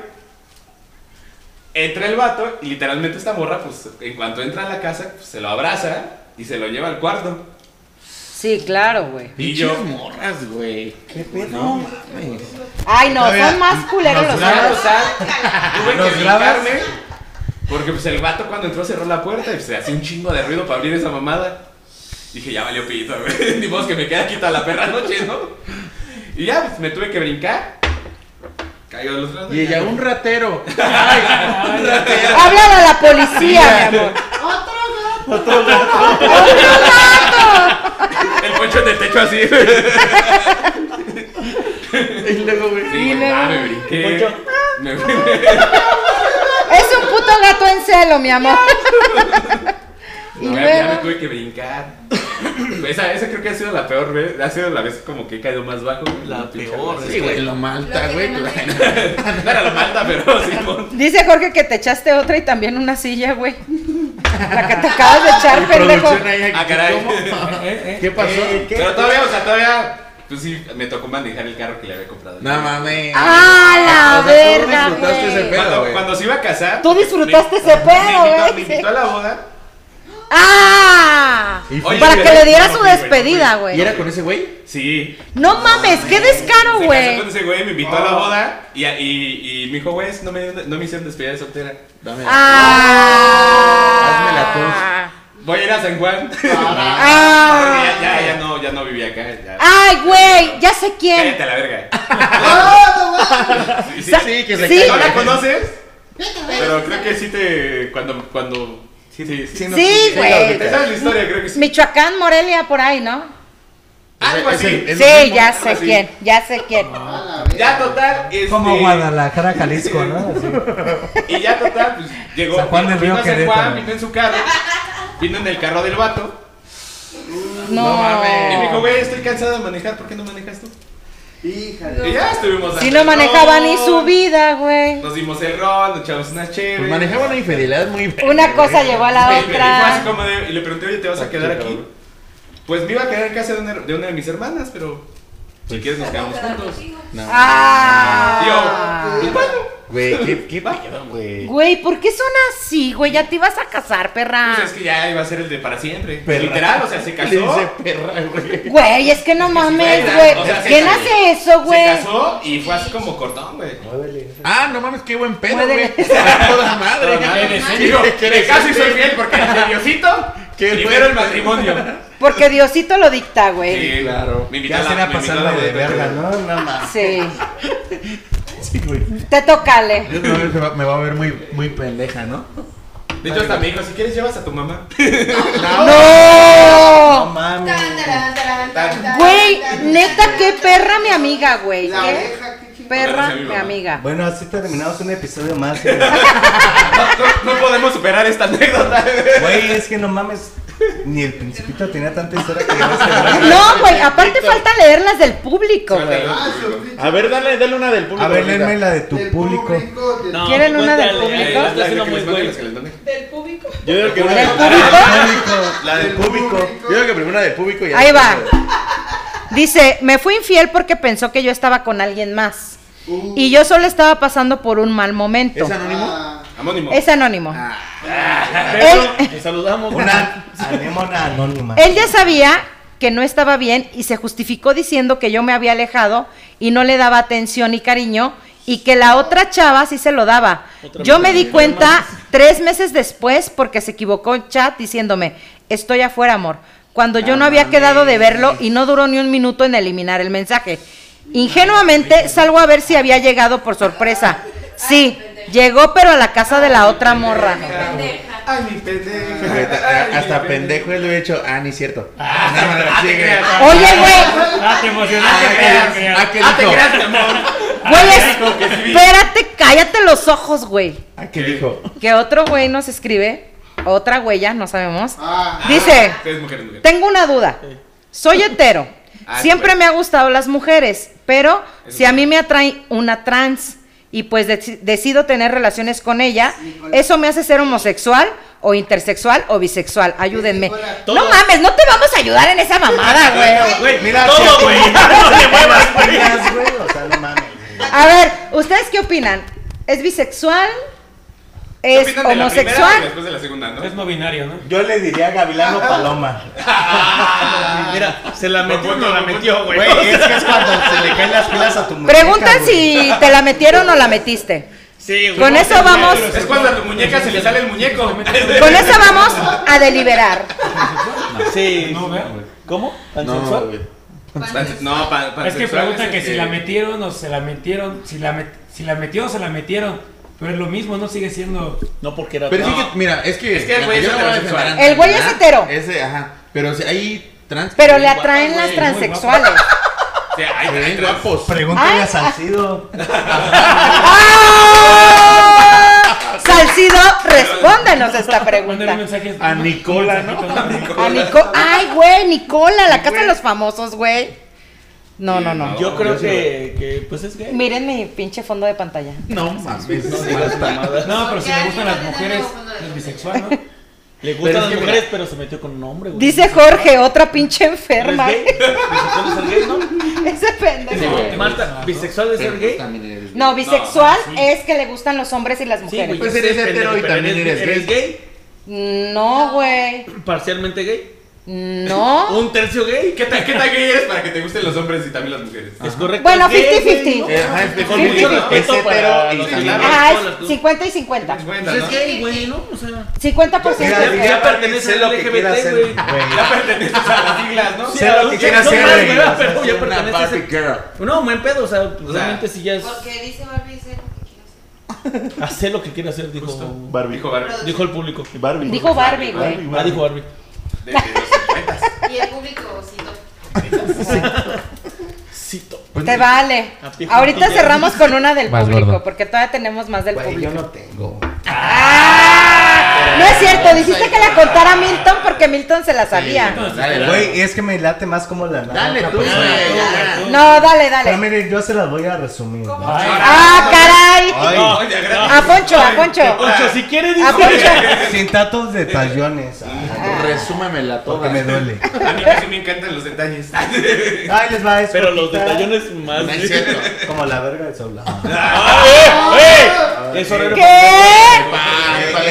S1: Entra el vato y literalmente esta morra, pues en cuanto entra a la casa, pues, se lo abraza y se lo lleva al cuarto.
S2: Sí, claro, güey.
S1: Y yo,
S6: morras, güey. ¿Qué pedo? No, mames.
S2: Ay, no, son más culeros ¿eh? los
S1: Fui a
S2: otros.
S1: rozar,
S6: <laughs>
S1: tuve que brincarme. Porque pues el vato cuando entró cerró la puerta y se hacía un chingo de ruido para abrir esa mamada. Dije, ya valió pito, güey. <laughs> Ni modo que me queda aquí toda la perra noche, ¿no? Y ya, pues me tuve que brincar. Cayó de los lados.
S6: Y ella, un ratero.
S2: Háblale a la policía, mi amor.
S1: El poncho en el techo así.
S6: Y luego, güey.
S1: Sí, güey, nada, me brinqué. Me
S2: Es un puto gato en celo, mi amor. Y
S1: No, ya, ya me
S2: luego-
S1: tuve que brincar. <clears throat> Esa, esa creo que ha sido la peor vez. Ha sido la vez como que he caído más bajo. La peor.
S6: Sí, güey, lo malta, güey. la-
S1: <laughs> No era la malta, pero sí. mon.
S2: Dice Jorge que te echaste otra y también una silla, güey. La que te acabas de echar, pendejo.
S6: Producción ahí,
S1: Ah, caray.
S6: ¿cómo?
S8: Eh, eh,
S6: ¿Qué pasó?
S1: <laughs> Pero todavía, o sea, todavía. Pues sí, me tocó manejar el carro que le había comprado.
S6: No mames.
S2: ¡Ah, la
S6: O sea, tú
S2: verga,
S6: disfrutaste ese
S2: güey!
S6: pedo.
S1: Cuando,
S6: güey.
S1: cuando se iba a casar.
S2: Tú disfrutaste ese
S1: me invitó-
S2: pedo,
S1: Me
S2: güey.
S1: invitó a la boda.
S2: ¡Ah!
S6: Y
S1: fue-
S2: Para
S1: Oye,
S2: que le
S1: güey,
S2: diera
S1: no,
S2: su
S1: güey, güey,
S2: despedida, güey.
S6: ¿Y era con ese güey?
S1: Sí.
S2: No mames, qué descaro,
S1: Se casó
S2: güey.
S1: con ese güey, me invitó a la boda. Y, y, y me dijo, güey, no me, no me hicieron despedida de soltera.
S6: Dame.
S2: ¡Ah!
S1: Voy a ir a San Juan. <laughs>
S2: ¡Ah!
S1: ya, ya, ya no, ya no vivía acá. Ya.
S2: ¡Ay, güey! Ya sé quién. Ah.
S1: Cállate a la verga. Sí, sí,
S2: Sa-
S1: sí,
S6: que se
S2: sí.
S1: ¿No la conoces? Pero creo que sí te. Cuando. cuando sí, sí. sí.
S2: Sí, güey.
S1: Esa es la historia, creo que sí.
S2: Michoacán, Morelia, por ahí, ¿no?
S1: Algo
S6: Es el-
S1: así.
S6: es
S2: Sí, ya
S1: algo
S2: sé
S1: así.
S2: quién, ya sé quién.
S1: Ya total. Este,
S9: Como Guadalajara, Jalisco, ¿no? Así.
S1: Y ya total, pues llegó.
S9: San Juan del
S1: vino
S9: Río
S1: a San
S9: Querétaro.
S1: Juan, vino en su carro. Vino en el carro del vato.
S2: No.
S1: Y me dijo, güey, estoy cansado de manejar, ¿por qué no manejas tú? Híjale. Y ya estuvimos
S2: Si
S1: dando
S2: no
S1: el
S2: manejaba
S1: rol,
S2: ni su vida, güey.
S1: Nos dimos el rol, nos echamos unas chéveres.
S6: Pues manejaba una infidelidad muy.
S2: Una cosa llevó a
S1: Sí,
S2: la
S1: me dijo así
S2: otra.
S1: como de- y le pregunté, oye, ¿te vas a quedar aquí? Pues me iba a quedar en casa de una, de una de mis hermanas, pero
S6: Pues,
S1: si quieres nos quedamos juntos.
S2: Ah.
S1: Yo, bueno,
S6: Güey, qué, qué pedo, güey.
S2: Güey, ¿por qué son así, güey? Ya te ibas a casar, perra.
S1: pues es que ya iba a ser el de para siempre.
S6: Perra.
S1: Literal, o sea, se
S6: Le
S1: casó.
S6: dice perra, güey.
S2: Güey, es que no mames,
S1: Era,
S2: güey.
S1: o sea, se
S2: ¿Quién
S1: casó.
S2: hace eso, güey?
S1: Se casó y fue así como cortón, güey.
S6: Ah, no mames, qué buen pedo,
S2: Muévele.
S6: güey. A Toda madre.
S1: Digo, me caso y soy
S6: bien.
S1: fiel porque ante Diosito,
S6: Qué
S1: primero
S6: bueno.
S1: el matrimonio.
S2: Porque Diosito lo dicta, güey.
S1: Sí,
S6: claro.
S1: Me invitó
S9: Ya
S1: a la-
S9: será
S1: me invitó a
S9: pasarla
S1: la
S9: de
S1: boda.
S9: verga, ¿no? No más.
S2: Sí. Te toca, Ale.
S6: Yo no, se va- me va a ver muy, muy pendeja, ¿no?
S1: De hecho, hasta me dijo, si quieres llevas a tu mamá.
S2: ¡No!
S9: Mami.
S2: Güey, neta, qué perra mi amiga, güey. ¿Qué perra
S1: Gracias, mi
S2: mi
S1: mamá.
S2: amiga?
S9: Bueno, así terminamos un episodio más. eh.
S1: No, no podemos superar esta anécdota.
S9: Güey, es que no mames. Ni el principito tenía tanta historia que ya se-
S2: No, güey, aparte falta leer las del público, güey.
S6: A ver, dale, dale una del público.
S9: A ver,
S6: ahorita.
S9: léeme la de tu público.
S7: No,
S2: ¿Quieren una del
S7: cuéntale,
S2: público?
S7: está haciendo muy güey.
S10: Del público.
S6: Yo digo que una
S2: ¿Del
S6: del-
S2: público?
S6: La del público. Yo digo que primero una del público y
S2: Ahí
S6: después
S2: va.
S6: la de-
S2: Dice, me fui infiel porque pensó que yo estaba con alguien más. Y yo solo estaba pasando por un mal momento.
S6: Uh. ¿Es anónimo? Ah.
S1: Amónimo.
S2: Es anónimo. Él-
S7: Te saludamos.
S9: Una anémona
S2: <laughs>
S9: anónima.
S2: Él ya sabía que no estaba bien y se justificó diciendo que yo me había alejado y no le daba atención y cariño y que la otra chava sí se lo daba. Yo me di cuenta tres meses después porque se equivocó en chat diciéndome, estoy afuera, amor, cuando yo no había quedado de verlo y no duró ni un minuto en eliminar el mensaje. Ingenuamente salgo a ver si había llegado por sorpresa. Sí, llegó pero a la casa de la otra morra.
S3: Ay, mi pendejo.
S6: Hasta, hasta pendejo él lo he hecho. Ah, ni cierto.
S3: Ah, te creas.
S2: Oye, güey,
S8: Ah, te emocionaste,
S3: te
S8: creo,
S3: creas.
S8: creo.
S6: Ah, que
S3: Ah, te
S6: dijo.
S3: creas, mi amor.
S2: güey, espérate, cállate los ojos, güey.
S6: Ah, que dijo.
S2: Que otro güey nos escribe, otra huella, no sabemos. Dice,
S1: Es mujer, es mujer.
S2: tengo una duda. Soy hetero.
S1: Ah,
S2: Siempre
S1: bueno.
S2: me ha gustado las mujeres, pero
S1: Es
S2: si a mí me atrae una trans y pues deci- decido tener relaciones con ella, ¿eso me hace ser homosexual o intersexual o bisexual? Ayúdenme.
S7: Todo.
S2: No mames, no te vamos a ayudar en esa mamada,
S1: Ah,
S2: güey.
S7: Güey,
S6: mira, si a
S7: todo,
S6: ti-
S1: <laughs>
S7: güey. No te muevas, güey.
S6: Tenías, güey, o sea, no mames.
S2: A ver, ¿ustedes qué opinan? ¿Es bisexual?
S1: ¿Qué
S2: ¿Es
S1: opinan de la primera y
S2: homosexual?
S1: Después de la segunda, ¿no?
S8: Es no binario, ¿no?
S9: Yo le diría Gavilano Paloma.
S7: Mira, se la metió o no la metió, güey.
S9: Güey, es que es cuando se le caen las pilas a tu muñeca,
S2: Pregunta
S9: güey.
S2: si te la metieron o la metiste.
S7: Sí, güey.
S2: Con eso vamos,
S1: Es cuando a tu muñeca se le sale el muñeco.
S2: con eso vamos a deliberar.
S7: Sí.
S8: No, ¿verdad?
S7: ¿Cómo?
S6: No, güey.
S1: Pan- No, pan-
S8: Es que
S1: pansexual
S8: pregunta
S1: el
S8: que si la metieron o se la metieron, si la, met- si la metió o se la metieron, pero es lo mismo, no sigue siendo...
S7: No, porque era.
S6: Pero
S7: No.
S6: es que, mira, es que.
S1: Es que el güey
S6: yo
S1: es
S6: no voy a
S1: heterosexual.
S6: defender a
S2: El güey es
S6: nadie,
S2: hetero.
S6: ¿verdad? Ese, ajá. Pero si hay trans.
S2: Pero le
S6: guapas,
S2: atraen
S6: güey.
S2: las
S6: Muy
S2: transexuales.
S1: O sea, hay- hay trans-
S6: guapos.
S9: Pregúntale
S2: Ay,
S9: a Salcido.
S2: ¡Ah! Salcido, respóndanos esta
S8: <laughs> Mándale un
S2: pregunta.
S8: mensaje
S6: A Nicola, ¿no?
S2: A Nico- Ay, güey, Nicola, la casa de los famosos, güey. No, no, no.
S7: Yo creo que, que, pues es gay.
S2: Miren mi pinche fondo de pantalla.
S6: No mames.
S7: No digas mamadas.
S8: No, pero si
S10: Ya,
S8: le gustan
S10: ya
S8: las
S10: te
S8: mujeres,
S10: tengo fondo de
S8: es bisexual, ¿no?
S7: Le
S6: Pero
S7: gustan
S6: es
S7: las
S6: que, mira.
S7: mujeres, pero se metió con un hombre, güey.
S2: Dice Jorge, otra pinche
S7: ¿No es
S2: enferma.
S7: gay? ¿Bisexual es ser gay,
S2: <laughs>
S7: no?
S2: Ese pendejo.
S7: Marta, ¿bisexual es ser gay?
S6: También eres
S2: No, bisexual es que le gustan los hombres y las mujeres.
S6: Pues
S7: yo sé,
S6: eres hetero
S7: pendejo,
S6: y
S7: pero
S6: también eres
S7: ¿Eres gay?
S2: No, güey.
S7: ¿Parcialmente gay?
S2: No.
S7: ¿Un tercio gay?
S1: ¿Qué tan, ¿Qué tan gay eres para que te gusten los hombres y también las mujeres?
S7: Es correcto.
S2: Bueno,
S7: es gay,
S2: 50-50.
S7: güey,
S6: Eh, ajá, es
S7: Con mucho respeto
S6: hetero
S7: para
S6: y
S7: los
S9: este,
S6: también.
S7: gays.
S2: Ah, es 50 y 50.
S1: Bueno,
S7: ¿no? Pues es
S1: ¿no?
S7: gay, güey, ¿no? O sea,
S2: 50%
S9: Mira,
S2: es
S7: ya
S2: gay.
S7: pertenece
S9: sé
S7: al
S9: lo que quiera
S7: LGBT,
S9: hacer,
S7: güey.
S1: Ya perteneces a las siglas, ¿no?
S7: Sí,
S9: Sé lo que
S7: no,
S9: quiera
S7: no
S9: hacer,
S7: más,
S9: güey.
S7: ¿verdad? Pero ya
S6: Una
S7: pertenece a
S6: Barbie
S7: ese-
S6: girl.
S7: No, buen pedo, o sea, pues,
S1: sea,
S7: realmente si ya es
S10: Porque dice Barbie dice lo que quiero hacer.
S7: hacer lo que quiere hacer, dijo,
S6: Barbie.
S1: Dijo Barbie.
S7: dijo el público.
S6: Barbie.
S2: Dijo Barbie, güey.
S7: Ah, dijo Barbie.
S1: De, de los 50.
S10: Y el público citó.
S7: Cito.
S2: Te vale. Ahorita cerramos con una del
S4: Más
S2: público,
S4: gordo.
S2: porque todavía tenemos más del
S9: Güey, yo
S2: público.
S9: no tengo.
S2: ¡Ah! No es cierto, dijiste que la contara Milton porque Milton se la sabía.
S6: Dale,
S9: Güey, es que me late más como la
S6: Dale
S9: naranja,
S6: tú,
S9: pues.
S6: güey. ya.
S2: No, dale,
S9: Pero
S2: dale.
S9: miren, yo se las voy a resumir. ¿no?
S2: ¡Ah, caray!
S9: Ay,
S1: Oye, gracias.
S2: A Poncho, a Poncho.
S7: Ocho, si quiere,
S2: A Poncho.
S9: sin tantos detallones. ay,
S6: Resúmamela
S9: porque
S6: toda.
S9: me duele.
S1: A mí sí me encantan los detalles.
S9: Ay, les va es
S7: Pero los
S9: cortita,
S7: detallones más.
S6: No es cierto.
S9: Como la verga de Sola.
S7: ¡Ah, ¡Eh! ¡Eh! Es horario
S2: ¿Qué?
S6: Vale.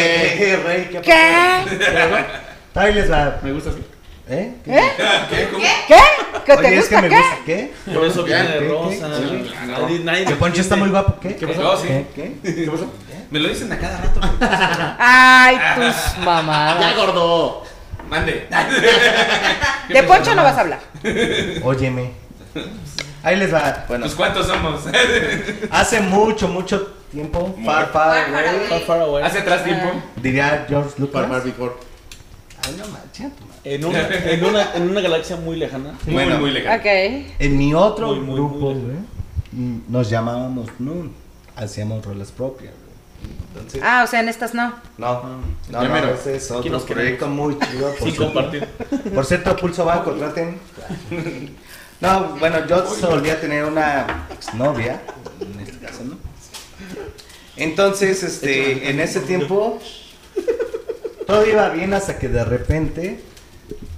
S9: Eh, rey, ¿qué pasó?
S2: ¿Qué?
S9: Ahí les va.
S6: Me gusta.
S9: ¿Eh? ¿Qué?
S2: ¿Qué? ¿Que
S9: Oye,
S2: te
S9: es que
S2: gusta
S9: me
S2: qué?
S9: gusta. ¿Qué?
S7: Por eso viene
S9: ¿Qué?
S7: de
S9: ¿Qué?
S7: rosa.
S9: Sí.
S7: Nadie- nadie
S9: Que Poncho está muy
S7: entiende.
S9: guapo. ¿Qué?
S1: pasó? No, sí.
S9: ¿Qué? ¿Qué?
S1: ¿Qué pasó? Me lo dicen a cada rato.
S2: Ay, tus mamadas.
S6: gordo.
S1: Mande.
S2: De Poncho no vas a hablar.
S9: Óyeme. Ahí les va.
S6: Bueno,
S1: ¿Pues cuántos somos?
S9: Hace mucho, mucho tiempo. Far, far,
S10: Far, far
S9: güey.
S10: away.
S7: Far, far away.
S1: Hace atrás tiempo.
S9: Diría George
S6: para
S9: Lucas.
S6: Barbie Corp.
S9: Ay, no manches, tu madre.
S7: En una, en, una, en una galaxia muy lejana.
S1: Muy,
S6: Bueno.
S1: muy legal.
S2: Ok.
S9: En mi otro
S7: Muy, muy,
S9: grupo,
S7: muy
S9: güey, mm, nos llamábamos Noon. Hacíamos rolas propias, güey. Entonces,
S2: Ah, o sea, en estas no.
S9: no, no,
S6: Ya
S9: no,
S6: mero.
S9: ese es otro
S7: nos
S9: proyecto muy chido. por
S7: Sin
S9: cierto.
S7: compartir.
S9: Por cierto, Pulso va, contraten. No, bueno, yo solía tener una exnovia, en este caso, ¿no? Entonces, este, en ese tiempo, todo iba bien hasta que de repente,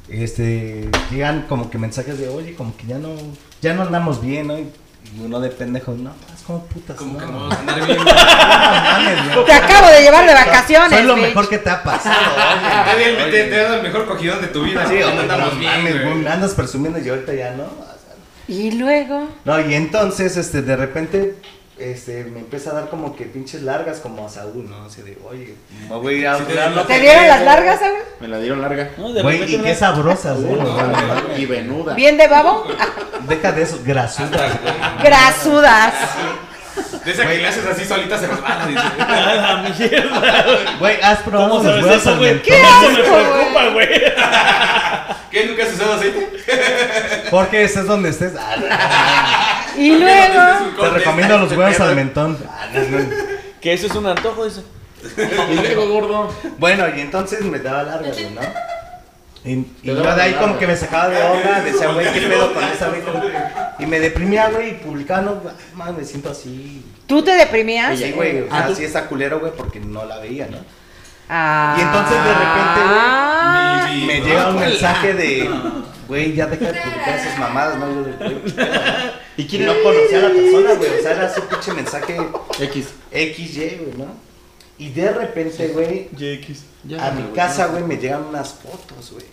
S9: este, llegan como que mensajes de, oye, como que ya no, ya no andamos bien, ¿no? Y uno de pendejos, no, es como putas, no,
S1: Como que no
S9: no,
S1: vamos a andar bien.
S9: mames, no.
S2: Te acabo de llevar de
S9: Soy
S2: vacaciones.
S9: lo
S2: bitch.
S9: mejor que te ha pasado, oye.
S3: Ah,
S1: Nadie te, te, te das el mejor cogidón de tu vida.
S9: Sí,
S1: No
S9: hombre,
S1: andamos
S9: no
S1: bien,
S9: mames,
S1: güey.
S9: güey, andas presumiendo y ahorita ya no. O sea,
S2: Y luego.
S9: No, y entonces, este, de repente, este, me empieza a dar como que pinches largas como a Saúl, ¿no? Así de, oye, me voy a ir a hablar lo
S2: ¿Te
S9: que
S2: dieron las
S9: quiero".
S2: largas, Saúl?
S6: Me la dieron larga.
S7: ¿no? De
S9: Güey,
S7: repente
S9: y
S7: una-
S9: qué sabrosas, güey. o sea,
S6: Y venuda.
S2: ¿Bien de babo?
S9: Deja de eso, grasudas.
S2: Grasudas.
S4: De esa que le haces así solita se resbala, dice.
S7: la Ah, mierda, güey.
S1: Güey, has probado
S7: ¿Cómo sabes
S1: los huevos
S7: eso, güey?
S1: al
S7: ¿Qué
S1: mentón?
S7: Eso me preocupa, güey.
S1: <laughs>
S4: ¿Qué? ¿Nunca has usado aceite?
S7: <laughs>
S1: Porque estés donde estés. Ah,
S2: Y luego.
S1: te recomiendo los huevos al mentón.
S7: Que eso es un antojo, dice. Y luego, gordo.
S1: Bueno, y entonces me daba larga, güey, ¿no? Y, y yo de ahí como que me sacaba de onda, decía, güey, ¿qué pedo con esa vieja? güey? Y me deprimía, güey, y publicaba, no, ah, man, me siento así.
S2: ¿Tú te deprimías?
S1: Sí, güey, o sea,
S2: Ah, tú-
S1: así es a culero, güey, porque no la veía, ¿no?
S2: Ah.
S1: Y entonces, de repente, güey,
S2: Ah.
S1: Me llega un mensaje de, güey, ya deja de publicar esas mamadas, ¿no? Yo de, güey, ¿qué pedo, no? <laughs> y que no conocía a la persona, güey, o sea, era su pinche mensaje
S3: X.
S1: XY, güey, ¿no? Y de repente, güey,
S7: JX.
S1: a mi casa, güey, me llegan unas fotos, güey.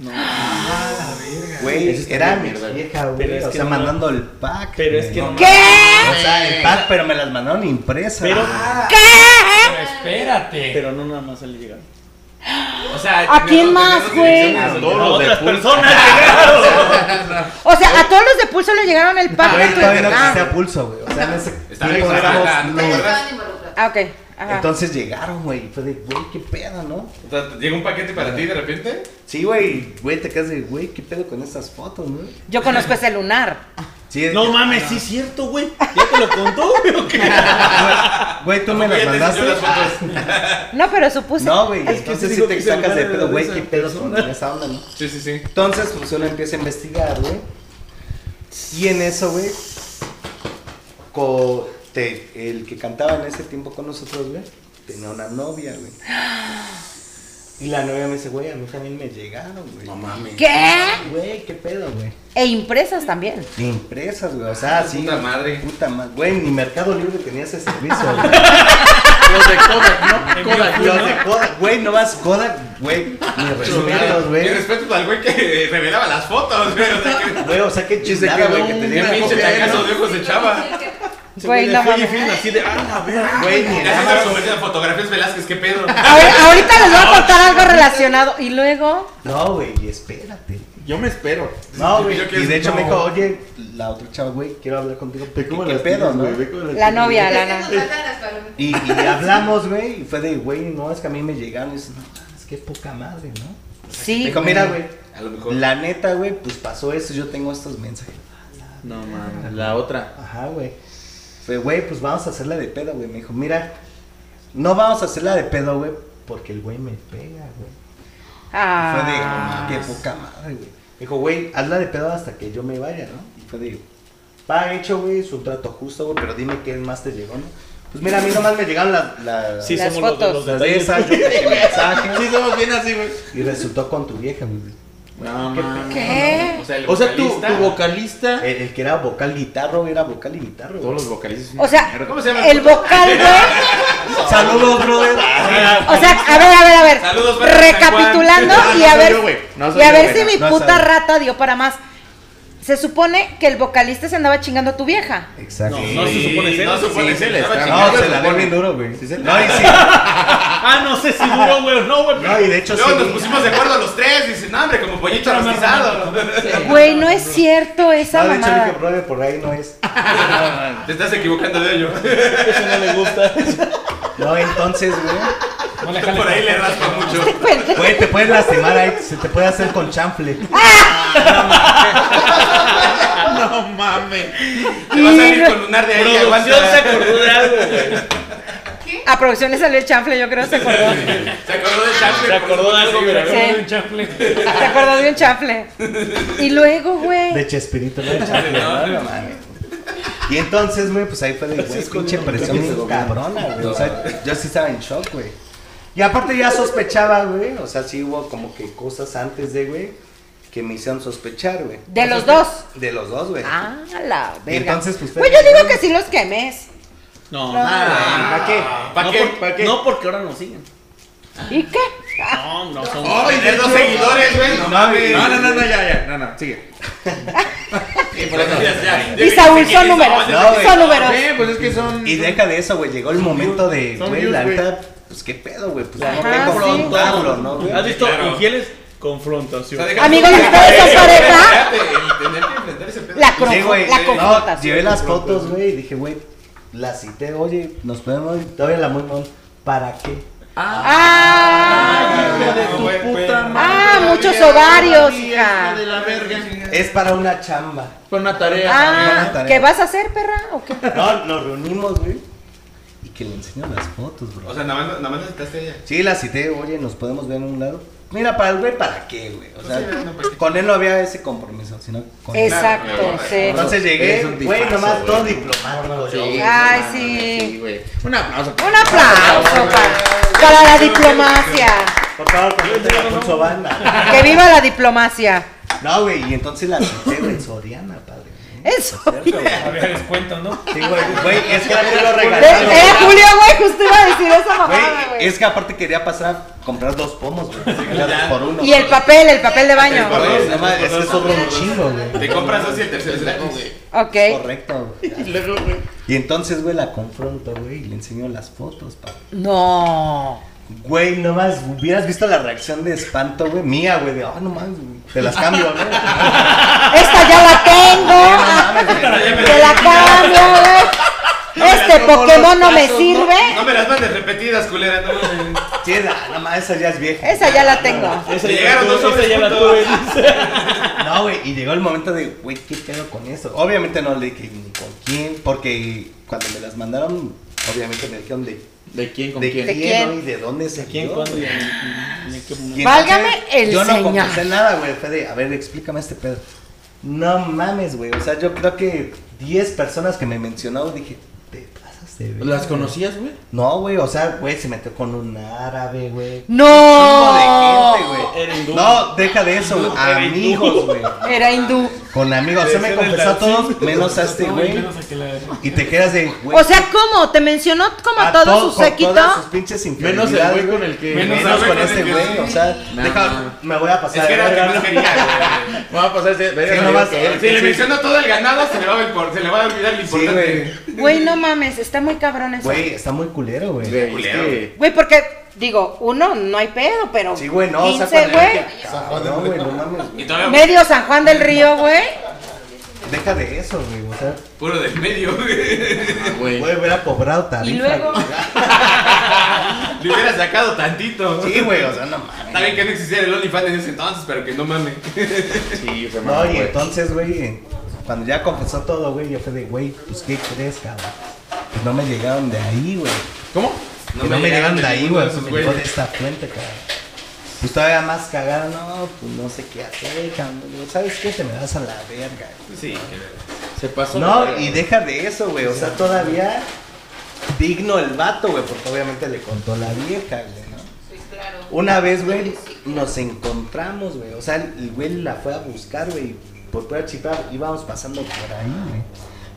S3: Eso
S1: Güey,
S3: está
S1: era
S3: bien
S1: mi
S3: mierda.
S1: vieja,
S7: Pero
S1: güey,
S7: es
S1: o
S7: que
S1: sea,
S7: no-
S1: mandando el pack.
S7: Pero es
S1: güey,
S7: que
S1: ¿no?
S7: no-
S2: ¿Qué?
S1: O sea, el pack, pero me las mandaron impresas.
S7: Pero-
S1: güey.
S8: Pero espérate.
S7: Pero no nada más al llegar.
S4: O sea,
S2: ¿A quién
S4: tenemos-
S2: más,
S4: tenemos
S2: güey?
S4: direcciones
S3: A
S4: donde-
S3: todos los de
S7: Otras
S3: Pulse.
S7: personas llegaron.
S2: O sea, a todos los de pulso le llegaron el pack de
S1: Güey,
S2: tu
S1: todavía no
S2: Ah,
S1: existía pulso, güey. O sea, en ese tiempo
S4: Está
S1: éramos
S4: bien, está bien, está bien.
S1: novios.
S11: Estaban involucrados.
S2: Ah, ok. Ajá.
S1: Entonces llegaron, güey. y Fue de, güey, qué pedo, ¿no?
S4: O sea, ¿te llega un paquete para ti de repente.
S1: Sí, güey, güey, te quedas de, güey, qué pedo con estas fotos, ¿no?
S2: Yo conozco ese lunar.
S1: Sí, "Ah,
S7: No mames, sí es cierto, güey. ¿Ya te lo contó, güey, o qué?
S1: Güey, tú me las
S4: Ya te
S1: mandaste.
S4: enseñó las fotos.
S2: No, pero supuse.
S1: <laughs> No, güey,
S7: Es que
S1: entonces
S7: te
S1: sí
S7: digo
S1: te
S7: que se
S1: sacas de
S7: burlaron
S1: pedo,
S7: de
S1: güey,
S7: esa
S1: qué pedo con
S7: persona.
S1: esa onda, ¿no?
S4: Sí, sí, sí.
S1: Entonces, pues uno empieza a investigar, güey. Y en eso, güey, co- te- el que cantaba en ese tiempo con nosotros, güey, tenía una novia, güey. Y la novia me dice, güey, a mí también me llegaron, güey. No mames.
S2: ¿Qué?
S1: Güey, qué pedo, güey.
S2: E impresas también.
S1: De empresas, güey. O sea, sí.
S4: Puta madre.
S1: Puta madre. Güey, ni Mercado Libre tenía ese servicio, <laughs> güey.
S3: Los de Kodak, ¿no? Kodak.
S1: Los de Kodak, güey, no vas Kodak, güey. Ni respetos,
S4: Mi
S1: güey.
S4: respeto al güey que revelaba las fotos, güey. O sea, que.
S1: <laughs> Güey, o sea, qué chingada,
S3: quedó
S1: güey, que te
S3: un
S4: Qué
S1: dieron una
S4: pinche
S1: copia de
S4: tacazo
S1: eso.
S4: de ojos de chava.
S2: Güey, no
S7: Oye,
S2: mames.
S7: Phil, así de, ah, la verga.
S1: Güey, ni
S4: Y
S1: el
S4: haciendo la
S1: Amazon.
S4: conversión de fotografías Velázquez, qué pedo.
S2: Ahor- Ahorita les voy a
S1: <laughs>
S2: contar algo relacionado. Y luego.
S1: No, güey, espérate.
S3: Yo me espero.
S1: No,
S4: yo
S1: güey.
S4: quiero
S1: Y de hecho
S4: decir,
S1: me
S4: no.
S1: dijo, oye, la otra chava, güey, quiero hablar contigo.
S3: Ve
S1: ¿Qué,
S3: cómo
S1: qué
S3: las
S1: pedo,
S3: tiras,
S1: no?
S3: güey, ve cómo las
S2: La
S3: tiras.
S2: novia, la
S11: nos
S2: novia.
S11: faltan las palomitas.
S1: Y, y hablamos, güey, y fue de, güey, no, es que a mí me llegaron. Y dice, no, es que poca madre, ¿no?
S2: Sí.
S1: Me dijo, mira, güey,
S4: A lo mejor.
S1: la neta, güey, pues pasó eso, yo tengo estos mensajes.
S3: No mames. La otra.
S1: Ajá, güey. Fue, güey, pues vamos a hacerla de pedo, güey. Me dijo, mira, no vamos a hacerla de pedo, güey, porque el güey me pega, güey. Fue de,
S2: Ah.
S1: qué poca madre, güey. Me Dijo, güey, hazla de pedo hasta que yo me vaya, ¿no? Y fue de, va hecho, güey, es un trato justo, güey, pero dime qué más te llegó, ¿no? Pues mira, a mí nomás me llegaron las... las
S7: Sí,
S2: Las
S7: somos los de
S2: fotos.
S7: los
S1: las de
S7: detalles.
S1: esas, yo te mensajes.
S3: Sí, somos bien así, güey.
S1: Y resultó con tu vieja, güey.
S3: No mames.
S2: ¿Qué?
S4: O sea, el
S3: O sea, tu,
S4: vocalista-
S3: tu vocalista.
S1: El, el que era vocal guitarro, güey, era vocal y guitarro,
S3: Todos
S1: güey.
S3: los vocalistas. son
S2: O
S3: una
S2: sea,
S3: mierda.
S2: el vocal, güey.
S1: Saludos, brother.
S2: O sea, a ver, a ver, a ver.
S4: Saludos, Marta San
S2: Recapitulando
S3: Juan.
S2: y
S3: No,
S2: a
S3: no
S2: ver.
S3: soy yo, güey. No soy
S2: y a
S3: yo,
S2: ver
S3: güey,
S2: si mi
S1: no
S2: puta
S1: soy yo.
S2: rata dio para más. Se supone que el vocalista se andaba chingando a tu vieja.
S1: Exacto.
S7: No, no se supone ser.
S4: No se supone
S3: Sí,
S4: ser,
S3: le
S4: estaba
S3: está-
S4: chingando.
S1: No, se la dio bien duro, güey.
S3: Sí, se la-
S1: No, y sí.
S7: Ah, no sé si duró, güey, o no, güey. pero-
S1: No, y de hecho sí.
S4: Luego nos pusimos de acuerdo los tres. Dicen, no, hombre, como pollito
S7: Era más
S4: rostizado.
S2: Güey, no es cierto esa
S1: No, de hecho le dije,
S2: mamada.
S1: brother, por ahí no es.
S4: <laughs> Te estás equivocando de ello.
S7: Eso no le gusta.
S1: No, entonces, güey.
S8: No le jales
S4: <laughs> Por ahí le raspa mucho.
S1: Este
S2: Pues,
S1: Güey, te puedes lastimar ahí, se te puede hacer con chanfle.
S3: No mames.
S4: Te va a salir con lunar de ahí.
S7: Producción se
S4: Aguanta.
S7: acordó de algo, güey.
S2: A producción le salió el chanfle, yo creo se acordó.
S4: Se acordó de pues, Chanfle.
S7: Se acordó de algo, mira.
S2: Sí.
S8: con un chanfle.
S2: Se acordó de un chanfle. Y luego,
S1: De
S2: güey.
S1: Chespirito, no de chanfle. ¿no? No mames. Y entonces, güey, pues ahí fue de, güey, pinche presión bien cabrona, güey. O sea, yo sí estaba en shock, güey. Y aparte ya sospechaba, güey. O sea, sí hubo como que cosas antes de, güey, que me hicieron sospechar, güey.
S2: De los dos.
S1: De los dos, güey.
S2: Ah, la verga.
S1: entonces, pues,
S2: Güey, yo digo que sí los quemes.
S7: No,
S1: ¿Para qué?
S4: Ah, ¿Para
S7: no,
S4: qué?
S7: por-
S4: ¿Para qué?
S7: No, porque ahora nos siguen.
S2: ¿Y qué?
S7: No, no, son.
S4: Oh, tener dos seguidores, güey. No mames.
S3: No, no, no, no, ya, ya. No, no, sigue.
S4: Y por eso ya- ya- ya-
S2: Y Saúl
S4: ya-
S2: son números.
S4: ya-
S1: No, güey.
S2: Son números.
S3: Eh, pues es que son.
S1: Y deja de eso, güey. Llegó el momento de,
S3: son
S1: güey,
S3: views,
S1: la
S3: güey.
S1: neta, pues qué pedo, güey. Pues no
S2: Ajá,
S1: tengo
S2: sí.
S1: confrontarlo, ¿no, güey?
S7: ¿Has visto
S4: Claro.
S7: infieles?
S4: O sea,
S7: Confrontación.
S4: deja-
S2: Amigos, ¿ustedes son pareja?
S4: Espérate, el tener que enfrentar ese pedo.
S2: La, cro-
S1: Sí, güey. eh,
S2: la
S1: No,
S2: confrontación.
S1: llevé las fotos, güey, y dije, güey, la cité, oye, nos podemos ir, todavía la muy mal, ¿para qué?
S2: ¡Ah! ¡Ah! Muchos ovarios, hija.
S1: Es para una chamba.
S12: Fue una tarea.
S1: Una
S2: Ah,
S1: tarea.
S2: ¿qué vas a hacer, perra? ¿O qué?
S1: No, nos reunimos, güey. Y que le enseño las fotos, bro.
S4: O sea, nada más, nada más la citaste a ella.
S1: <laughs> Sí, la cité, oye, nos podemos ver en un lado. Mira, para el güey, ¿para qué, güey? O sea,
S4: sí, no, ¿para qué?
S1: con él no había ese compromiso, sino con
S2: Exacto, sí.
S1: Entonces llegué,
S12: Es un
S1: güey,
S12: tipazo,
S1: nomás
S12: güey.
S1: todo diplomático. güey.
S2: Ay,
S12: no mames,
S2: sí.
S12: güey. Un aplauso.
S2: Un aplauso para, para la diplomacia.
S1: Por favor, coméntale a Alfonso Banda.
S2: Que viva la diplomacia.
S1: No, güey, y entonces la cité, güey, en Soriana, padre.
S2: Eso.
S8: Había descuento, ¿no?
S1: Sí, güey,
S2: <laughs>
S1: güey, es que aparte lo
S2: Eh,
S1: regalaron.
S2: eh, Julio, güey, justo iba a decir esa mamada,
S1: Güey,
S2: güey.
S1: es que aparte quería pasar, comprar dos pomos, güey. por uno.
S2: Y el papel, el papel de baño.
S1: Güey, no mames, es que es otro chingo, güey.
S4: Te compras dos y el tercero es gratis, güey.
S2: Ok.
S1: Correcto, güey. Y entonces, güey, la confronto, güey, y le enseño las fotos, pa.
S2: No.
S1: Güey, nomás, hubieras visto la reacción de espanto, güey, mía, güey, de, ah, no mames, güey, te las cambio,
S2: <laughs>
S1: güey.
S2: Esta ya la tengo. Te la cambio, güey. Este Pokémon no me sirve.
S4: No me las mandes repetidas, culera. No, mames.
S1: Sí, la- no mames, esa ya es vieja.
S2: Esa ya la tengo.
S4: Te llegaron dos
S7: Esa
S4: hombres
S7: ya la
S4: juntos.
S7: <laughs>
S1: No, güey, y llegó el momento de, güey, ¿qué pedo con eso? Obviamente no le dije ni con quién, porque cuando me las mandaron, obviamente me dijeron de,
S12: ¿De quién? ¿Con
S1: de
S12: quién?
S2: ¿De
S1: quién,
S2: quién?
S1: ¿no? y de dónde se
S7: ¿Quién, cuándo y en- y en qué momento?
S2: Válgame el
S1: Yo no
S2: señor.
S1: compré nada, güey, fue de, a ver, explícame este pedo. No mames, güey, o sea, yo creo que 10 personas que me mencionó, dije, te pasas de verga,
S12: ¿Las
S1: güey".
S12: conocías, güey?
S1: No, güey, o sea, güey, se metió con un árabe, güey.
S2: No.
S1: Chingo de gente, güey.
S7: Era hindú.
S1: No, deja de eso, güey.
S7: Era hindú.
S1: amigos, güey.
S2: Era hindú.
S1: Con amigos, se me
S7: Decían el
S1: confesó a todos,
S7: narciso.
S1: menos a este
S8: No,
S1: güey.
S8: menos a que la- Ah,
S1: Y te quedas de, güey.
S2: O sea, ¿cómo? ¿Te mencionó como a
S1: todo-
S2: todos sus
S1: con todas sus
S2: séquito?
S1: pinches
S12: Menos el
S1: infidelidades,
S12: güey
S1: güey.
S12: con el que.
S1: Menos,
S4: Menos el
S1: con
S4: güey
S1: este
S4: con el que
S1: güey,
S4: sí.
S1: o sea,
S12: No,
S1: deja-
S12: no.
S1: me voy a pasar.
S4: Es que era el
S1: de
S4: que
S1: verga,
S4: más
S1: ¿no?
S4: quería,
S1: <laughs>
S4: güey.
S12: Vamos a pasar ese.
S1: Sí,
S12: verga,
S1: nomás
S12: güey.
S1: él,
S4: Si le
S1: sí, sí.
S4: menciono todo el ganado, se le va a, olvidar- se le va a olvidar lo
S1: Sí,
S4: importante.
S1: güey.
S2: Güey, no mames, está muy cabrón eso.
S1: Güey, está muy culero, güey.
S12: Güey, es que-
S2: Güey, porque, digo, uno, no hay pedo, pero.
S1: Sí, güey, no, o sea,
S2: 15,
S1: cuando-
S2: güey.
S13: Juan de
S1: No, güey,
S13: Río.
S12: <laughs>
S1: no mames.
S4: y todavía
S2: Medio San Juan del Río, güey.
S1: Deja de eso, güey, o sea,
S4: puro del medio, güey.
S12: güey.
S1: güey, hubiera cobrado
S2: Y
S1: tarifa.
S2: luego. <laughs>
S1: güey.
S4: Le hubiera sacado tantito.
S1: Sí, güey, o sea, no mames.
S4: Está bien que no existiera el OnlyFans en ese entonces, pero que no mames.
S12: Sí, se mamó,
S1: No, y
S12: güey.
S1: entonces, güey, cuando ya confesó todo, güey, yo fue de, güey, pues qué crees, cabrón. Pues no me llegaron de ahí, güey.
S12: ¿Cómo?
S1: Que No, me llegaron de ahí,
S4: ninguno
S1: güey.
S4: de esos
S1: Me llegó de
S4: güeyes.
S1: esta fuente, cabrón. Pues todavía más cagada, no, pues no sé qué hacer, cabrón. Digo, ¿Sabes qué? Te me vas a la verga. güey.
S4: Sí,
S12: Se pasó. de
S1: No,
S12: verga,
S1: y
S12: güey.
S1: deja de eso, güey. O sea, todavía digno el vato, güey, porque obviamente le contó la vieja, güey, ¿no?
S14: Sí, claro.
S1: Una vez, güey, nos encontramos, güey. O sea, el güey la fue a buscar, güey. Por pura chipa íbamos pasando por ahí, güey.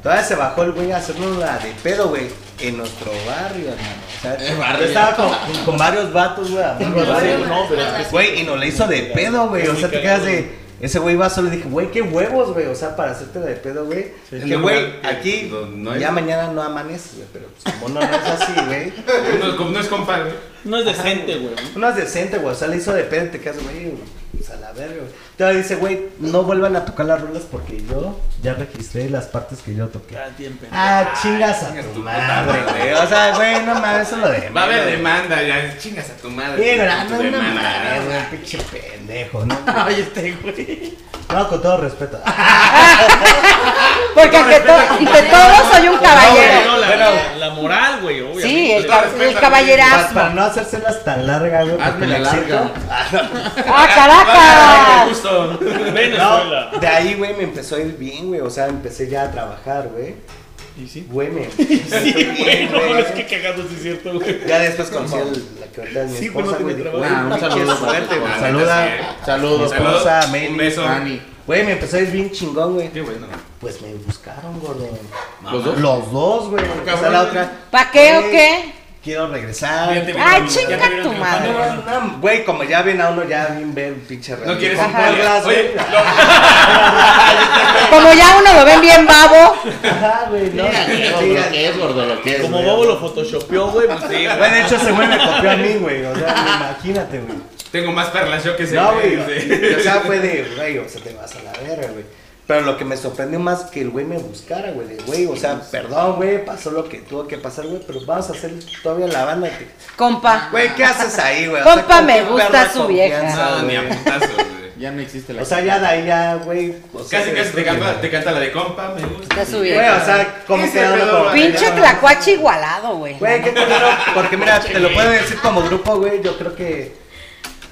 S1: Todavía se bajó el güey a hacernos la de pedo, güey. En nuestro barrio, hermano. O sea, yo estaba con, con varios vatos,
S4: Ah,
S1: güey. amigos, varios,
S12: No, pero es que
S1: Güey, y nos la hizo de pedo, güey. O sea, te quedas de. Ese güey va solo y dije, güey, qué huevos, güey. O sea, para hacerte la de pedo, güey. que,
S4: En un
S1: güey,
S4: lugar que
S1: aquí
S4: no- no hay-
S1: ya mañana no amaneces, güey. Pero pues, como no, no es así, güey.
S4: No, como no es compa, güey.
S7: No es decente, güey.
S1: Uno es decente, güey. O sea, le hizo de pedo y te quedas, güey. Pues a la verga, güey. Todavía dice, güey, no vuelvan a tocar las rolas porque yo ya registré las partes que yo toqué.
S7: Está bien, pendejo.
S1: Ah, chingas a tu madre, güey. O sea, güey, no mames, eso lo de.
S4: Va a haber
S1: menos,
S4: demanda, ya chingas a tu madre.
S1: güey. Sí,
S4: chingas
S1: no,
S4: a tu
S1: no, no
S4: demanda.
S1: mames, güey, pinche pendejo, ¿no?
S4: <laughs>
S1: Ay, este güey. No, con todo respeto. Ah,
S2: Porque ante, to- ante todo soy un caballero.
S7: No, la, la- la moral, güey, obviamente.
S2: Sí, el,
S4: Claro,
S2: el
S4: respeta,
S1: Para,
S2: caballerasmo.
S1: para no hacérselas tan larga, güey. porque
S12: Hazme la
S1: me excito.
S12: larga.
S2: ¡Ah,
S4: Ay, qué
S2: caracas!
S4: gusto.
S7: Venezuela.
S1: No, de ahí, güey, me empezó a ir bien, güey. O sea, empecé ya a trabajar, güey.
S7: Y <laughs> sí.
S1: Güey, me.
S7: Sí, güey, no,
S1: güey.
S7: es que cagado, sí es cierto, güey.
S1: Ya después conocí a la que ahorita es mi
S7: Sí, güey, no
S1: esposa,
S7: tiene
S1: güey. dije,
S7: trabajo.
S1: "Güey,
S12: Ah, un saludo
S1: quiero
S12: para
S1: verte,
S12: ti,
S1: güey".
S12: la
S4: neta,
S1: Saluda, saludos,
S4: Saludos,
S1: esposa,
S4: un
S1: Meli.
S4: beso.
S1: Dani. Güey, me empezó a ir bien chingón, güey.
S4: Qué bueno.
S1: Pues me buscaron, gordo.
S12: ¿Los dos?
S1: Los dos, güey. O sea,
S12: Cabrón.
S1: la otra.
S2: ¿Pa qué o
S1: "Güey,
S2: qué?
S1: Quiero
S8: Ya
S1: regresar.
S8: te
S2: ¡Ay,
S8: vieron- ya te
S2: chinga
S8: vieron
S2: tu
S8: triunfando.
S2: madre!
S1: No, no, Ah, Güey, como ya ven a uno, ya bien ver pinche
S4: No quieres un
S2: Ajá.
S4: pollo. Oye,
S2: Como ya uno lo ven bien babo.
S1: Ajá, güey, no. Sí,
S12: Gordo, lo que es, gordo, lo que es.
S7: Como
S12: güey.
S7: Bobo lo photoshopeó, güey, pues sí, güey.
S1: Güey, de hecho, ese güey me copió a mí, güey. O sea, imagínate, güey.
S4: tengo más perlas yo que ese
S1: No,
S4: güey,
S1: güey. <laughs>
S4: dice.
S1: O sea, fue de, güey, o sea, te vas a la verga, güey.
S9: Pero lo que me sorprendió más que el güey me buscara, güey, de güey, o sea, perdón, güey, pasó lo que tuvo que pasar, güey, pero vamos a hacer todavía la banda. que-
S2: Compa.
S9: Güey, ¿qué haces ahí, güey? O sea,
S2: Compa,
S9: ¿con
S2: me
S9: qué perra
S2: gusta su vieja.
S9: confianza,
S1: No, Ah, ni
S9: güey?
S1: a putazos, güey.
S3: Ya no existe
S7: Este,
S3: la.
S9: O sea, ya de ahí ya, güey. o sea,
S1: Casi, casi te
S9: güey,
S1: canta, te canta la de compa, me gusta.
S2: Está su
S9: Güey,
S2: vieja.
S9: o sea, ¿cómo
S1: Ese
S9: te dan la
S1: pedo,
S9: oportunidad?
S2: Pinche tlacuache igualado, güey.
S9: Güey, qué culero, porque mira, te lo puedo decir como grupo, güey, yo creo que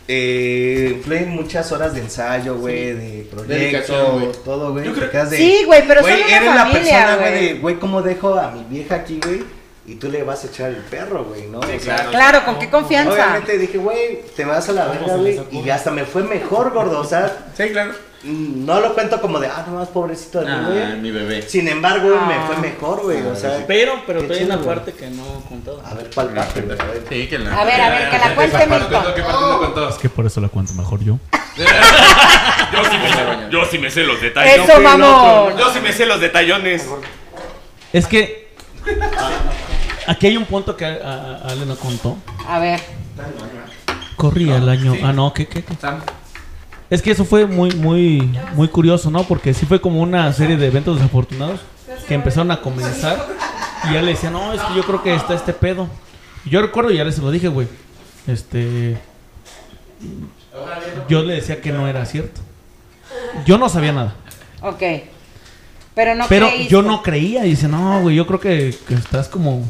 S9: eh, influyen muchas horas de ensayo, güey, de
S3: Dedicación, güey.
S9: proyecto, todo, güey.
S1: Yo
S9: te
S1: creo-
S9: quedas de-
S2: Sí, güey, pero son una
S9: eres la
S2: familia,
S9: persona,
S2: güey.
S9: güey, de, eh, güey, ¿cómo dejo a mi vieja aquí, güey? Y tú le vas a echar el perro, güey, ¿no? O sea,
S2: Claro, ¿con qué confianza?
S9: Obviamente dije, güey, te vas a la verga, güey. Y hasta me fue mejor, gordo. O sea,
S3: Sí, claro.
S9: mm, no lo cuento como de, ah, no más pobrecito de mí,
S3: Ah,
S9: güey.
S3: mi bebé.
S9: Sin embargo, güey, me
S2: Ah.
S9: fue mejor, güey. O sea,
S7: Pero, pero
S9: Qué
S7: todavía hay
S9: chido,
S7: una
S9: güey.
S7: parte que no he contado.
S9: a ver, ¿cuál parte, güey? A ver.
S3: Sí, que la.
S2: A ver, a ver, que la cuente,
S1: Lo que
S2: Milton.
S1: partiendo con todos.
S7: que por eso la cuento mejor yo.
S1: Yo sí, me, yo sí me sé los detalles.
S2: Eso, mamón.
S1: Yo sí me sé los detallones.
S7: Es que. Aquí hay un punto que a- a- Ale no contó.
S2: A ver.
S7: Corría el año. Ah, no, ¿qué, qué, qué? Es que eso fue muy, muy, muy curioso, ¿no? Porque sí fue como una serie de eventos desafortunados que empezaron a comenzar. Y ya le decía, no, es que yo creo que está este pedo. Y Yo recuerdo, y ya les lo dije, güey. Este. Yo le decía que no era cierto. Yo no sabía nada.
S2: Ok. Pero no
S7: Pero
S2: creíste.
S7: yo no creía. Dice, no, güey, yo creo que, que estás como.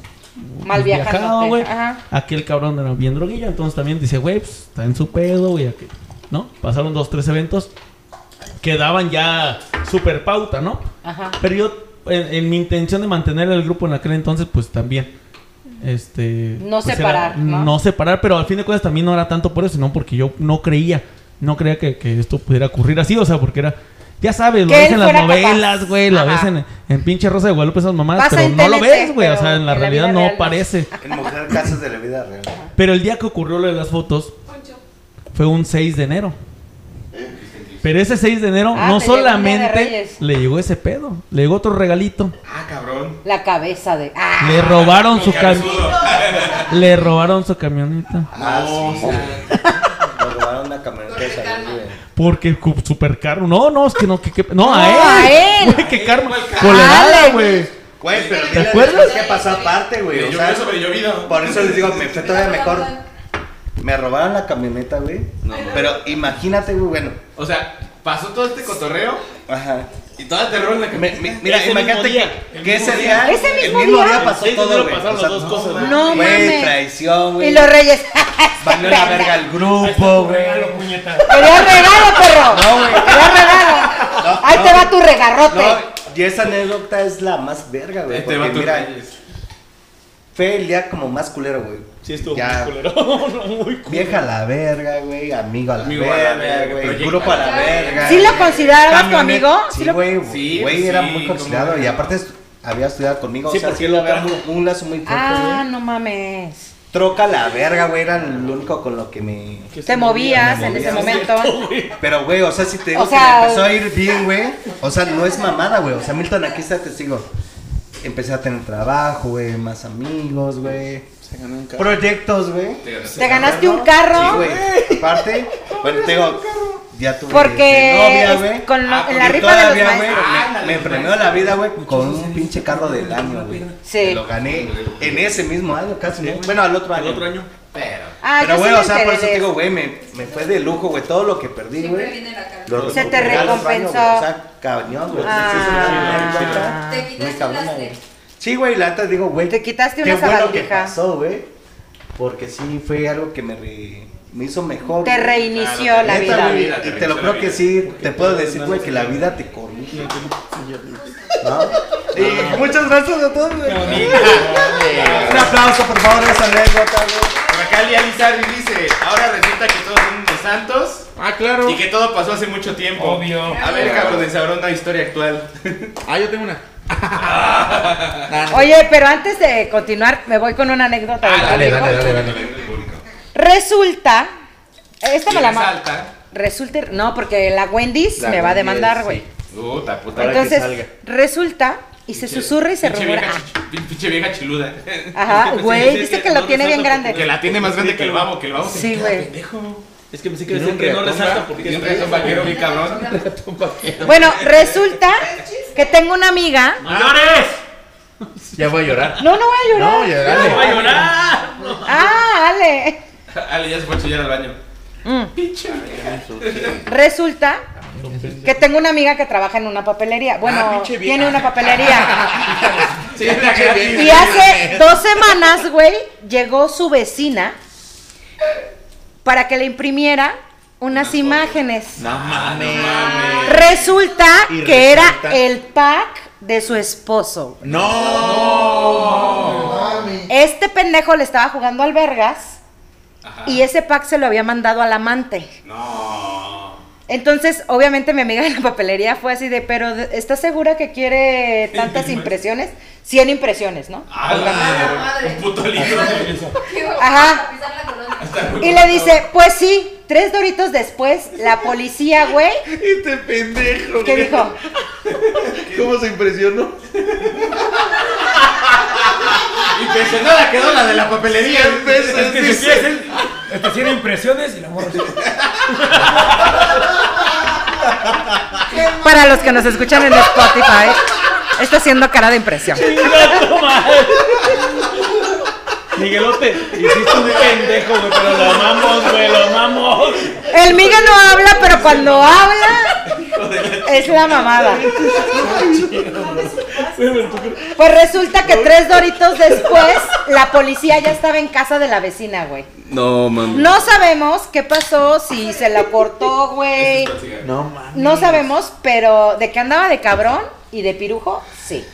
S2: Mal viajándote,
S7: viajado, güey.
S2: ajá.
S7: Aquel cabrón era bien droguillo. Entonces también dice, güey, pues, está en su pedo, güey. aquel- ¿No? Pasaron dos, tres eventos que daban ya super pauta, ¿no?
S2: Ajá.
S7: Pero yo, en, en mi intención de mantener el grupo en aquel entonces, pues también. Este,
S2: No
S7: pues,
S2: separar,
S7: era-
S2: ¿no?
S7: separar, pero al fin de cuentas también no era tanto por eso, sino porque yo no creía. No creía que, que esto pudiera ocurrir así, o sea, porque era. Ya sabes, lo
S2: Que
S7: ves
S2: él
S7: en las
S2: fuera capaz.
S7: novelas, güey, lo ves
S2: Ajá.
S7: en, en pinche Rosa de Guadalupe, esas mamadas,
S2: Pasa
S7: pero
S2: en
S7: no lo
S2: TNT,
S7: ves, güey, o sea,
S2: pero
S7: en la
S2: en la
S7: realidad
S2: vida
S7: no
S2: real no.
S7: parece.
S9: En mujer, casos de la vida real.
S7: Pero el día que ocurrió lo de las fotos fue un 6 de enero. Pero ese 6 de enero
S2: Ah,
S7: no
S2: te llegó el Día de
S7: solamente
S2: Reyes.
S7: le llegó ese pedo, le llegó otro regalito.
S1: Ah, cabrón.
S2: La cabeza de. ¡Ah!
S7: Le robaron su cam-
S1: Cabezudo.
S7: le robaron su camioneta.
S9: Ah, sí. Me robaron una camioneta de salud, güey.
S7: Porque cu- super caro. No, no, es que no, que, que- no,
S2: No,
S7: a él.
S2: a él.
S7: <laughs> Güey, qué karma.
S1: Igual,
S7: Colorada,
S2: Ale.
S7: güey.
S9: Güey, pero
S7: ¿Te acuerdas?
S9: ¿Qué pasó aparte, güey?
S1: Le
S9: O
S1: llovió
S9: sea,
S1: sobre llovido.
S9: por eso les digo, me fue todavía mejor. Me robaron la camioneta, güey. Pero imagínate, güey, bueno.
S1: O sea, pasó todo este cotorreo
S9: Ajá.
S1: y toda te roban la
S9: Me-
S1: camioneta.
S9: me- mira,
S7: Ese
S9: imagínate
S7: mismo
S9: que, que ese día,
S2: Ese mismo
S9: el mismo
S2: día.
S9: día, pasó
S7: El seis de
S9: todo,
S7: enero
S9: güey.
S7: pasaron
S9: O sea,
S7: las dos
S9: no,
S7: cosas, güey.
S2: No
S9: Güey,
S2: mames.
S9: traición, güey.
S2: Y los reyes. <laughs>
S9: Valió la verga el grupo, güey.
S2: Quería regalo, perro. No, güey. Quería regalo.
S9: No,
S2: Ahí
S9: no,
S2: te va tu regarrote.
S9: No, y esa anécdota es la más verga, güey.
S1: Este va
S9: porque
S1: a tus
S9: mira,
S1: reyes.
S9: fue el día como más culero, güey.
S7: Sí estuvo
S9: Ya.
S7: muy culero. muy culero.
S9: Vieja a la verga, güey. Amigo a la
S1: Amigo a la
S9: verga,
S1: verga,
S9: güey.
S1: proyecto
S9: Grupo a la
S10: a la
S9: verga.
S10: verga.
S2: ¿Sí lo
S9: güey.
S2: considerabas tu
S9: Camioneta-
S2: amigo? ¿Sí
S9: Sí,
S2: lo-
S9: güey.
S1: Sí, pues
S9: güey,
S1: sí,
S9: era muy considerado.
S1: cómo no.
S9: Y aparte estu- había estudiado conmigo.
S7: Sí,
S9: o sea,
S7: porque
S9: sí
S7: lo
S9: había
S7: agarró.
S9: un, un lazo muy fuerte,
S2: Ah,
S9: güey.
S2: no mames.
S9: Troca la verga, güey. Era lo único con lo que me.
S2: Te movías en ese
S9: <laughs>
S2: momento.
S9: Pero, güey, o sea, si te digo
S2: O
S9: que
S2: sea-
S9: me empezó a ir bien, güey. O sea, no es mamada, güey. O sea, Milton, aquí está testigo. Empecé a tener trabajo, güey. Más amigos, güey. Proyectos, güey.
S1: Te ganaste.
S2: Te ganaste un
S9: Sí,
S2: carro
S9: güey. Aparte, bueno, <laughs> te digo, ya tuve
S2: porque
S9: este, novia,
S2: es-
S9: güey.
S2: con lo-
S1: Ah,
S2: en la
S9: porque
S2: rifa de los
S9: todavía, güey,
S2: maestros.
S1: maestros.
S9: me, me premió la vida, güey, con un pinche carro del año, güey.
S2: Sí.
S9: Me Lo gané en ese mismo año, casi. ¿no? Bueno, al otro año.
S7: otro año.
S1: Pero.
S2: Ah,
S9: Pero,
S2: yo
S9: güey,
S2: sí me
S9: o sea, por
S2: enteré
S9: eso te
S2: de
S9: digo,
S2: eso.
S9: güey, me, me fue de lujo, güey. Todo lo que perdí,
S10: Siempre
S9: güey.
S10: viene la cara.
S9: lo
S2: Se te
S9: recuperé al otro año, güey.
S2: recompensó.
S9: O sea, cañón, güey. Sí, sí,
S2: Ah.
S9: sí, sí, sí, sí.
S10: Te
S9: Muy
S10: quitas
S9: cabrona,
S10: las
S9: güey.
S10: de.
S9: Sí, güey, la neta digo, güey.
S2: Te quitaste
S9: qué
S2: una
S9: bueno que
S2: sabandija.
S9: pasó, güey. Porque sí fue algo que me, re- me hizo mejor.
S2: Te
S9: güey.
S2: reinició
S9: Neta,
S2: la vida.
S9: güey,
S1: vida, te
S9: Y te lo
S1: reinició
S9: creo
S1: la
S9: que
S1: vida.
S9: sí, te puedo decir, güey, que la vida te corrige. ¿No? Y muchas gracias a todos, güey. Un aplauso, por favor, a esa anécdota, güey.
S1: Por acá Lía Lizarri dice, ahora resulta que todos son unos santos
S3: Ah, claro.
S1: y que todo pasó hace mucho tiempo.
S8: Obvio.
S1: A ver, cabrón, ensabró una historia actual.
S3: Ah, yo tengo una.
S2: Oye, pero antes de continuar, me voy con una
S9: Ah,
S2: anécdota.
S1: Ah,
S2: del público. Resulta. Esta me la ma-
S1: salta.
S2: Resulta. No, porque la Wendy's
S3: La
S2: me va a
S3: Wendy's,
S2: demandar,
S3: sí.
S2: güey.
S1: Puta, puta.
S3: Ahora que
S2: Entonces,
S3: salga.
S2: resulta y se
S1: Pinche-
S2: susurra y se
S1: pinche
S2: rumora.
S1: vieja chi- pin- Pinche vieja chiluda.
S2: Ajá,
S7: Pensé
S2: güey,
S7: que
S2: dice
S7: sí,
S2: que lo
S7: no
S2: tiene bien
S7: resalta
S1: Que
S2: grande.
S1: la tiene más grande que el babo, que el babo se
S2: Sí,
S1: queda
S2: güey.
S1: pendejo.
S7: Es que me sí que
S1: Tiene
S7: decir
S1: un
S7: que no
S1: reatón,
S7: resalta
S1: ¿verdad?
S7: porque
S1: Tiene
S7: es
S1: un reatón vaquero bien cabrón.
S7: Un reatón vaquero.
S2: Bueno, resulta que tengo una amiga.
S7: ¡No llores!
S6: Ya voy a llorar.
S2: No, no voy a llorar.
S6: No, ya dale.
S1: No voy a llorar.
S2: Ah, Ale.
S1: Ale ya se fue a chillar al baño.
S2: Mm.
S1: Pinche.
S2: Resulta que tengo una amiga que trabaja en una papelería. Bueno,
S1: Ah, pinche vieja.
S2: tiene una papelería.
S1: <laughs> Sí, la gratis.
S2: Y hace dos semanas, güey, llegó su vecina para que le imprimiera unas imágenes.
S1: No mames. No mames.
S2: Resulta
S6: Y
S2: que era
S6: resulta-
S2: el pack de su esposo.
S6: No.
S2: Este pendejo le estaba jugando al vergas y ese pack se lo había mandado al amante.
S1: No.
S2: Entonces, obviamente mi amiga de la papelería fue así de, pero de- ¿estás segura que quiere tantas impresiones? 100 impresiones, ¿no?
S1: Ah, la madre. Un puto libro.
S2: Ajá. Y le dice, pues sí, tres doritos después, la policía, güey,
S3: Este pendejo.
S2: que dijo,
S3: ¿Cómo se impresionó?
S1: Impresionada quedó la de la papelería.
S8: Es que si tienes, este tiene impresiones y la morra.
S2: para los que nos escuchan en Spotify, está haciendo cara de impresión.
S7: Miguelote, hiciste un pendejo, güey, pero lo amamos, güey, lo amamos.
S2: El Miguel no habla, pero cuando habla es la mamada. Pues resulta que tres doritos después, la policía ya estaba en casa de la vecina, güey.
S1: No mames.
S2: No sabemos qué pasó, si se la cortó,
S1: Este
S2: güey.
S3: No mames.
S2: No sabemos, pero de que andaba de cabrón y de pirujo, sí.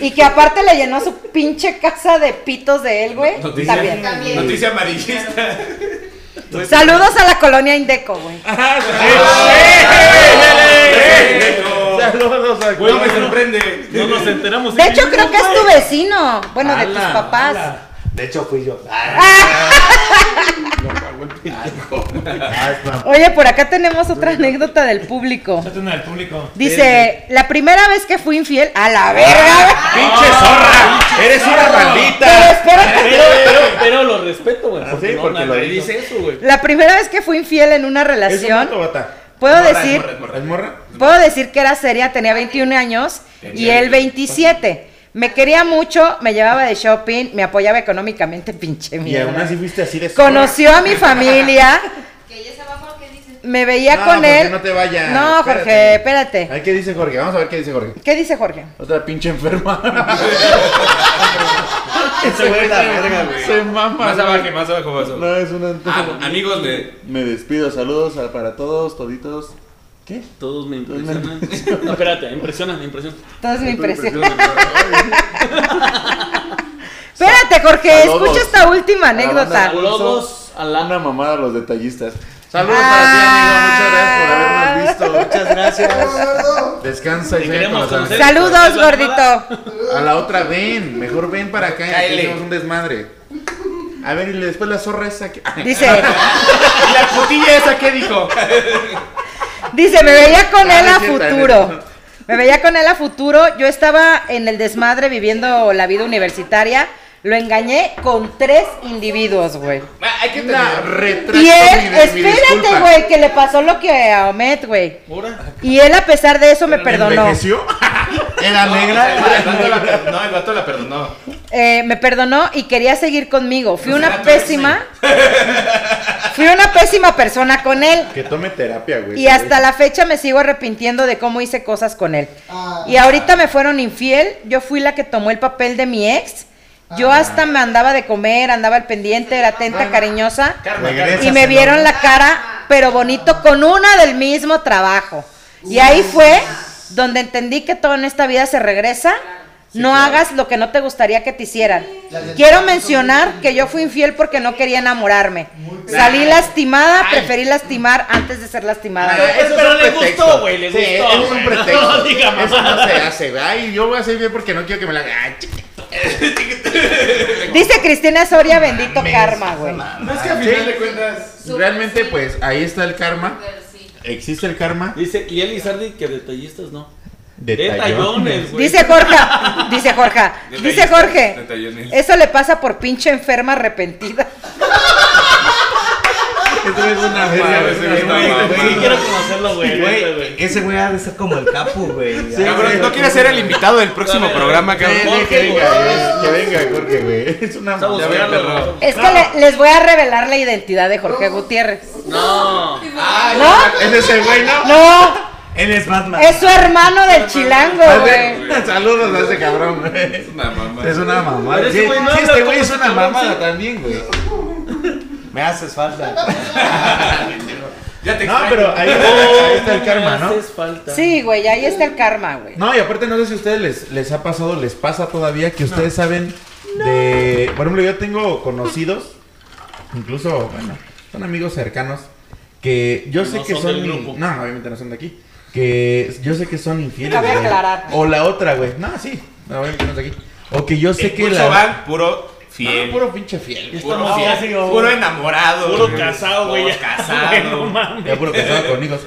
S2: Y que aparte le llenó su pinche casa de pitos de él, güey.
S1: Noticia,
S2: También.
S10: También.
S1: noticia amarillista.
S2: <laughs> Saludos a la colonia Indeco, güey.
S3: Ah, Saludos a
S1: Güey, me sorprende.
S7: No nos enteramos.
S2: De hecho, creo que es tu vecino. Bueno, de tus papás.
S9: De hecho, fui yo.
S2: Oye, por acá tenemos otra anécdota del público.
S8: Salte una del público.
S2: Dice, la primera vez que fui infiel, a la verga.
S3: ¡Pinche zorra! ¡Eres una
S2: Pero
S3: maldita!
S2: espérate.
S3: <laughs>
S7: Pero, pero, pero lo respeto, güey.
S3: Ah,
S7: Porque
S3: sí,
S7: no,
S3: porque lo
S7: nadie
S3: hizo.
S7: dice eso, güey.
S2: La primera vez que fui infiel en una
S3: ¿Es un
S2: relación,
S3: vato o bata?
S2: puedo decir,
S3: ¿Es morra?
S2: puedo decir que era seria, tenía 21 años y él 27. Me quería mucho, me llevaba de shopping, me apoyaba económicamente, <laughs> pinche
S3: Y aún
S2: mierda.
S3: así fuiste así de zorra.
S2: Conoció a mi familia,
S10: <laughs> Que ella se bajó, ¿qué dice?
S2: me veía
S3: No,
S2: con
S3: Jorge,
S2: él.
S3: no te vayas.
S2: No, Jorge, espérate.
S3: Ay, ¿qué dice Jorge? Vamos a ver qué dice Jorge.
S2: ¿Qué dice Jorge?
S3: Otra pinche enferma.
S9: Ese güey la verga, güey.
S3: Se mama.
S1: Más abajo, más abajo, más abajo.
S3: No, es una
S1: Ah, amigos de.
S3: Me despido, saludos a- para todos, toditos. ¿Qué?
S7: Todos me
S3: Todos me
S7: impresionan. No, espérate, impresionan, me impresionan.
S2: Todos me impresionan. <laughs> Espérate,
S3: Espérate,
S2: Jorge,
S3: Saludos.
S2: escucha esta última
S3: A la banda
S2: anécdota.
S3: de
S7: Saludos a la-
S3: Una mamada a los detallistas.
S9: Saludos
S2: Ah.
S3: Ah.
S9: para ti, amigo. Muchas gracias por habernos visto. Muchas gracias.
S6: Descansa y sigue con
S7: Te queremos
S6: los amigos.
S7: conocer.
S2: Saludos, gordito.
S6: A la otra ven, mejor ven para acá y aquí
S1: Cáele.
S6: hacemos un desmadre. A ver, y le- después la zorra esa
S1: <laughs>
S6: que.
S2: Dice,
S1: ¿Y la putilla esa qué dijo?
S2: dice, me veía con
S6: Ah,
S2: él
S6: no es
S2: a
S6: cierto,
S2: futuro. Me veía con él a futuro. Yo estaba en el desmadre viviendo la vida universitaria. Lo engañé con tres individuos, güey.
S1: Ah, Hay que
S6: La
S1: tener.
S6: retracto
S2: Y
S6: mi
S2: él,
S6: de- mi disculpa.
S2: espérate, güey, que le pasó lo que a Ahmed, güey.
S7: Ahora.
S2: Y él, a pesar de eso, me perdonó.
S6: ¿Envejeció? ¿Era
S1: El vato
S6: negra?
S1: la per- No, el vato la perdonó.
S2: Eh, me perdonó y quería seguir conmigo. Fui una pésima. <laughs> Fui una pésima persona con él.
S6: Que tome terapia, güey.
S2: Y hasta la fecha me sigo arrepintiendo de cómo hice cosas con él. Y ahorita me fueron infiel. Yo fui la que tomó el papel de mi ex. Yo hasta me andaba de comer, andaba al pendiente, era atenta, cariñosa. Y me vieron la cara, pero bonito, con una del mismo trabajo. Y ahí fue donde entendí que todo en esta vida se regresa. No hagas lo que no te gustaría que te hicieran. Quiero mencionar que yo fui infiel porque no quería enamorarme. Salí lastimada, preferí lastimar antes de ser lastimada.
S7: Pero le gustó, güey, le
S6: Sí,
S7: gustó,
S6: es
S7: güey. <laughs>
S6: un pretexto.
S7: No diga mamá.
S6: Eso no se hace, güey. Ay, yo voy a hacer bien porque no quiero que me la hagan.
S2: Dice Cristina Soria, bendito karma, güey.
S1: No es que al final de cuentas.
S6: Realmente, pues, ahí está el karma.
S10: Pero sí.
S6: Existe el karma.
S7: Dice Liel Lizardi que detallistas no.
S6: Detallón.
S7: Detallones, güey.
S2: Dice Jorge, dice Jorge, dice Jorge,
S1: Detallones.
S2: eso le pasa por pinche enferma arrepentida.
S3: te traigo una
S7: Sí,
S3: madre,
S7: güey,
S3: güey,
S7: sí, no,
S3: güey,
S7: güey.
S3: güey.
S7: Sí, quiero conocerlo, güey, neta, güey.
S15: Ese güey ha de ser como el capo, güey.
S3: Sí,
S1: Cabrón,
S3: güey.
S1: ¿no quieres ser el invitado del próximo programa,
S3: Sí,
S1: cabrón?
S3: que venga, güey, que venga, Jorge, güey. Es una
S7: Ah. Está
S3: madre,
S7: buscando,
S3: perro.
S7: güey.
S2: Es que le- les voy a revelar la identidad de Jorge Gutiérrez.
S7: No.
S2: Ah.
S3: Es ese güey, ¿no? <laughs>
S2: No,
S15: Él es Batman.
S2: es su hermano del chilango, güey.
S3: Saludos a ese cabrón, güey.
S1: Es una mamá.
S3: Es una mamada.
S7: Pero
S3: Sí, <laughs>
S7: ese güey
S3: sí,
S7: no habla,
S3: este güey
S7: ¿cómo
S3: es
S7: se
S3: una
S7: cabrón,
S3: mamada
S7: sí?
S3: también, güey.
S15: Me haces falta.
S1: Ya te
S3: No,
S1: extraño.
S3: pero ahí ahí está el karma, ¿no?
S7: Haces falta.
S2: Sí, güey, ahí está el karma, güey.
S3: No, y aparte no sé si a ustedes les, les ha pasado, les pasa todavía que ustedes saben de... Por ejemplo, yo tengo conocidos, incluso, bueno, son amigos cercanos, que yo
S7: Que
S3: sé
S7: no
S3: que
S7: son
S3: son...
S7: del
S3: in-
S7: grupo.
S3: No, obviamente no son de aquí. Que yo sé que son infieles.
S2: Cabe
S3: güey.
S2: aclarar.
S3: O la otra, güey. No, sí. No, obviamente no es de aquí. O que yo sé
S1: El
S3: que
S1: Pucho
S3: la...
S1: Van, puro fiel.
S3: Ah, puro pinche fiel. güey.
S1: Puro
S7: Estamos
S1: fiel,
S7: casi, güey.
S1: puro enamorado.
S7: Puro
S1: güey.
S7: casado, güey.
S1: Puro
S7: ya. Güey, no
S1: casado.
S7: mames.
S3: Ya puro casado con hijos.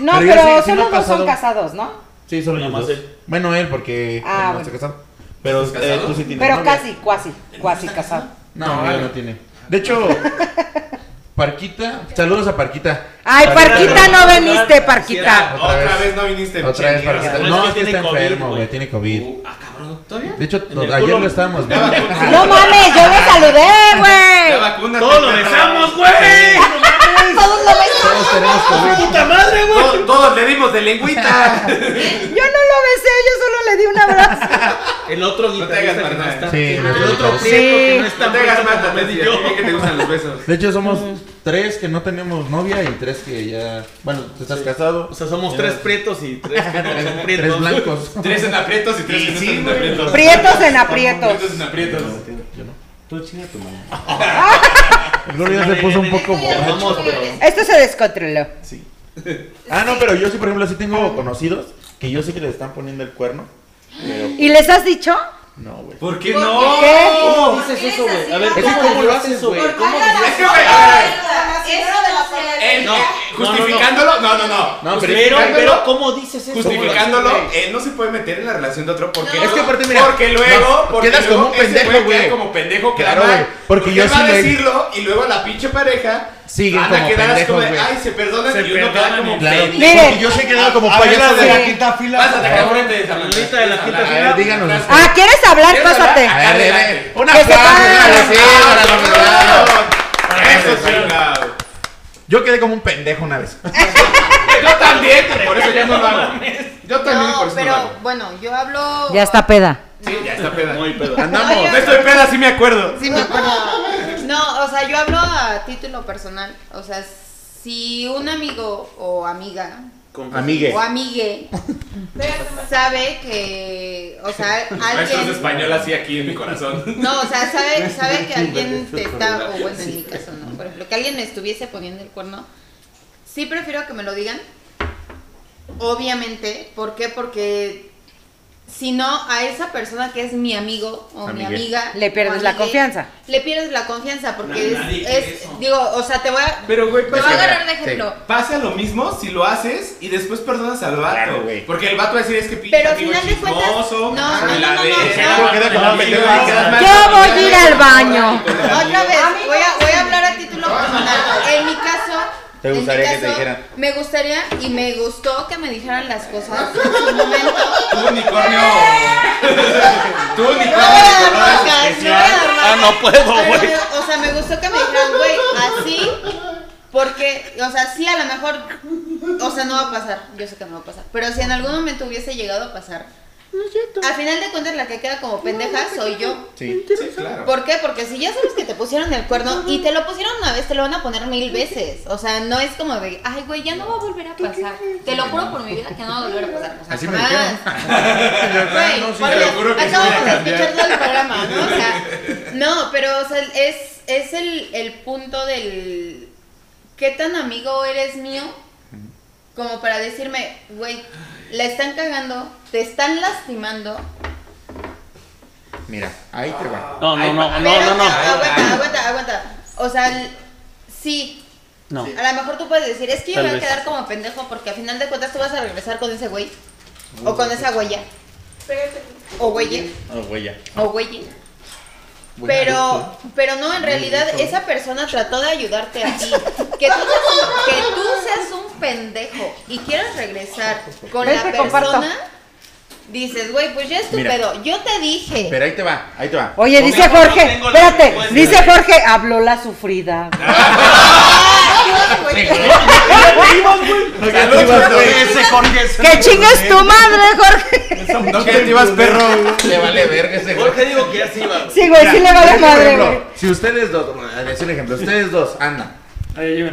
S2: No,
S3: Pero ya
S2: pero
S3: sí- sí
S2: solo
S3: me ha
S2: dos son
S3: pasado.
S2: casados, ¿no?
S3: Sí, solo
S7: Nada
S3: ellos
S7: más
S3: dos.
S7: él.
S3: Bueno, él, porque
S2: Ah,
S3: él no
S2: bueno.
S3: está casado. Pero eh, tú sí tienes
S2: Pero
S3: novia.
S2: casi, cuasi, cuasi casado.
S3: No, él no tiene. De hecho, <laughs> Parquita, saludos a Parquita.
S2: Ay, Parquita, no veniste,
S7: Quisiera-
S2: Parquita.
S3: Otra
S1: Otra
S3: vez.
S1: vez no viniste,
S3: Otra vez
S1: pinche
S3: Parquita.
S1: mierda.
S7: güey.
S3: No, es
S7: Es que
S3: que está
S7: tiene COVID,
S3: enfermo,
S7: güey.
S3: güey, tiene COVID.
S1: Uh, Ah, cabrón, ¿todavía?
S3: De hecho,
S7: En el
S3: ayer
S7: culo.
S3: lo estábamos
S1: Ya
S3: viendo.
S1: vacuna.
S2: No mames, yo le saludé,
S1: Ya
S2: güey.
S1: vacuna.
S7: Todos lo besamos, güey. No mames.
S2: <laughs> Todos lo besamos.
S3: Todos tenemos COVID.
S7: Puta madre, güey.
S1: Todos, todos le dimos de
S7: <laughs>
S1: lengüita.
S2: Yo no lo besé, yo solo le di un abrazo.
S7: El otro
S1: No te hagas
S7: guitarrista que no
S1: mal,
S7: está.
S3: Sí,
S7: El
S3: nuestro
S7: otro
S3: guitarrista.
S7: prieto que no
S1: No
S7: está.
S1: te hagas
S7: puesto
S1: mal,
S7: como
S1: también
S7: Betty yo.
S1: que te gustan los besos.
S3: De hecho, somos tres que no tenemos novia y tres que ya. Bueno, tú estás casado.
S7: O sea, somos tres prietos y tres que no son
S3: <laughs>
S7: prietos.
S3: Tres blancos.
S1: Tres en aprietos y tres que no están en aprietos.
S2: Prietos en aprietos.
S1: Prietos en aprietos.
S3: El <laughs> Gloria se puso un poco borracho.
S7: Vamos, pero.
S2: Esto se descontroló.
S3: Ah, no, pero yo sí, por ejemplo, sí tengo conocidos que yo sé que le están poniendo el cuerno. Pero
S2: ¿Y les has dicho?
S3: no, güey.
S1: ¿Por qué no?
S2: ¿Qué?
S8: ¿Cómo dices eso, güey?
S7: A ver, ¿cómo, cómo lo haces, güey? ¿Cómo dices?
S1: Es que, güey, a ver, él, justificándolo, no, no, no.
S3: No, pero,
S7: Pero,
S3: Ay,
S7: pero, ¿cómo dices eso?
S1: Justificándolo, él no se puede meter en la relación de otro porque
S8: No. Es que
S3: aparte, mira,
S1: porque luego
S3: no,
S1: porque
S3: quedas
S1: luego
S3: como un
S1: ese
S3: pendejo,
S1: queda
S3: güey.
S1: como pendejo queda
S3: Claro,
S1: mal,
S3: güey, porque yo
S1: él va
S3: sí
S1: a
S3: lo he-
S1: decirlo y luego la pinche pareja
S3: Siguen
S1: van a
S3: como
S1: quedar así como de,
S3: pendejos, güey.
S1: ay se perdonan
S7: Se
S1: y uno queda
S7: perdonan
S1: como
S7: y-
S3: Claro,
S1: pendejo.
S2: Miren.
S3: porque yo sé que he quedado como
S1: A ver,
S3: payaso
S1: la
S3: de
S1: de-
S3: la quinta
S1: Pásate
S3: fila.
S1: cabrón de esa
S7: Señorita de la quinta
S3: A ver, díganos ustedes.
S2: Ah, ¿quieres hablar?
S1: ¿Quieres
S2: Pásate.
S1: hablar?
S3: A ver, a ver, un
S2: Que se
S3: aplauso,
S2: paren.
S3: claro, sí, para la novedad.
S1: Eso chingado.
S3: Yo quedé como un pendejo una vez.
S1: Yo también, por eso ya no lo hago. Yo también por eso no lo hago.
S8: pero bueno, yo hablo.
S2: Ya está peda.
S1: Sí, ya está peda.
S7: Muy pedo.
S3: Andamos.
S1: No estoy peda, sí me acuerdo.
S8: Sí, me acuerdo. No, o sea, yo hablo a título personal. O sea, si un amigo o amiga
S3: Amigue.
S8: o amigue sabe que, o sea,
S1: Maestros de
S8: alguien.
S1: español así aquí en mi corazón.
S8: No, o sea, sabe, sabe que alguien
S1: <laughs>
S8: te Este, está, o bueno, en mi caso no, por ejemplo, que alguien me estuviese poniendo el cuerno, sí prefiero que me lo digan, obviamente, ¿por qué? Porque si no, a esa persona que es mi amigo o mi
S3: Amigue.
S8: amiga...
S2: Le pierdes
S8: o
S2: la confianza.
S8: Le pierdes la confianza, porque
S7: Na- nadie
S8: es,
S7: quiere
S8: es-
S7: eso.
S8: digo, o sea, te voy a...
S1: Pero, güey,
S8: te voy a agarrar de ejemplo.
S1: Pasa lo mismo si lo haces y después perdonas al vato.
S3: Claro, güey.
S1: porque el vato va a decir es que pinche
S8: Pero al
S1: amigo
S8: final de cuentas-
S1: chismoso,
S8: no, no,
S1: me la
S8: no, no,
S1: ve,
S8: no,
S1: que
S8: no.
S1: no quedas como
S3: No,
S1: pendejo,
S3: no,
S1: y quedas
S3: no.
S1: mal
S2: Yo
S1: con
S2: voy
S1: la
S2: a ir
S1: vida,
S2: al
S1: y
S2: baño.
S1: con la vida.
S8: Otra vez, voy a, voy a hablar a título personal. En mi caso.
S3: ¿Te
S8: en mi
S3: gustaría que te
S8: caso,
S3: dijeran?
S8: Me gustaría y me gustó que me dijeran las cosas en su momento.
S1: Tu unicornio. Tu
S8: No voy a dar
S1: unicornio.
S8: marcas, no voy a dar marcas.
S7: Ah, no
S3: Oh,
S7: puedo,
S8: Pero,
S7: güey.
S8: O sea, me gustó que me dijeran, güey, así. Porque, o sea, sí, a lo mejor. O sea, no va a pasar. Yo sé que no va a pasar. Pero si en algún momento hubiese llegado a pasar. Al final de cuentas, la que queda como pendeja soy yo.
S3: Sí.
S1: Sí, claro.
S8: ¿Por qué? Porque si ya sabes que te pusieron el cuerno y te lo pusieron una vez, te lo van a poner mil veces. O sea, no es como de, ay, güey, ya no va a volver a pasar. Te lo juro por mi vida que no va a volver a pasar. O sea,
S3: Así me
S8: jamás.
S3: dijeron.
S8: ah,
S3: <laughs>
S8: Güey,
S3: No, sí,
S8: por
S3: te lo
S8: Dios,
S3: juro que sí voy a
S8: acabamos de
S3: cambiar.
S8: escuchar todo el programa, ¿no?
S3: <laughs>
S8: O sea, no, pero o sea, es, es el, el punto del qué tan amigo eres mío como para decirme, güey, la están cagando, te están lastimando.
S3: Mira, ahí te va.
S7: No, no, no,
S8: Pero,
S7: no, no, no.
S8: Aguanta, aguanta, aguanta. O sea, el- sí,
S7: No.
S8: a lo mejor tú puedes decir, es que yo
S7: Tal
S8: me voy a
S7: vez.
S8: quedar como pendejo porque al final de cuentas tú vas a regresar con ese güey. O con esa huella. O huella.
S3: Oh, güey, ya.
S8: O güey. Pero, pero no, en realidad esa persona trató de ayudarte a ti.
S3: <laughs>
S8: Que tú, seas, que tú seas un pendejo y quieras regresar con
S2: Ven,
S8: la
S2: te comparto.
S8: persona, dices, güey, pues ya es tu
S16: Mira.
S8: pedo. Yo te dije.
S16: Pero ahí te va, ahí te va.
S2: Oye, dice
S1: Porque no
S2: Jorge,
S1: tengo la
S2: espérate,
S1: respuesta.
S2: dice Jorge, habló la sufrida. ¡Que chingues tu madre, Jorge!
S16: No que te ibas, perro.
S3: Le vale verga ese güey.
S7: Jorge digo que ya sí va.
S2: Sí, güey, sí le vale madre, güey.
S3: Si ustedes dos, bueno, les doy un ejemplo, ustedes dos andan.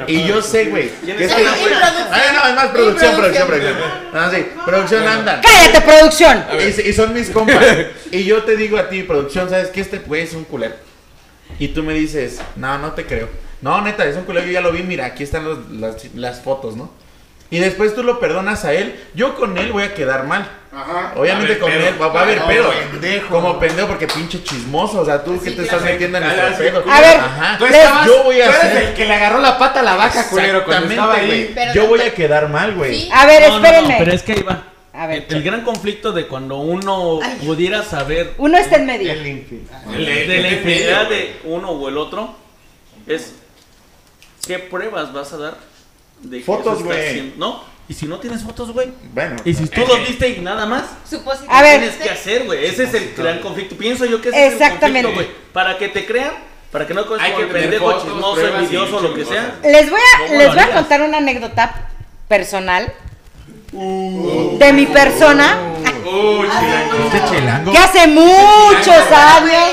S3: Y yo sé, güey. que es
S7: ¿Quiénes
S3: Ah, que-
S7: andan, güey?
S3: Ah, no, es más producción, producción, producción. Ah, sí, producción andan.
S2: ¡Cállate, producción!
S3: Y, se- y son
S1: <laughs>
S3: mis compas. Y yo te digo a ti, producción, ¿sabes que Este güey es un culero. Y tú me dices, no, no te creo. No, neta, es un culero, yo ya lo vi, mira, aquí están los- las, las fotos, ¿no? Y después tú lo perdonas a él. Yo con él voy a quedar mal. Obviamente
S1: Va a
S3: con
S1: haber
S3: él
S1: pedo.
S3: va, va a haber
S1: No,
S3: pedo. Como pendejo porque pinche chismoso. O sea, tú que te estás metiendo en
S1: Ah,
S3: el
S1: sí,
S3: pedo.
S2: A ver,
S3: Ajá.
S1: Tú estabas-
S3: yo voy a
S1: tú eres
S3: hacer-
S1: el que le agarró la pata a la vaca, culero, cuando estaba
S3: Exactamente,
S1: ahí.
S3: güey.
S8: Pero
S3: Yo
S8: no-
S3: voy a quedar mal, güey.
S8: Sí.
S2: A ver,
S7: No, no, no, pero
S2: espérenme.
S7: es que ahí va.
S2: A
S7: El,
S2: ver,
S7: el gran conflicto de cuando uno pudiera saber
S2: uno está en medio.
S7: de la infidelidad de uno o el otro es qué pruebas vas a dar de que
S3: Fotos,
S7: eso está
S3: güey.
S7: haciendo- No, y si no tienes fotos, güey.
S3: Bueno.
S7: Y si tú los viste y nada más,
S8: Supositorio.
S2: A ver.
S7: Pues tienes que hacer, güey. Ese es el gran conflicto. Pienso yo que ese
S2: Exactamente.
S7: es el conflicto, güey. Para que te crean, para que no cojas
S1: Hay
S7: como
S1: que
S7: el
S1: tener
S7: pendejo
S1: fotos,
S7: chismoso,
S1: pruebas y
S7: envidioso,
S1: un
S7: lo que
S1: chingo de
S7: sea.
S1: cosas.
S2: Les voy a,
S7: ¿Cómo
S2: les
S7: lo
S2: voy a
S7: harías?
S2: contar una anécdota personal de mi persona
S1: Uy, chilango.
S3: Pinche chilango.
S2: que hace muchos años,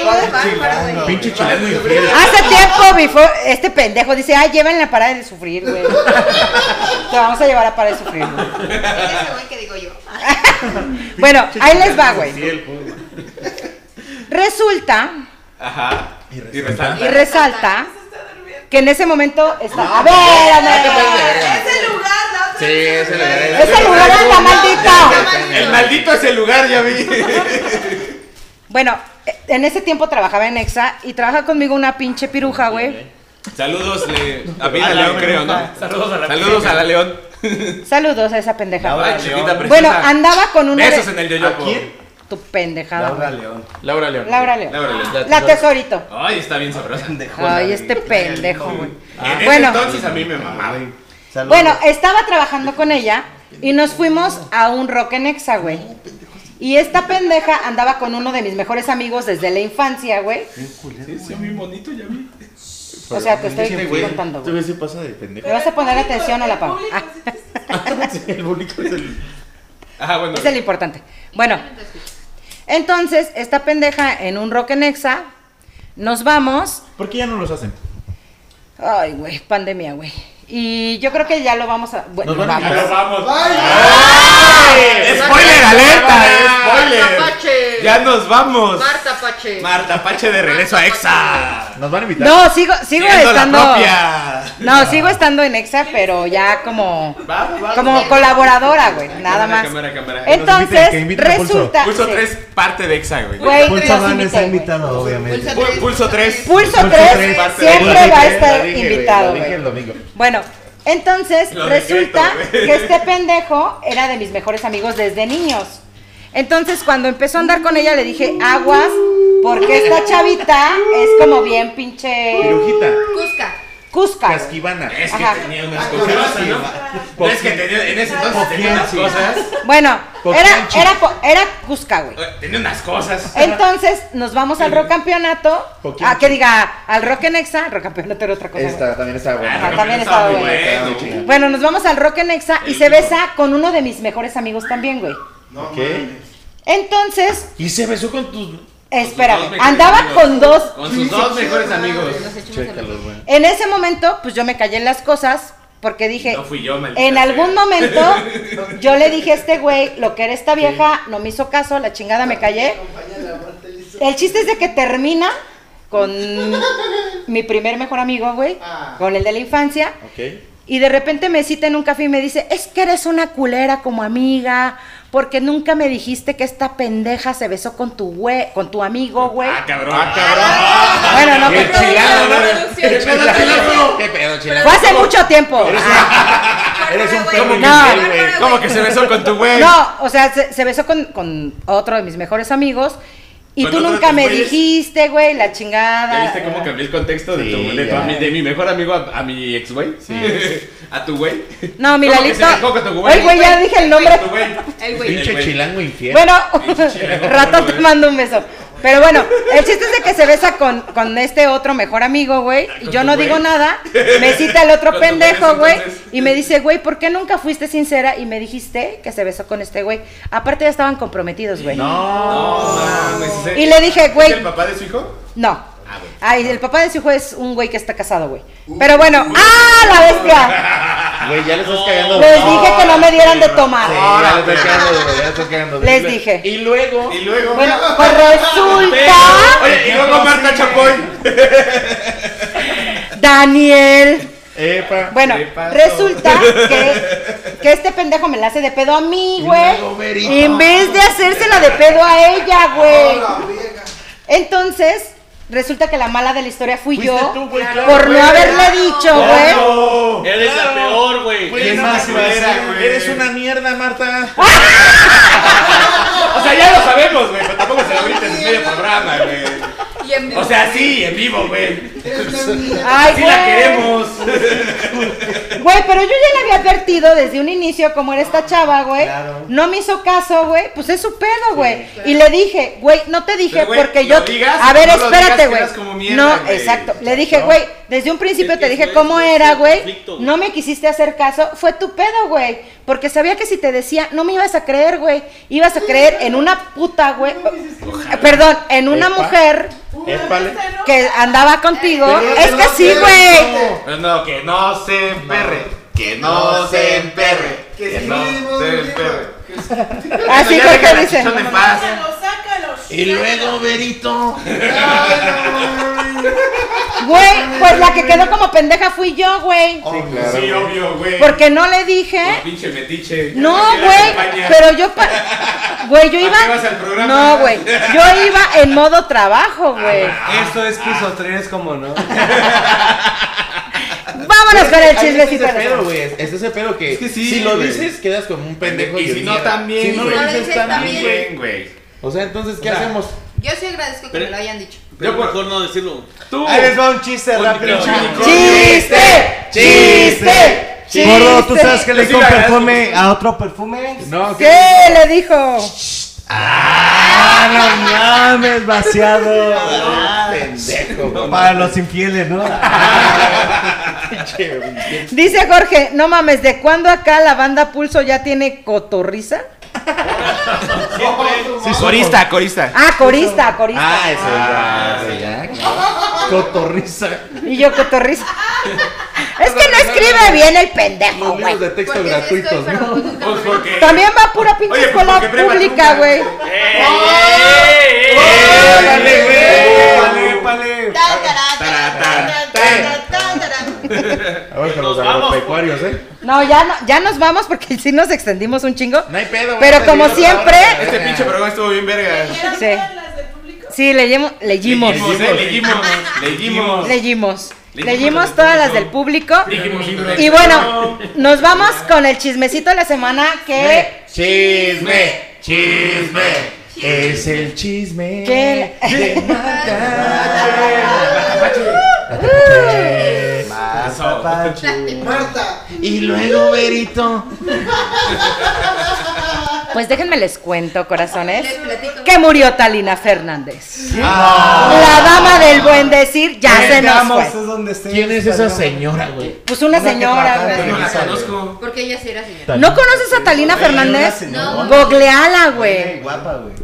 S2: güey,
S3: Pinche chilango infiel.
S2: Hace tiempo mi fo- este pendejo dice, ay, llévenla a parar de sufrir, güey. Te vamos a llevar a parar de sufrir, güey.
S8: Eres el güey que digo yo.
S2: <laughs> Bueno, ahí les va, güey.
S3: Infiel, pues.
S2: Resulta
S1: Ajá. Y
S2: y
S1: resalta.
S2: resalta que en ese momento está... A
S3: Ah, te pases de
S2: ver,
S3: verga.
S8: Ese lugar,
S3: Sí, ese lugar
S2: a ver. Ese lugar anda maldito.
S1: El maldito es el lugar, ya vi.
S2: Bueno, eh, en ese tiempo trabajaba en Exa y trabaja conmigo una pinche piruja, güey.
S1: Saludos le- a Pina León, creo, ¿no? Saludos a la Saludos a la León.
S2: Saludos a esa pendeja.
S1: Ay, chiquita preciosa.
S2: Bueno, andaba con una
S1: Besos
S2: de-
S1: en el yoyopo.
S3: ¿A quién?
S2: tu pendejada.
S4: Laura
S2: güey.
S4: León.
S3: Laura León.
S2: Laura León.
S1: Laura León.
S2: La tesorito.
S1: Ay, está bien sabrosa.
S2: Ay, este pendejo, güey.
S1: Ah, En ese
S2: Bueno,
S1: entonces a mí me mamaba.
S4: Saludos.
S2: bueno, estaba trabajando con ella y nos fuimos a un rock en Exa, güey. Y esta pendeja andaba con uno de mis mejores amigos desde la infancia, güey.
S1: Sí, muy bonito, ya vi.
S2: O sea, te
S3: Este
S2: estoy
S3: güey,
S2: contando,
S3: Este
S2: güey.
S3: güey se pasa de pendejo. <laughs>
S2: ¿Le vas a poner atención a la pava? Ah,
S3: Sí, el único es el.
S1: Ajá, Ah, bueno.
S2: es el importante. Bueno, entonces, esta pendeja en un rock en Exa, nos vamos
S3: ¿Por qué ya no los hacen?
S2: Ay, güey, pandemia, güey. Y yo creo que ya lo vamos a. Bueno, vamos.
S1: ¡Spoiler alerta! ¡Spoiler!
S8: Pache.
S1: ¡Ya nos vamos!
S8: Marta Pache.
S1: Marta Pache de regreso a EXA.
S3: Nos van a invitar.
S2: No, sigo, sigo
S1: Siendo la
S2: estando.
S1: propia.
S2: No, sigo estando en Exa, pero ya como.
S1: Va, va, va.
S2: Como colaboradora, güey. Nada
S1: cámara,
S2: más.
S1: cámara, cámara. Que
S3: nos inviten, que
S2: Entonces,
S3: inviten a Pulso.
S2: resulta.
S1: Pulso
S2: sí,
S1: 3, parte de EXA, güey.
S2: Güey,
S4: Pulso
S2: los
S4: Van está
S2: invité, güey.
S4: invitado, obviamente.
S1: Pul- Pulso 3.
S2: Pulso
S3: Pulso
S2: 3
S3: tres,
S1: parte de
S2: siempre
S3: Lo
S2: va a
S3: dije,
S2: estar
S3: lo dije, güey,
S2: invitado,
S3: Lo dije el
S2: güey.
S3: domingo.
S2: Bueno, entonces
S1: Lo
S2: resulta
S1: decreto, güey.
S2: que este pendejo era de mis mejores amigos desde niños. Entonces cuando empezó a andar con ella le dije, aguas, porque esta chavita es como bien pinche
S3: Pirujita,
S8: Cusca.
S2: cusca. güey.
S3: casquivana. Ah,
S1: Es que
S2: Ajá.
S1: tenía unas cosas, ¿no? Es que tenía, en ese entonces tenía unas cosas.
S2: Bueno, era,
S3: Poquianchi.
S2: era, po- era cusca, güey.
S1: eh, Tenía unas cosas.
S2: Entonces nos vamos al rock campeonato,
S3: Poquianchi.
S2: a que diga al rock en exa, rock campeonato era otra cosa. güey.
S3: Esta también está
S1: Ah,
S3: buena.
S2: no, también estaba
S1: estaba muy
S2: bueno.
S1: bueno.
S3: Estaba muy chingada.
S2: Bueno, nos vamos al rock en exa y se besa con uno de mis mejores amigos también, güey.
S3: ¿Qué?
S2: Entonces
S3: Y se besó con tus.
S2: Espérame,
S1: Con sus dos
S2: andaba
S1: mejores
S2: con dos.
S1: Con sus dos mejores amigos.
S3: Chécalos, güey.
S2: En ese momento, pues yo me callé en las cosas porque dije,
S1: No fui yo, maldita
S2: en
S1: sea.
S2: algún momento yo le dije a este güey lo que era esta vieja, no me hizo caso, la chingada me callé. El chiste es de que termina con mi primer mejor amigo, güey,
S1: Ah.
S2: con el de la infancia.
S3: Ok.
S2: Y de repente me cita en un café y me dice, es que eres una culera como amiga, porque nunca me dijiste que esta pendeja se besó con tu güey, con tu amigo, güey.
S1: Ah, cabrón. Ah,
S2: Bueno, no,
S3: Y el
S2: pero
S3: chilano, ¿no?
S8: Producción.
S3: El chilano. ¿Qué pedo, chilano?
S2: fue hace mucho tiempo.
S3: Eres un
S8: Bárbara,
S3: perro
S8: güey.
S2: No.
S3: infiel, güey.
S8: Bárbara,
S1: ¿Cómo que se besó con tu güey?
S2: No, o sea, se, se besó con, con otro de mis mejores amigos Y
S1: Cuando
S2: tú
S1: otros
S2: nunca me
S1: güeyes-
S2: dijiste, güey, la chingada.
S1: ¿Ya viste cómo cambié el contexto de, tu, de, tu-
S6: ya.
S1: a mi- de mi mejor amigo a, a mi ex güey? <laughs> ¿A tu güey?
S2: No, mi
S1: ¿Cómo que
S2: Lalito.
S1: se dejó con tu güey?
S2: Oye, güey, ya dije el nombre.
S1: Tu güey.
S10: Ay, güey.
S1: El
S6: Pinche
S1: güey.
S6: chilango infiel.
S2: <laughs> Bueno, <laughs>
S1: chilango,
S2: ratón te
S1: güey.
S2: mando un beso. Pero bueno, el chiste es de que se besa con, con este otro mejor amigo, güey. Y
S1: con
S2: yo
S1: tu
S2: no
S1: güey.
S2: digo
S1: <laughs>
S2: nada. Me cita el otro
S1: Con tu güey,
S2: pendejo, güey.
S1: entonces.
S2: Y me dice, güey, ¿por qué nunca fuiste sincera y me dijiste que se besó con este güey? Aparte ya estaban comprometidos, güey.
S1: No, mames, ese-
S2: Y le dije, güey.
S1: ¿Es el papá de su hijo?
S2: No.
S1: Ah, bueno.
S2: Ay, el papá de su hijo es un güey que está casado, güey. Pero bueno, ¡ah, la bestia!
S6: Güey, ya le estás cagando.
S2: Les
S6: No,
S2: dije que no me dieran de tomar.
S6: sí, ya le estás cagando duro, ya le estás cagando duro.
S2: Les dije.
S6: Y luego.
S1: Y luego.
S2: Bueno, pues resulta,
S1: Oye, y luego Marta Chapoy.
S2: Daniel.
S6: Epa.
S2: Bueno,
S1: ¿Qué pasó?
S2: resulta que, que este pendejo me la hace de pedo a mí,
S6: luego,
S2: güey.
S6: Verito.
S2: En vez de hacérsela de pedo a ella, güey. Entonces, resulta que la mala de la historia fui
S6: Fuiste
S2: yo
S6: tú, güey, claro,
S2: por
S6: güey.
S2: no haberle dicho, güey.
S6: ¡Oh!
S7: Eres la peor, güey.
S6: Güey, no
S1: más
S6: me
S1: culera,
S6: acuerdo,
S1: güey?
S6: Eres una mierda, Marta.
S1: <laughs> O sea, ya lo sabemos, güey, pero tampoco se lo grites en medio programa, güey.
S10: Y en vivo.
S1: O sea, sí, en vivo, güey.
S2: Ay,
S1: Sí la
S2: güey.
S1: queremos.
S2: <laughs> Güey, pero yo ya le había advertido desde un inicio cómo era esta chava, güey.
S9: Claro.
S2: No me hizo caso, güey. Pues es su pedo, güey. Y le dije, güey, no te dije
S1: Pero, güey,
S2: porque yo.
S1: lo digas,
S2: a ver,
S1: no lo
S2: espérate,
S1: digas,
S2: güey.
S1: quedas como mierda,
S2: No,
S1: güey.
S2: exacto. Le dije, güey, desde un principio
S7: Es
S2: te
S7: que
S2: dije
S7: fue-
S2: cómo
S7: fue
S2: era,
S7: el
S2: güey.
S7: conflicto, güey.
S2: No me quisiste hacer caso. Fue tu pedo, güey. Porque sabía que si te decía, no me ibas a creer, güey. Ibas a creer en una puta, güey. Perdón, en una
S6: Epa.
S2: mujer
S1: Eh,
S6: Épale.
S2: que andaba contigo.
S6: Pero
S2: Es que
S6: no
S2: sí,
S6: quieres,
S2: güey.
S1: Pero Pues no, que no se emperre. Que no se emperre. Que no se emperre.
S2: Así
S1: Ya
S2: fue
S1: deja
S2: que
S1: la
S2: dice.
S1: chichona en paz.
S6: Y luego, Verito.
S2: Güey, pues la que quedó como pendeja fui yo, güey.
S1: Sí, obvio, güey.
S2: Porque no le dije.
S1: Pinche metiche.
S2: No,
S1: ¿Para qué la
S2: güey,
S1: acompañas?
S2: pero yo pa- güey, yo
S1: ¿Para
S2: iba
S1: qué vas al programa?
S2: No, güey. Yo iba en modo trabajo, güey.
S1: Ah,
S9: Esto es piso 3, como
S2: <laughs>
S9: no.
S2: Vámonos con el chismecito.
S6: este Es ese
S2: de-
S6: pedo, güey. Es ese pedo que.
S1: Es que sí,
S6: si lo
S1: güey.
S6: dices, quedas como un pendejo.
S1: Y si no,
S6: mierda.
S1: también,
S6: Si no
S1: güey.
S6: lo dices, también, güey.
S1: Bien, güey.
S6: O sea, entonces, ¿qué hacemos?
S10: Yo sí agradezco que
S7: Pero-
S10: me lo hayan dicho.
S7: Yo
S1: Yo por-
S7: mejor no decirlo.
S1: Tú.
S9: Ahí les va un chiste
S1: Un
S9: rápido.
S1: micro-
S2: Chiste, chiste, chiste.
S9: Gordo, ¿tú sabes que le
S1: Yo sí le
S9: dijo
S1: agradezco
S9: perfume a otro perfume?
S7: <laughs>
S6: No,
S2: ¿Qué le dijo?
S9: ¡Ah, no mames, vaciado!
S3: <laughs>
S1: ah,
S6: pendejo, güey.
S9: Para los infieles, ¿no?
S2: Dice Jorge, no mames, ¿de cuándo acá la banda Pulso ya tiene cotorriza?
S1: Corista, corista.
S2: Ah, corista, corista.
S6: Ah, eso ya. eso ya, claro.
S9: Cotorriza.
S2: Y yo
S6: <laughs>
S2: cotorriza. Es que no escribe bien el pendejo,
S6: Los
S2: güey.
S6: libros de texto
S10: Porque sí estoy,
S6: gratuitos,
S10: pero
S6: ¿no?
S10: pues nunca
S1: Pues
S10: me-
S1: porque.
S2: También va a pura pinche
S1: Oye, pues
S2: escuela
S1: porque prepa
S2: pública,
S1: nunca,
S2: güey.
S1: ¡Épale, güey!
S10: Tan, tarán,
S1: Tarán,
S10: tarán, tarán, tarán, tarán.
S6: Ahora con los agropecuarios, ¿eh?
S2: No, ya, no- ya nos vamos porque sí nos extendimos un chingo.
S6: No hay pedo, güey.
S2: Pero
S6: Te
S2: como
S6: digo,
S2: siempre-
S6: ahora,
S1: Este
S6: eh,
S1: pinche programa estuvo bien verga.
S2: Sí. Sí, leyemo- leyimos.
S1: Leímos, eh, <laughs> leímos, leímos.
S2: Leyimos.
S1: Leyimos
S2: Leyimos todas las del
S1: del
S2: público.
S1: Leímos libros.
S2: Y bueno, nos vamos con el chismecito de la semana que...
S6: Chisme, chisme. Es el chisme.
S2: ¿Qué? <laughs>
S6: de Matapache. Y luego, Berito.
S2: Pues déjenme les cuento,
S10: Les
S2: corazones.
S10: platico.
S2: Que murió Talina Fernández.
S6: Ah,
S2: La dama del buen decir ya se nos
S9: Vamos,
S2: fue.
S9: es donde esté.
S6: ¿Quién es esa señora, güey?
S2: Pues una
S9: Una que
S2: señora,
S9: trabaja de
S2: güey.
S1: No la
S9: Esa,
S1: conozco.
S10: Porque ella sí era señora.
S2: ¿No conoces a Talina Fernández?
S10: señora.
S2: Googleala, güey.
S9: Guapa, güey.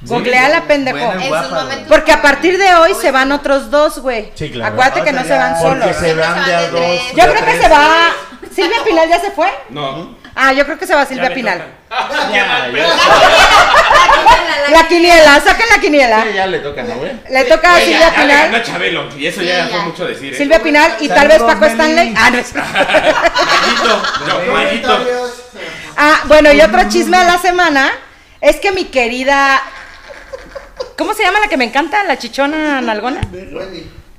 S2: Googleala, pendejo.
S9: Buena,
S10: En sus
S9: Guapa,
S10: momentos.
S2: Porque a partir de hoy se van otros dos, güey.
S6: Sí, claro.
S2: Acuérdate que no se van
S6: Porque
S2: solos.
S6: se van de a dos.
S2: Yo creo que se va. ¿Silvia Pinal ya se fue?
S1: No.
S2: Ah, yo creo que se va Silvia Pinal.
S1: <laughs>
S10: La
S2: La quiniela, saquen la quiniela.
S6: Ya le toca, ¿no, güey?
S2: Le toca a
S1: Oye, ya,
S2: Silvia
S1: ya le ganó
S2: Pinal.
S1: a Chabelo. Y eso
S10: Sí,
S1: ya
S10: ya.
S1: fue mucho decir, ¿eh?
S2: Silvia Pinal y tal vez Paco Stanley. Ah, no es.
S1: Mallito. No, Mallito.
S2: Ah, bueno, y
S10: Mm.
S2: otro chisme de la semana es que mi querida. ¿Cómo se llama la que me encanta? ¿La chichona nalgona?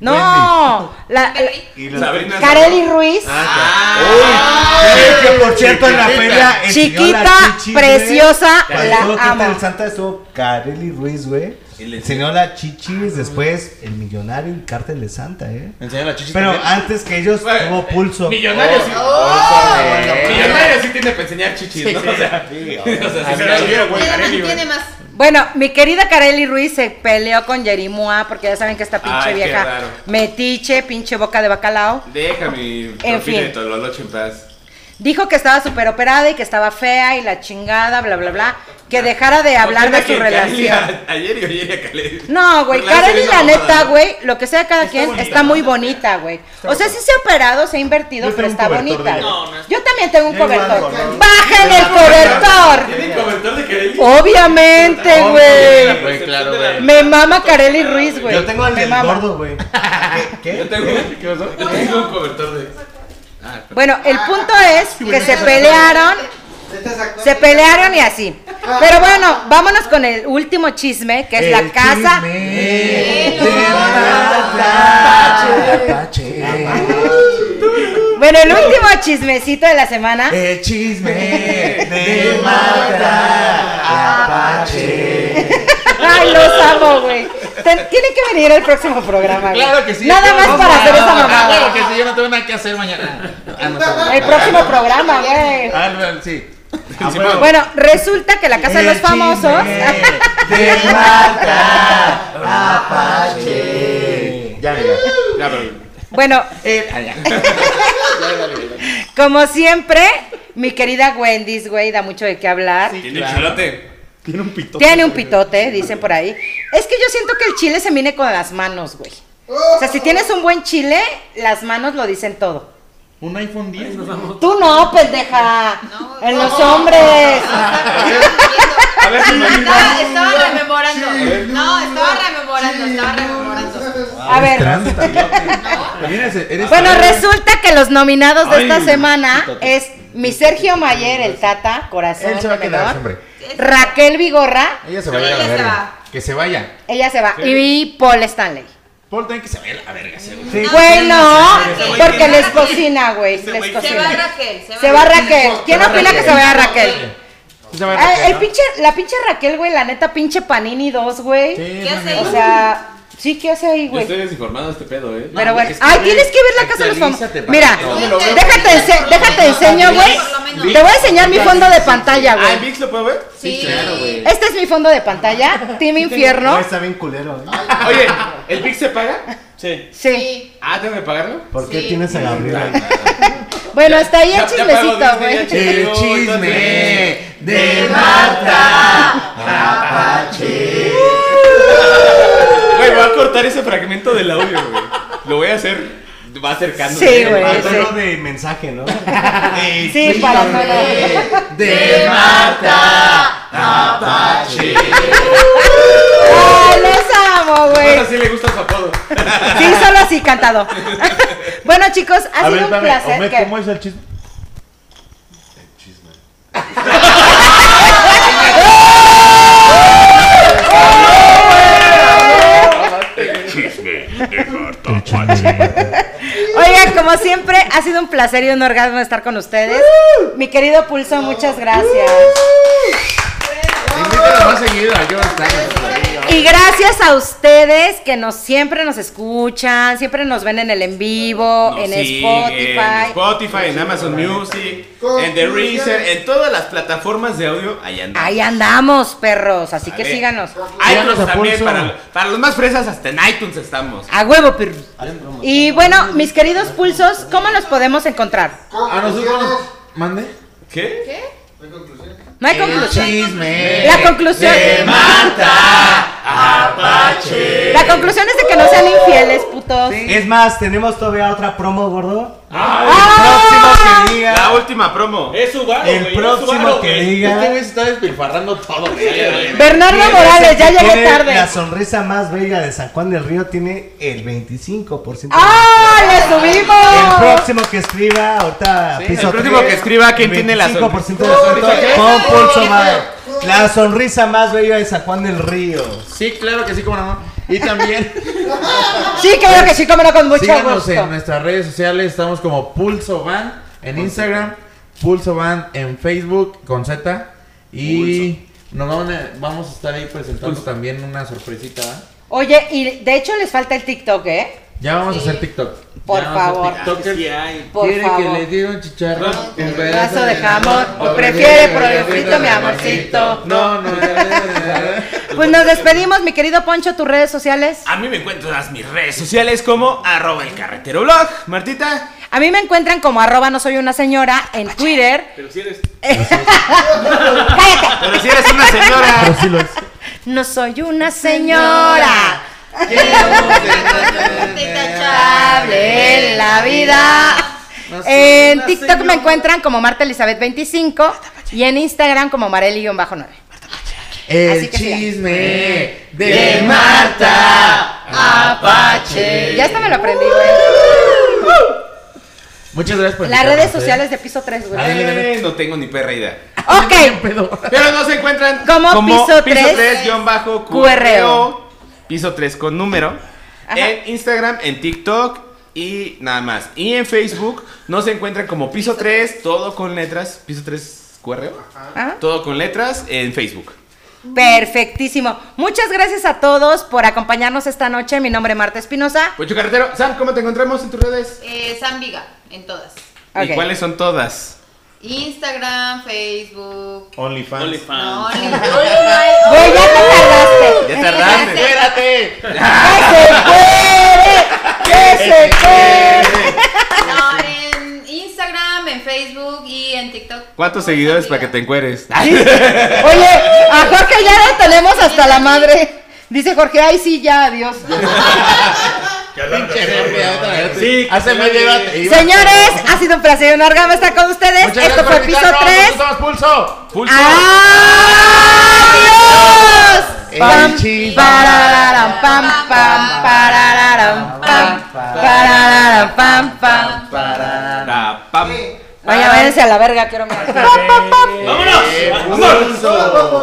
S2: No, la, la-
S1: Sabrina.
S2: Kareli Ruiz.
S9: Ah, que por cierto en la feria enseñó la
S2: Chiquita,
S9: chichi, güey.
S2: preciosa,
S9: Cuando
S2: la
S9: estuvo Quinta
S2: amo.
S9: del Santa estuvo Kareli Ruiz, güey. Enseñó la chichis, después el millonario y cártel de Santa, ¿eh?
S3: Enseñó la chichis
S9: Pero
S3: también.
S9: antes que ellos tuvo pulso.
S1: Millonario ah, sí.
S9: Oh.
S1: eh, Millonario Eh, sí tiene para enseñar chichis, ¿no?
S9: Sí,
S1: O sea,
S9: sí.
S1: <laughs> o sea, si
S9: Ah,
S1: se la hubiera, güey,
S10: Tiene más,
S1: Carelli, güey.
S10: tiene más.
S2: Bueno, mi querida Kareli Ruiz se peleó con Yerimua porque ya saben que esta pinche
S1: Ay, qué
S2: vieja
S1: raro.
S2: metiche, pinche boca de bacalao.
S1: Deja mi
S2: fin.
S1: perfil de Tololoche en paz.
S2: Dijo que estaba súper operada y que estaba fea y la chingada, bla, bla, bla.
S1: Ah,
S2: Que dejara de hablar de
S1: Ojalá
S2: su
S1: que Carelli
S2: relación.
S1: a- <laughs> Ayer y ayer a Carelli.
S2: No, güey,
S1: Por la
S2: Karen y la
S1: segunda
S2: neta,
S1: mamada.
S2: güey, lo que sea de cada quien,
S1: bonita,
S2: está muy bonita, güey. O sea, sí se ha operado, se ha invertido,
S9: Yo
S2: pero
S9: tengo un
S2: está
S9: cobertor
S2: bonita.
S9: de ella.
S2: güey. Yo también tengo un
S9: Yo igual,
S2: cobertor.
S9: ¿no?
S2: ¡Bajen el
S1: Tiene
S2: cobertor!
S1: cobertor de Carelli.
S2: Obviamente,
S1: la
S2: güey.
S1: güey, claro,
S3: claro,
S1: güey.
S2: Me mama Kareli Ruiz, güey.
S9: Yo tengo el
S2: Me
S9: del
S2: mama.
S9: gordo,
S3: <laughs>
S9: güey.
S1: Yo
S9: ¿Qué?
S1: tengo, yo tengo un cobertor de.
S2: Bueno, el punto es que se pelearon, se pelearon y así. Pero bueno, vámonos con el último chisme, que es la
S9: El
S2: casa.
S9: chisme
S10: Eh,
S9: de
S10: no.
S9: la Apache, Apache.
S2: Bueno, el último chismecito de la semana.
S3: Eh.
S9: El chisme de Mata Apache.
S2: Ay, los amo, güey. Ten- Tienen que venir al próximo programa, güey.
S3: Claro que sí.
S2: Nada
S3: yo-
S2: más
S3: vamos
S2: para
S3: a-
S2: hacer esa
S3: Ah,
S2: mamada.
S3: Claro que sí, yo no tengo nada que hacer mañana. Ah, no, está bien.
S2: El próximo programa, güey.
S3: Ah, no, sí.
S1: Ah,
S2: Bueno, resulta que la casa de los
S9: El chisme
S2: famosos.
S9: De Mata Apache.
S3: Ya, mira.
S1: Ya, pero.
S2: Bueno,
S3: Eh, ah, ya.
S2: <laughs> como siempre, mi querida Wendy's, güey, da mucho de qué hablar.
S1: Tiene chilote.
S3: Tiene un pito.
S2: Tiene un pitote, dicen por ahí. Es que yo siento que el chile se mine con las manos, güey. O sea, si tienes un buen chile, las manos lo dicen todo.
S3: Un iPhone 10.
S2: Tú no, pendeja.
S10: No,
S2: en
S10: no.
S2: los hombres.
S1: A ver,
S3: <laughs>
S1: si me-
S10: Estaba, estaba rememorando. No, estaba rememorando, estaba rememorando.
S2: A ver.
S3: También eres, eres
S2: Bueno, resulta que los nominados de
S3: Ay,
S2: esta semana es mi Sergio Mayer, el Tata, corazón.
S6: Él se va a quedar siempre.
S2: menor, Raquel Vigorra,
S6: Ella se vaya a la
S10: Ella se
S6: verga.
S10: va.
S6: Que se vaya.
S2: ella se va. Y Paul Stanley.
S3: Paul también que se vea la verga. ese güey.
S2: Bueno,
S10: güey
S2: porque
S10: se
S2: les
S10: va.
S2: cocina, güey. Les
S10: Se va
S2: cocina.
S10: Raquel, se va.
S2: Se va Raquel. ¿Quién
S6: va
S2: opina que
S6: Raquel.
S2: se vaya Raquel?
S3: Se va a
S2: Ah,
S3: Raquel,
S2: el
S3: ¿no?
S2: pinche, la pinche Raquel, güey, la neta, pinche Panini 2, güey.
S10: ¿Qué hace
S2: O
S10: ahí?
S2: sea, sí, ¿qué hace ahí,
S1: Yo
S2: güey?
S1: estoy desinformado de este pedo, eh.
S2: Pero bueno,
S3: es que
S2: ay,
S3: ve,
S2: tienes que ver la casa de los famosos.
S3: actualízate,
S2: Mira,
S3: papá.
S10: No, no, no.
S2: déjate, ense- déjate enseño, güey.
S10: Por lo menos.
S2: Te voy a enseñar mi fondo de pantalla,
S1: Ah, ¿el
S2: güey.
S1: Vix lo puedo ver?
S10: Sí,
S2: Este es mi fondo de
S3: <laughs>
S2: pantalla, Team Infierno.
S9: Güey, Está bien culero, ¿eh?
S1: <laughs> Oye, ¿el Vix se paga? Sí.
S2: Sí.
S10: sí.
S1: Ah, ¿tengo que pagarlo?
S9: ¿Por qué
S10: Sí.
S9: tienes a Gabriela?
S2: Bueno, hasta ahí el
S1: Ya- ya pagó
S2: chismecito,
S1: Disney,
S2: güey.
S1: ya
S9: El chisme de Mata Apache.
S1: Güey, voy a cortar ese fragmento del audio, güey. Lo voy a hacer. Va acercando.
S2: Sí, güey.
S9: A tono de mensaje, ¿no?
S2: Sí, para todo.
S9: De Mata Apache.
S2: Ay, les amo, güey.
S1: Bueno, sí le gusta su apodo.
S6: <laughs>
S2: Sí, solo así cantado. <laughs> bueno, chicos, ha
S6: A ver,
S2: sido un
S6: espérame.
S2: placer.
S6: Omer,
S2: que-
S6: ¿cómo es el chisme?
S2: Oigan, como siempre, ha sido un placer y un orgasmo estar con ustedes. Mi querido Pulso, muchas gracias.
S3: Invítala más seguido, aquí va a estar.
S2: Y gracias a ustedes que nos siempre nos escuchan, siempre nos ven en el en vivo,
S1: Nos
S2: en
S1: siguen En
S2: Spotify.
S1: Spotify, en Amazon Music, en The Reason, en todas las plataformas de audio. Ahí anda.
S2: Ahí andamos, perros, así que
S1: ver.
S2: síganos.
S1: iTunes también,
S6: Pulso.
S1: para, para los más fresas, hasta en iTunes estamos.
S2: A huevo, perros. Y bueno, mis queridos pulsos, ¿cómo los podemos encontrar?
S3: A nosotros nos mande.
S1: ¿Qué?
S2: No hay conclusión.
S9: Chisme.
S2: La conclusión.
S9: Apache.
S2: La conclusión es de que no sean infieles, putos.
S9: Es más, tenemos todavía otra promo, gordo.
S2: ¡Ah!
S9: El próximo que
S1: La
S9: diga.
S1: última promo.
S7: Es su varo,
S9: El
S7: güey, es su
S9: próximo
S7: varo,
S9: que
S7: güey.
S3: Este
S9: diga.
S3: güey se está despilfarrando todo, güey.
S2: Bernardo
S9: tiene
S2: Morales, ya
S9: que
S2: llegué
S9: tiene
S2: tarde.
S9: La sonrisa más bella de San Juan del Río tiene el 25%.
S2: ¡Ah! ¡Le
S9: El
S2: subimos!
S9: próximo que escriba, ahorita piso
S1: el próximo
S9: tres,
S1: que escriba, ¿quién tiene
S9: 25%
S1: la
S9: de
S1: sonrisa?
S9: descuento
S1: ¿Qué?
S9: Con pulso madre. La sonrisa más bella de San Juan del Río.
S3: Sí, claro que sí, como no. Y también
S2: Sí, claro que sí, cómelo con <laughs> mucho
S3: síganos en
S2: gusto.
S3: nuestras redes sociales. Estamos como Pulso Van en Instagram, Pulso Van en Facebook con Z y Nos van a- vamos a estar ahí presentando también una sorpresita. ¿ah?
S2: Oye, y de hecho les falta el TikTok, ¿eh?
S3: Ya vamos a hacer TikTok.
S2: Por
S3: Ya vamos a hacer
S2: favor.
S3: TikTokers.
S2: Por
S3: ¿Quiere
S2: favor.
S3: que le diga un chicharrón? Un
S2: pedazo de jamón, o
S3: doble
S2: prefiere
S3: medio,
S2: por el
S3: medio
S2: frito, mi
S3: jamóncito.
S2: amorcito.
S3: No, no,
S2: Pues nos despedimos, mi querido Poncho, tus redes sociales.
S1: A mí me encuentro en las mis redes sociales como arroba el carretero blog. Martita.
S2: A mí me encuentran como arroba no soy una señora en Twitter.
S1: Pero si eres.
S2: <laughs> ¡Cállate!
S1: Pero si eres una señora.
S2: No soy una señora. Intachable en la vida. En TikTok me encuentran como Marta Elizabeth 25 y en Instagram como Mareli-9.
S3: El
S2: Así que siga.
S3: chisme de Marta Apache.
S2: Ya hasta me lo aprendí, güey.
S3: Muchas gracias por
S2: Las
S3: invitarnos,
S2: redes
S3: ¿eh?
S2: sociales de piso 3, güey.
S1: Eh, no tengo ni perra idea.
S2: Ok,
S1: Pero no se encuentran
S2: Como piso tres,
S1: guión bajo
S2: QRO.
S1: QRO. Piso 3 con número.
S2: Ajá.
S1: En Instagram, en TikTok y nada más. Y en Facebook no se encuentran como piso 3, todo con letras. Piso 3 QRO.
S2: Ajá.
S1: Todo con letras en Facebook.
S2: perfectísimo. Muchas gracias a todos por acompañarnos esta noche. Mi nombre es Marta Espinosa.
S1: Pocho Carretero, Sam, ¿cómo te encontramos en tus redes?
S10: Eh, Sam Viga, en todas.
S1: ¿Y
S2: Ok.
S1: cuáles son todas?
S10: Instagram, Facebook.
S6: OnlyFans.
S10: No,
S2: Güey, ya te tardaste.
S10: Eh,
S1: Ya tardaste.
S3: ¡Espérate!
S2: ¡Que se cuere!
S10: No, en Instagram, en Facebook y en TikTok.
S1: ¿Cuántos seguidores para que te encueres?
S2: Oye, a Jorge ya lo tenemos hasta la madre. Dice Jorge, ay sí, ya,
S3: <laughs>
S2: adiós.
S3: Pinche Jorge, otra vez.
S7: Sí,
S3: hace media hora. iba-
S2: Señores, ha sido un placer y un orgasmo estar con ustedes.
S3: Muchas
S2: Esto fue
S3: gracias por
S2: Piso
S3: invitarnos,
S2: 3.
S3: nosotros somos Pulso.
S2: ¡Adiós!
S3: El
S2: Pam,
S3: chisme.
S2: parararam, pam, pam, parararam, pam, parararam, pam, pam.
S1: La pam.
S3: <laughs>
S2: Vaya, váyanse a la verga, quiero mirar.
S1: ¡Vámonos!
S3: Pulso.